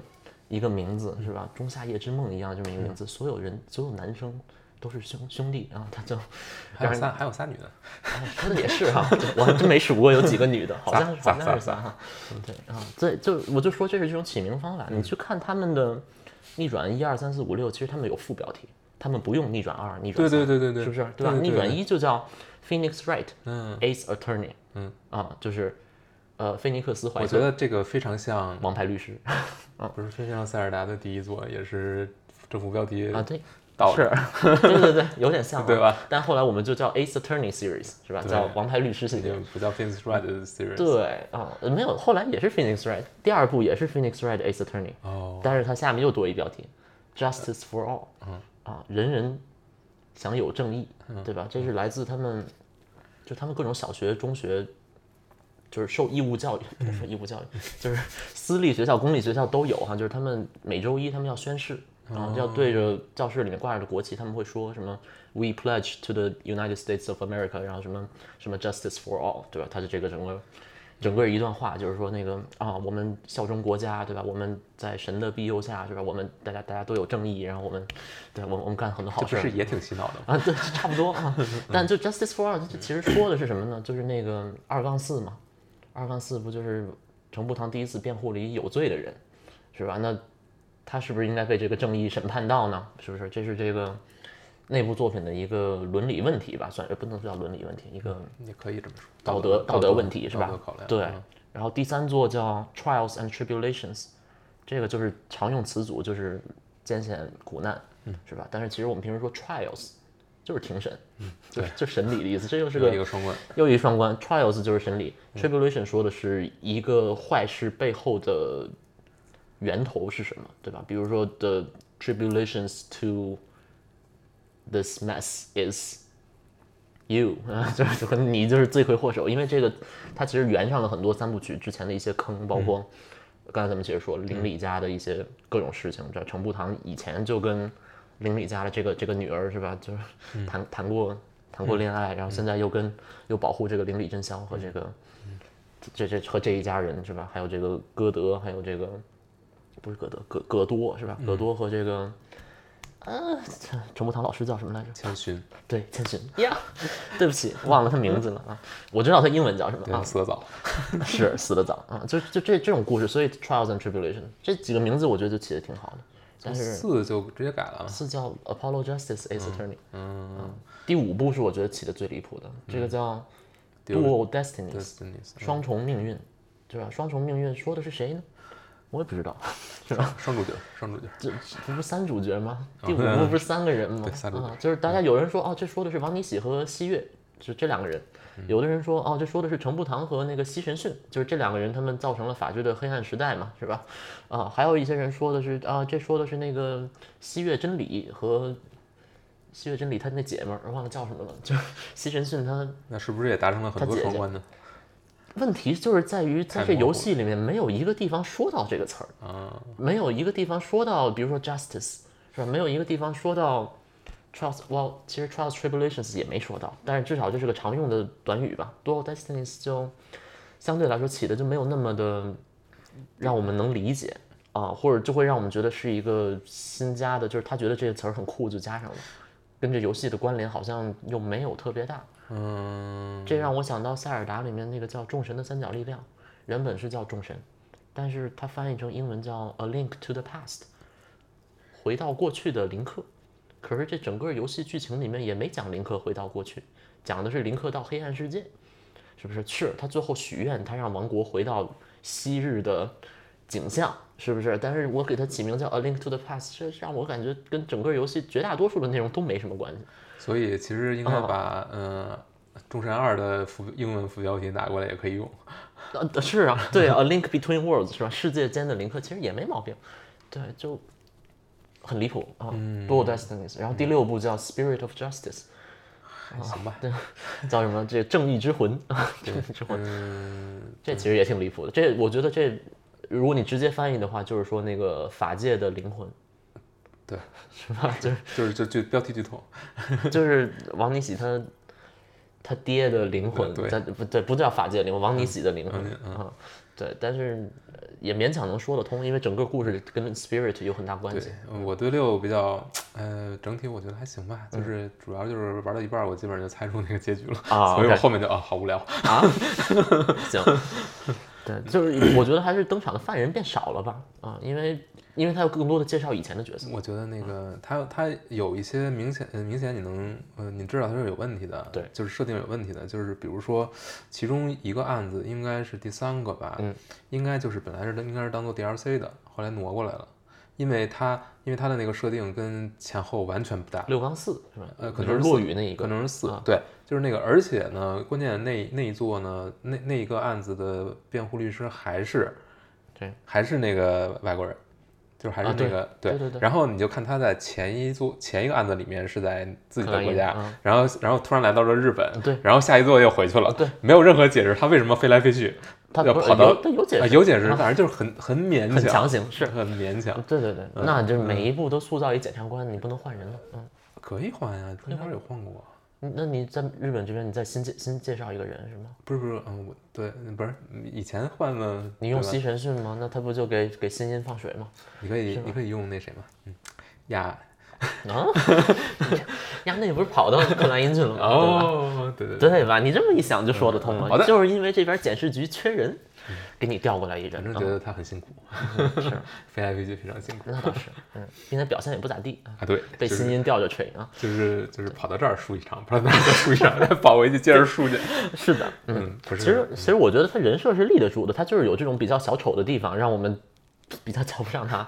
Speaker 2: 一个名字，是
Speaker 1: 嗯
Speaker 2: 吧？仲夏夜之梦一样这么一个名字，所有人所有男生都是兄兄弟啊，
Speaker 1: *laughs*
Speaker 2: 他就
Speaker 1: 还有仨，还有仨女的。
Speaker 2: 哎说的也是
Speaker 1: *laughs*
Speaker 2: 哈、我还真没数过有几个女的，好像
Speaker 1: 仨
Speaker 2: 好像是仨哈。对啊，这就我就说这是这种起名方法。
Speaker 1: 嗯
Speaker 2: 你去看他们的逆转一二三四五六，其实他们有副标题，他们不用逆转二、逆转
Speaker 1: 对
Speaker 2: 三，
Speaker 1: 对对对对，
Speaker 2: 是不是？对吧？
Speaker 1: 对
Speaker 2: 逆转
Speaker 1: 对
Speaker 2: 一就叫 Phoenix Wright
Speaker 1: 嗯，
Speaker 2: Ace Attorney，
Speaker 1: 嗯
Speaker 2: 啊，就是呃菲尼克斯怀
Speaker 1: 我觉
Speaker 2: 特
Speaker 1: 得嗯这个非常像，
Speaker 2: 王牌律师
Speaker 1: 不是非常像塞尔达的第一作，也是这副标题
Speaker 2: 啊，对，
Speaker 1: 导
Speaker 2: 是， *laughs* 对对对，有点像、啊
Speaker 1: 对？吧？
Speaker 2: 但后来我们就叫 Ace Attorney Series 是吧？
Speaker 1: 对
Speaker 2: 叫王牌律师系
Speaker 1: 已
Speaker 2: 列。
Speaker 1: 经不叫 Phoenix Wright 的 series。
Speaker 2: 对啊、没有，后来也是 Phoenix Wright，第二部也是 Phoenix Wright Ace Attorney，
Speaker 1: 哦，
Speaker 2: 但是它下面又多一标题，Justice for All，啊，人人享有正义，对吧？这是来自他们，就他们各种小学、中学，就是受义务教育，不是说义务教育，就是私立学校、公立学校都有哈，就是他们每周一他们要宣誓。啊，要对着教室里面挂着的国旗，他们会说什么 “We pledge to the United States of America”，然后什么什么 “Justice for all”，对吧？它是这个整个整个一段话，就是说那个啊，我们效忠国家，对吧？我们在神的庇佑下，是吧？我们大家大家都有正义，然后我们，对，我们我们干很多好
Speaker 1: 这
Speaker 2: 事
Speaker 1: 不
Speaker 2: 儿
Speaker 1: 是也挺洗脑的吗？
Speaker 2: 啊，对，差不多 *laughs* 啊。但就 Justice for All，它其实说的是什么呢？就是那个二杠四嘛，二杠四不就是程步堂第一次辩护了一有罪的人，是吧？那他是不是应该被这个正义审判到呢？是不是？这是这个内部作品的一个伦理问题吧？算呃也不能叫伦理问题，一个
Speaker 1: 也可以这么说，
Speaker 2: 道
Speaker 1: 德
Speaker 2: 德道德问题是吧
Speaker 1: 道德考量。嗯
Speaker 2: 对，然后第三座叫 Trials and Tribulations，这个就是常用词组，就是艰险苦难，
Speaker 1: 嗯
Speaker 2: 是吧？但是其实我们平时说 trials 就是庭审，就
Speaker 1: 嗯对
Speaker 2: 是就是审理的意思，这又
Speaker 1: 这
Speaker 2: 是个
Speaker 1: 个一个双关。
Speaker 2: 又一双关，trials 就是审理、t r i b u l a t i o n 说的是一个坏事背后的源头是什么，对吧？比如说 the tribulations to this mess is you，啊， *laughs* 就是就可能你就是罪魁祸首，因为这个它其实圆上了很多三部曲之前的一些坑，包括刚才咱们其实说邻里家的一些各种事情，这程步堂以前就跟邻里家的这个这个女儿是吧，就是谈谈过谈过恋爱，然后现在又跟又保护这个邻里真香和这个这这和这一家人是吧，还有这个歌德，还有这个不是歌德葛葛多是吧，葛多和这个。呃，程步堂老师叫什么来着？
Speaker 1: 千寻，
Speaker 2: 对，千寻呀， *laughs* 对不起，忘了他名字了啊！我知道他英文叫什么
Speaker 1: 对，
Speaker 2: 啊，
Speaker 1: 死得早。
Speaker 2: *laughs* 是死得早啊，就就这这种故事，所以 trials and tribulation 这几个名字我觉得就起的挺好的，但是
Speaker 1: 四就直接改了嘛。
Speaker 2: 是叫 Apollo Justice Ace Attorney，嗯第五部是我觉得起的最离谱的，这个叫 Dual Destinies，
Speaker 1: Destinies，
Speaker 2: 双重命运，对吧？双重命运说的是谁呢？我也不知道，是吧？
Speaker 1: 双主角，双主角。
Speaker 2: 这这不是三主 *laughs* 角吗？第五部不是三个人吗？ *laughs*
Speaker 1: 三主角
Speaker 2: 啊，就是大家有人说哦，这说的是王尼喜和西月，就这两个人。有的人说，哦，这说的是程步堂和那个西神训，就是这两个人，他们造成了法治的黑暗时代嘛，是吧？啊，还有一些人说的是，啊，这说的是那个西岳真理和西岳真理他那姐们儿，忘了叫什么了，就是西神训他
Speaker 1: 那是不是也达成了很多
Speaker 2: 他姐姐
Speaker 1: 双关呢？
Speaker 2: 问题就是在于，在
Speaker 1: 太
Speaker 2: 这
Speaker 1: 模糊
Speaker 2: 游戏里面没有一个地方说到这个词儿，
Speaker 1: 啊，
Speaker 2: 没有一个地方说到，比如说 justice 是吧？没有一个地方说到 trials。Well，其实 trials tribulations 也没说到，但是至少这是个常用的短语吧。dual destinies 就相对来说起的就没有那么的让我们能理解啊，或者就会让我们觉得是一个新加的，就是他觉得这个词儿很酷就加上了，跟这游戏的关联好像又没有特别大。
Speaker 1: 嗯，
Speaker 2: 这让我想到《塞尔达》里面那个叫“众神的三角力量”，原本是叫“众神”，但是它翻译成英文叫 “A Link to the Past”，回到过去的林克。可是这整个游戏剧情里面也没讲林克回到过去，讲的是林克到黑暗世界，是不是？是他最后许愿，他让王国回到昔日的景象，是不是？但是我给它起名叫《A Link to the Past》，这让我感觉跟整个游戏绝大多数的内容都没什么关系。
Speaker 1: 所以其实应该把嗯《众神二》的副英文副标题拿过来也可以用。
Speaker 2: 啊，是啊， *laughs* 对啊，《A Link Between Worlds》是吧？世界间的林克其实也没毛病，对，就很离谱啊。Dual Destinies，然后第六部叫《Spirit of Justice
Speaker 1: 行吧，》，
Speaker 2: 叫什么？这正义之魂啊，正义之魂，
Speaker 1: 嗯
Speaker 2: 这其实也挺离谱的。这我觉得这，如果你直接翻译的话，就是说那个法界的灵魂，
Speaker 1: 对，
Speaker 2: 是 *laughs* 吧？就是
Speaker 1: 就是就就标题剧透，
Speaker 2: 就是王尼喜他他爹的灵魂，
Speaker 1: 对
Speaker 2: 他不对，不叫法界灵魂，王尼喜的灵魂
Speaker 1: 嗯嗯
Speaker 2: 啊，对，但是呃也勉强能说得通，因为整个故事跟 spirit 有很大关
Speaker 1: 对
Speaker 2: 系。，
Speaker 1: 嗯我对六比较，呃，整体我觉得还行吧，
Speaker 2: 嗯
Speaker 1: 就是主要就是玩到一半儿，我基本上就猜出那个结局了，
Speaker 2: 啊
Speaker 1: 所以我
Speaker 2: OK
Speaker 1: 后面就啊好无聊，
Speaker 2: 啊，行， *laughs* 对，就是我觉得还是登场的犯人变少了吧，啊，因为因为他有更多的介绍以前的角色，
Speaker 1: 我觉得那个它它有一些明显呃明显你能呃你知道它是有问题的，
Speaker 2: 对
Speaker 1: 就是设定有问题的，就是比如说其中一个案子应该是第三个吧，
Speaker 2: 嗯，
Speaker 1: 应该就是本来是应该是当做 DLC 的，后来挪过来了，因为它因为它的那个设定跟前后完全不搭，
Speaker 2: 六杠四是吧？
Speaker 1: 呃可
Speaker 2: 就
Speaker 1: 能
Speaker 2: 是
Speaker 1: 是
Speaker 2: 落
Speaker 1: 四
Speaker 2: 雨那一
Speaker 1: 可
Speaker 2: 个，
Speaker 1: 能是四、
Speaker 2: 啊
Speaker 1: 对，就是那个，而且呢，关键那那一座呢，那那一个案子的辩护律师还是
Speaker 2: 对，
Speaker 1: 还是那个外国人，就是还是
Speaker 2: 啊
Speaker 1: 那
Speaker 2: 对
Speaker 1: 个、
Speaker 2: 对对对
Speaker 1: 然后你就看他在前一座前一个案子里面是在自己
Speaker 2: 克
Speaker 1: 的
Speaker 2: 莱
Speaker 1: 国
Speaker 2: 因
Speaker 1: 家，
Speaker 2: 啊
Speaker 1: 然后然后突然来到了日本，
Speaker 2: 对
Speaker 1: 然后下一座又回去了，
Speaker 2: 对，
Speaker 1: 没有任何解释他为什么飞来飞去，
Speaker 2: 他
Speaker 1: 要
Speaker 2: 不是
Speaker 1: 跑到
Speaker 2: 有他有解
Speaker 1: 啊
Speaker 2: 释，
Speaker 1: 有解释，啊
Speaker 2: 啊
Speaker 1: 反正就是很很勉强，
Speaker 2: 很强嗯行是。
Speaker 1: 很勉强，
Speaker 2: 对对对，
Speaker 1: 嗯
Speaker 2: 那就是每一步都塑造一检察官，你不能换人了。嗯，
Speaker 1: 可以换呀，中间有换过。
Speaker 2: 你嗯那你在日本这边，你再新介新介绍一个人是吗？
Speaker 1: 不是不是，嗯，我对，不是嗯以前换了，
Speaker 2: 你用
Speaker 1: 对吧
Speaker 2: 西神训吗？那他不就给给新音放水吗？
Speaker 1: *laughs* 你可以，你可以用那谁嘛，嗯，呀，
Speaker 2: 啊， *laughs* 呀，那你不是跑到克莱因去了吗？
Speaker 1: 哦，对对
Speaker 2: 对吧，对吧？你这么一想就说得通
Speaker 1: 好
Speaker 2: 了
Speaker 1: 的，
Speaker 2: 就是因为这边检视局缺人，给你调过来一
Speaker 1: 反
Speaker 2: 人
Speaker 1: 正
Speaker 2: 啊
Speaker 1: 觉。得他很辛苦，
Speaker 2: 嗯是，
Speaker 1: *laughs* 飞来飞去非常辛苦
Speaker 2: 那倒是，嗯，并且表现也不咋地啊，
Speaker 1: 啊，对，
Speaker 2: 被
Speaker 1: 就
Speaker 2: 新
Speaker 1: 是
Speaker 2: 音吊着锤啊。
Speaker 1: 就是就是跑到这儿输一场，跑到那儿再输一场，再跑回去接着
Speaker 2: *laughs*
Speaker 1: 输去，
Speaker 2: 是的，
Speaker 1: 嗯，不
Speaker 2: 其
Speaker 1: 是，
Speaker 2: 实，其实我觉得他人设是立得住的，他就是有这种比较小丑的地方，让我们比较瞧不上他。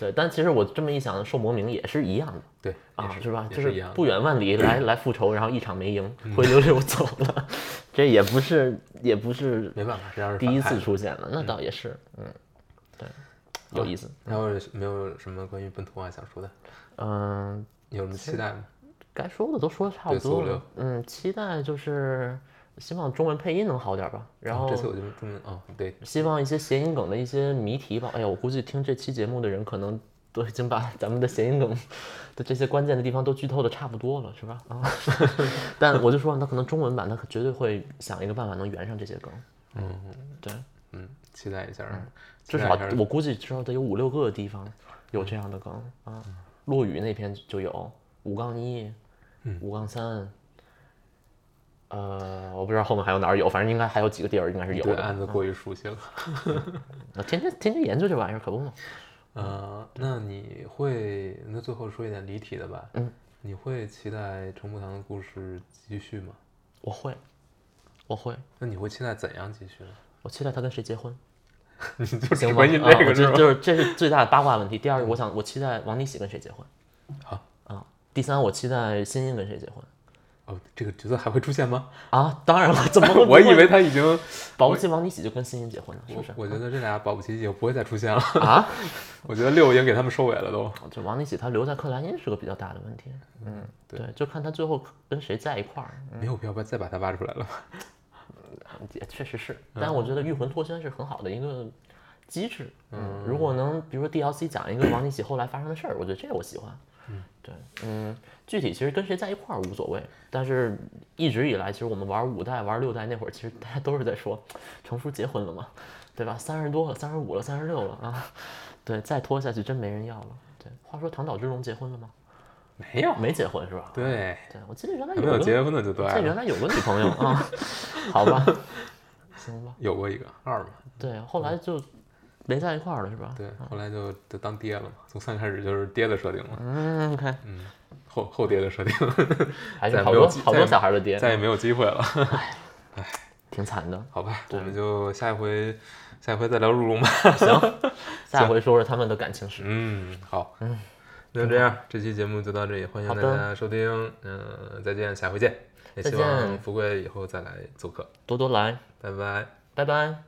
Speaker 2: 对，但其实我这么一想，受魔名也是一样的
Speaker 1: 对，也
Speaker 2: 啊，
Speaker 1: 是
Speaker 2: 是吧？
Speaker 1: 也
Speaker 2: 就是
Speaker 1: 一
Speaker 2: 是
Speaker 1: 样的嗯
Speaker 2: 不远万里来来复仇，然后一场没赢，灰溜溜走了，这也不是也不是
Speaker 1: 没办法，这样是
Speaker 2: 第一
Speaker 1: 反
Speaker 2: 次
Speaker 1: 派。
Speaker 2: 出现了，那倒也是，嗯，
Speaker 1: 啊
Speaker 2: 对，有意思，
Speaker 1: 然后没有什么关于本土啊想说的，
Speaker 2: 嗯。
Speaker 1: 有什么期待吗？
Speaker 2: 该说的都说差不
Speaker 1: 对
Speaker 2: 多
Speaker 1: 四五六
Speaker 2: 了，嗯，期待就是希望中文配音能好点吧。然后
Speaker 1: 啊这次我就中文哦，对，
Speaker 2: 希望一些谐音梗的一些谜题吧。哎呀，我估计听这期节目的人可能都已经把 *laughs* 咱们的谐音梗的这些关键的地方都剧透的差不多了，是吧？啊， *laughs* 但我就说，那可能中文版他绝对会想一个办法能圆上这些梗。嗯，对，
Speaker 1: 嗯，期待一下，期
Speaker 2: 至
Speaker 1: 待
Speaker 2: 少
Speaker 1: 一下
Speaker 2: 我估计至少得有五六个地方有这样的梗啊。落雨那篇就有五杠一，五杠三。呃，我不知道后面还有哪儿有，反正应该还有几个地儿应该是有嗯
Speaker 1: 对啊
Speaker 2: 的。
Speaker 1: 案子过于熟悉了。
Speaker 2: 那天天天天研究这玩意儿可不嘛。
Speaker 1: 呃，那你会，那最后说一点离题的吧。嗯，你会期待程步堂的故事继续吗？
Speaker 2: 我会，我会，
Speaker 1: 那你会期待怎样继续呢？ *laughs*
Speaker 2: 我期待他跟谁结婚，
Speaker 1: 你就只
Speaker 2: 行吗？
Speaker 1: 关心
Speaker 2: 啊
Speaker 1: 这
Speaker 2: 我
Speaker 1: 个是
Speaker 2: 这
Speaker 1: 吧？嗯
Speaker 2: 就是这是最大的八卦问题。第二个，我想我期待王尼喜跟谁结婚。
Speaker 1: 好
Speaker 2: 啊，第三，我期待新音跟谁结婚。
Speaker 1: 哦，这个角色还会出现
Speaker 2: *laughs*
Speaker 1: 吗？
Speaker 2: 啊，当然了，
Speaker 1: *laughs*
Speaker 2: 怎么会
Speaker 1: 我以为他已经
Speaker 2: 保不齐王尼喜就跟欣欣结婚了，是不是？嗯
Speaker 1: 我觉得这俩保不齐也不会再出现了。
Speaker 2: 啊，
Speaker 1: 我觉得六已经给他们收尾了都。
Speaker 2: 就王尼喜他留在克莱因是个比较大的问题。嗯，对，就看他最后跟谁在一块儿。
Speaker 1: 没有必要把再把他挖出来了。
Speaker 2: 也确实是，
Speaker 1: 嗯
Speaker 2: 但我觉得《御魂脱身》是很好的一个机制。嗯，如果能，比如说 DLC 讲一个王尼喜后来发生的事儿，我觉得这个我喜欢。嗯，对，嗯，具体其实跟谁在一块儿无所谓，但是一直以来，其实我们玩五代、玩六代那会儿，其实大家都是在说，程叔结婚了嘛，对吧？三十多了，三十五了，三十六了啊，对，再拖下去真没人要了。对，话说唐岛之龙结婚了吗？
Speaker 1: 没有，
Speaker 2: 没结婚是吧？
Speaker 1: 对，
Speaker 2: 对，我记得原来
Speaker 1: 还
Speaker 2: 嗯有
Speaker 1: 没有
Speaker 2: 个
Speaker 1: 结婚的就对
Speaker 2: 这原
Speaker 1: 了。
Speaker 2: 来有个女朋友啊，好吧，行吧，
Speaker 1: 有过一个二嘛，
Speaker 2: 对，后来就没在一块儿了，是吧？
Speaker 1: 对，后来就就当爹了嘛，从三开始就是爹的设定了，
Speaker 2: 嗯，OK，
Speaker 1: 后后爹的设定， *laughs*
Speaker 2: 还是
Speaker 1: 再
Speaker 2: 好
Speaker 1: 没有
Speaker 2: 多
Speaker 1: 机
Speaker 2: 好
Speaker 1: 再
Speaker 2: 多
Speaker 1: 也
Speaker 2: 小孩的爹，
Speaker 1: 再也没有机会了。
Speaker 2: 挺惨的。
Speaker 1: 好吧，我们就下一回，下一回再聊入
Speaker 2: *laughs*
Speaker 1: 龙吧。
Speaker 2: 下回说说他们的感情史。
Speaker 1: 嗯，好，嗯，那就这样，这期节目就到这里，欢迎
Speaker 2: 好
Speaker 1: 大
Speaker 2: 的
Speaker 1: 家收听，嗯、再见，下回见，也
Speaker 2: 再
Speaker 1: 希望
Speaker 2: 见
Speaker 1: 富贵以后再来做客，
Speaker 2: 多多来，
Speaker 1: 拜拜。
Speaker 2: 拜拜。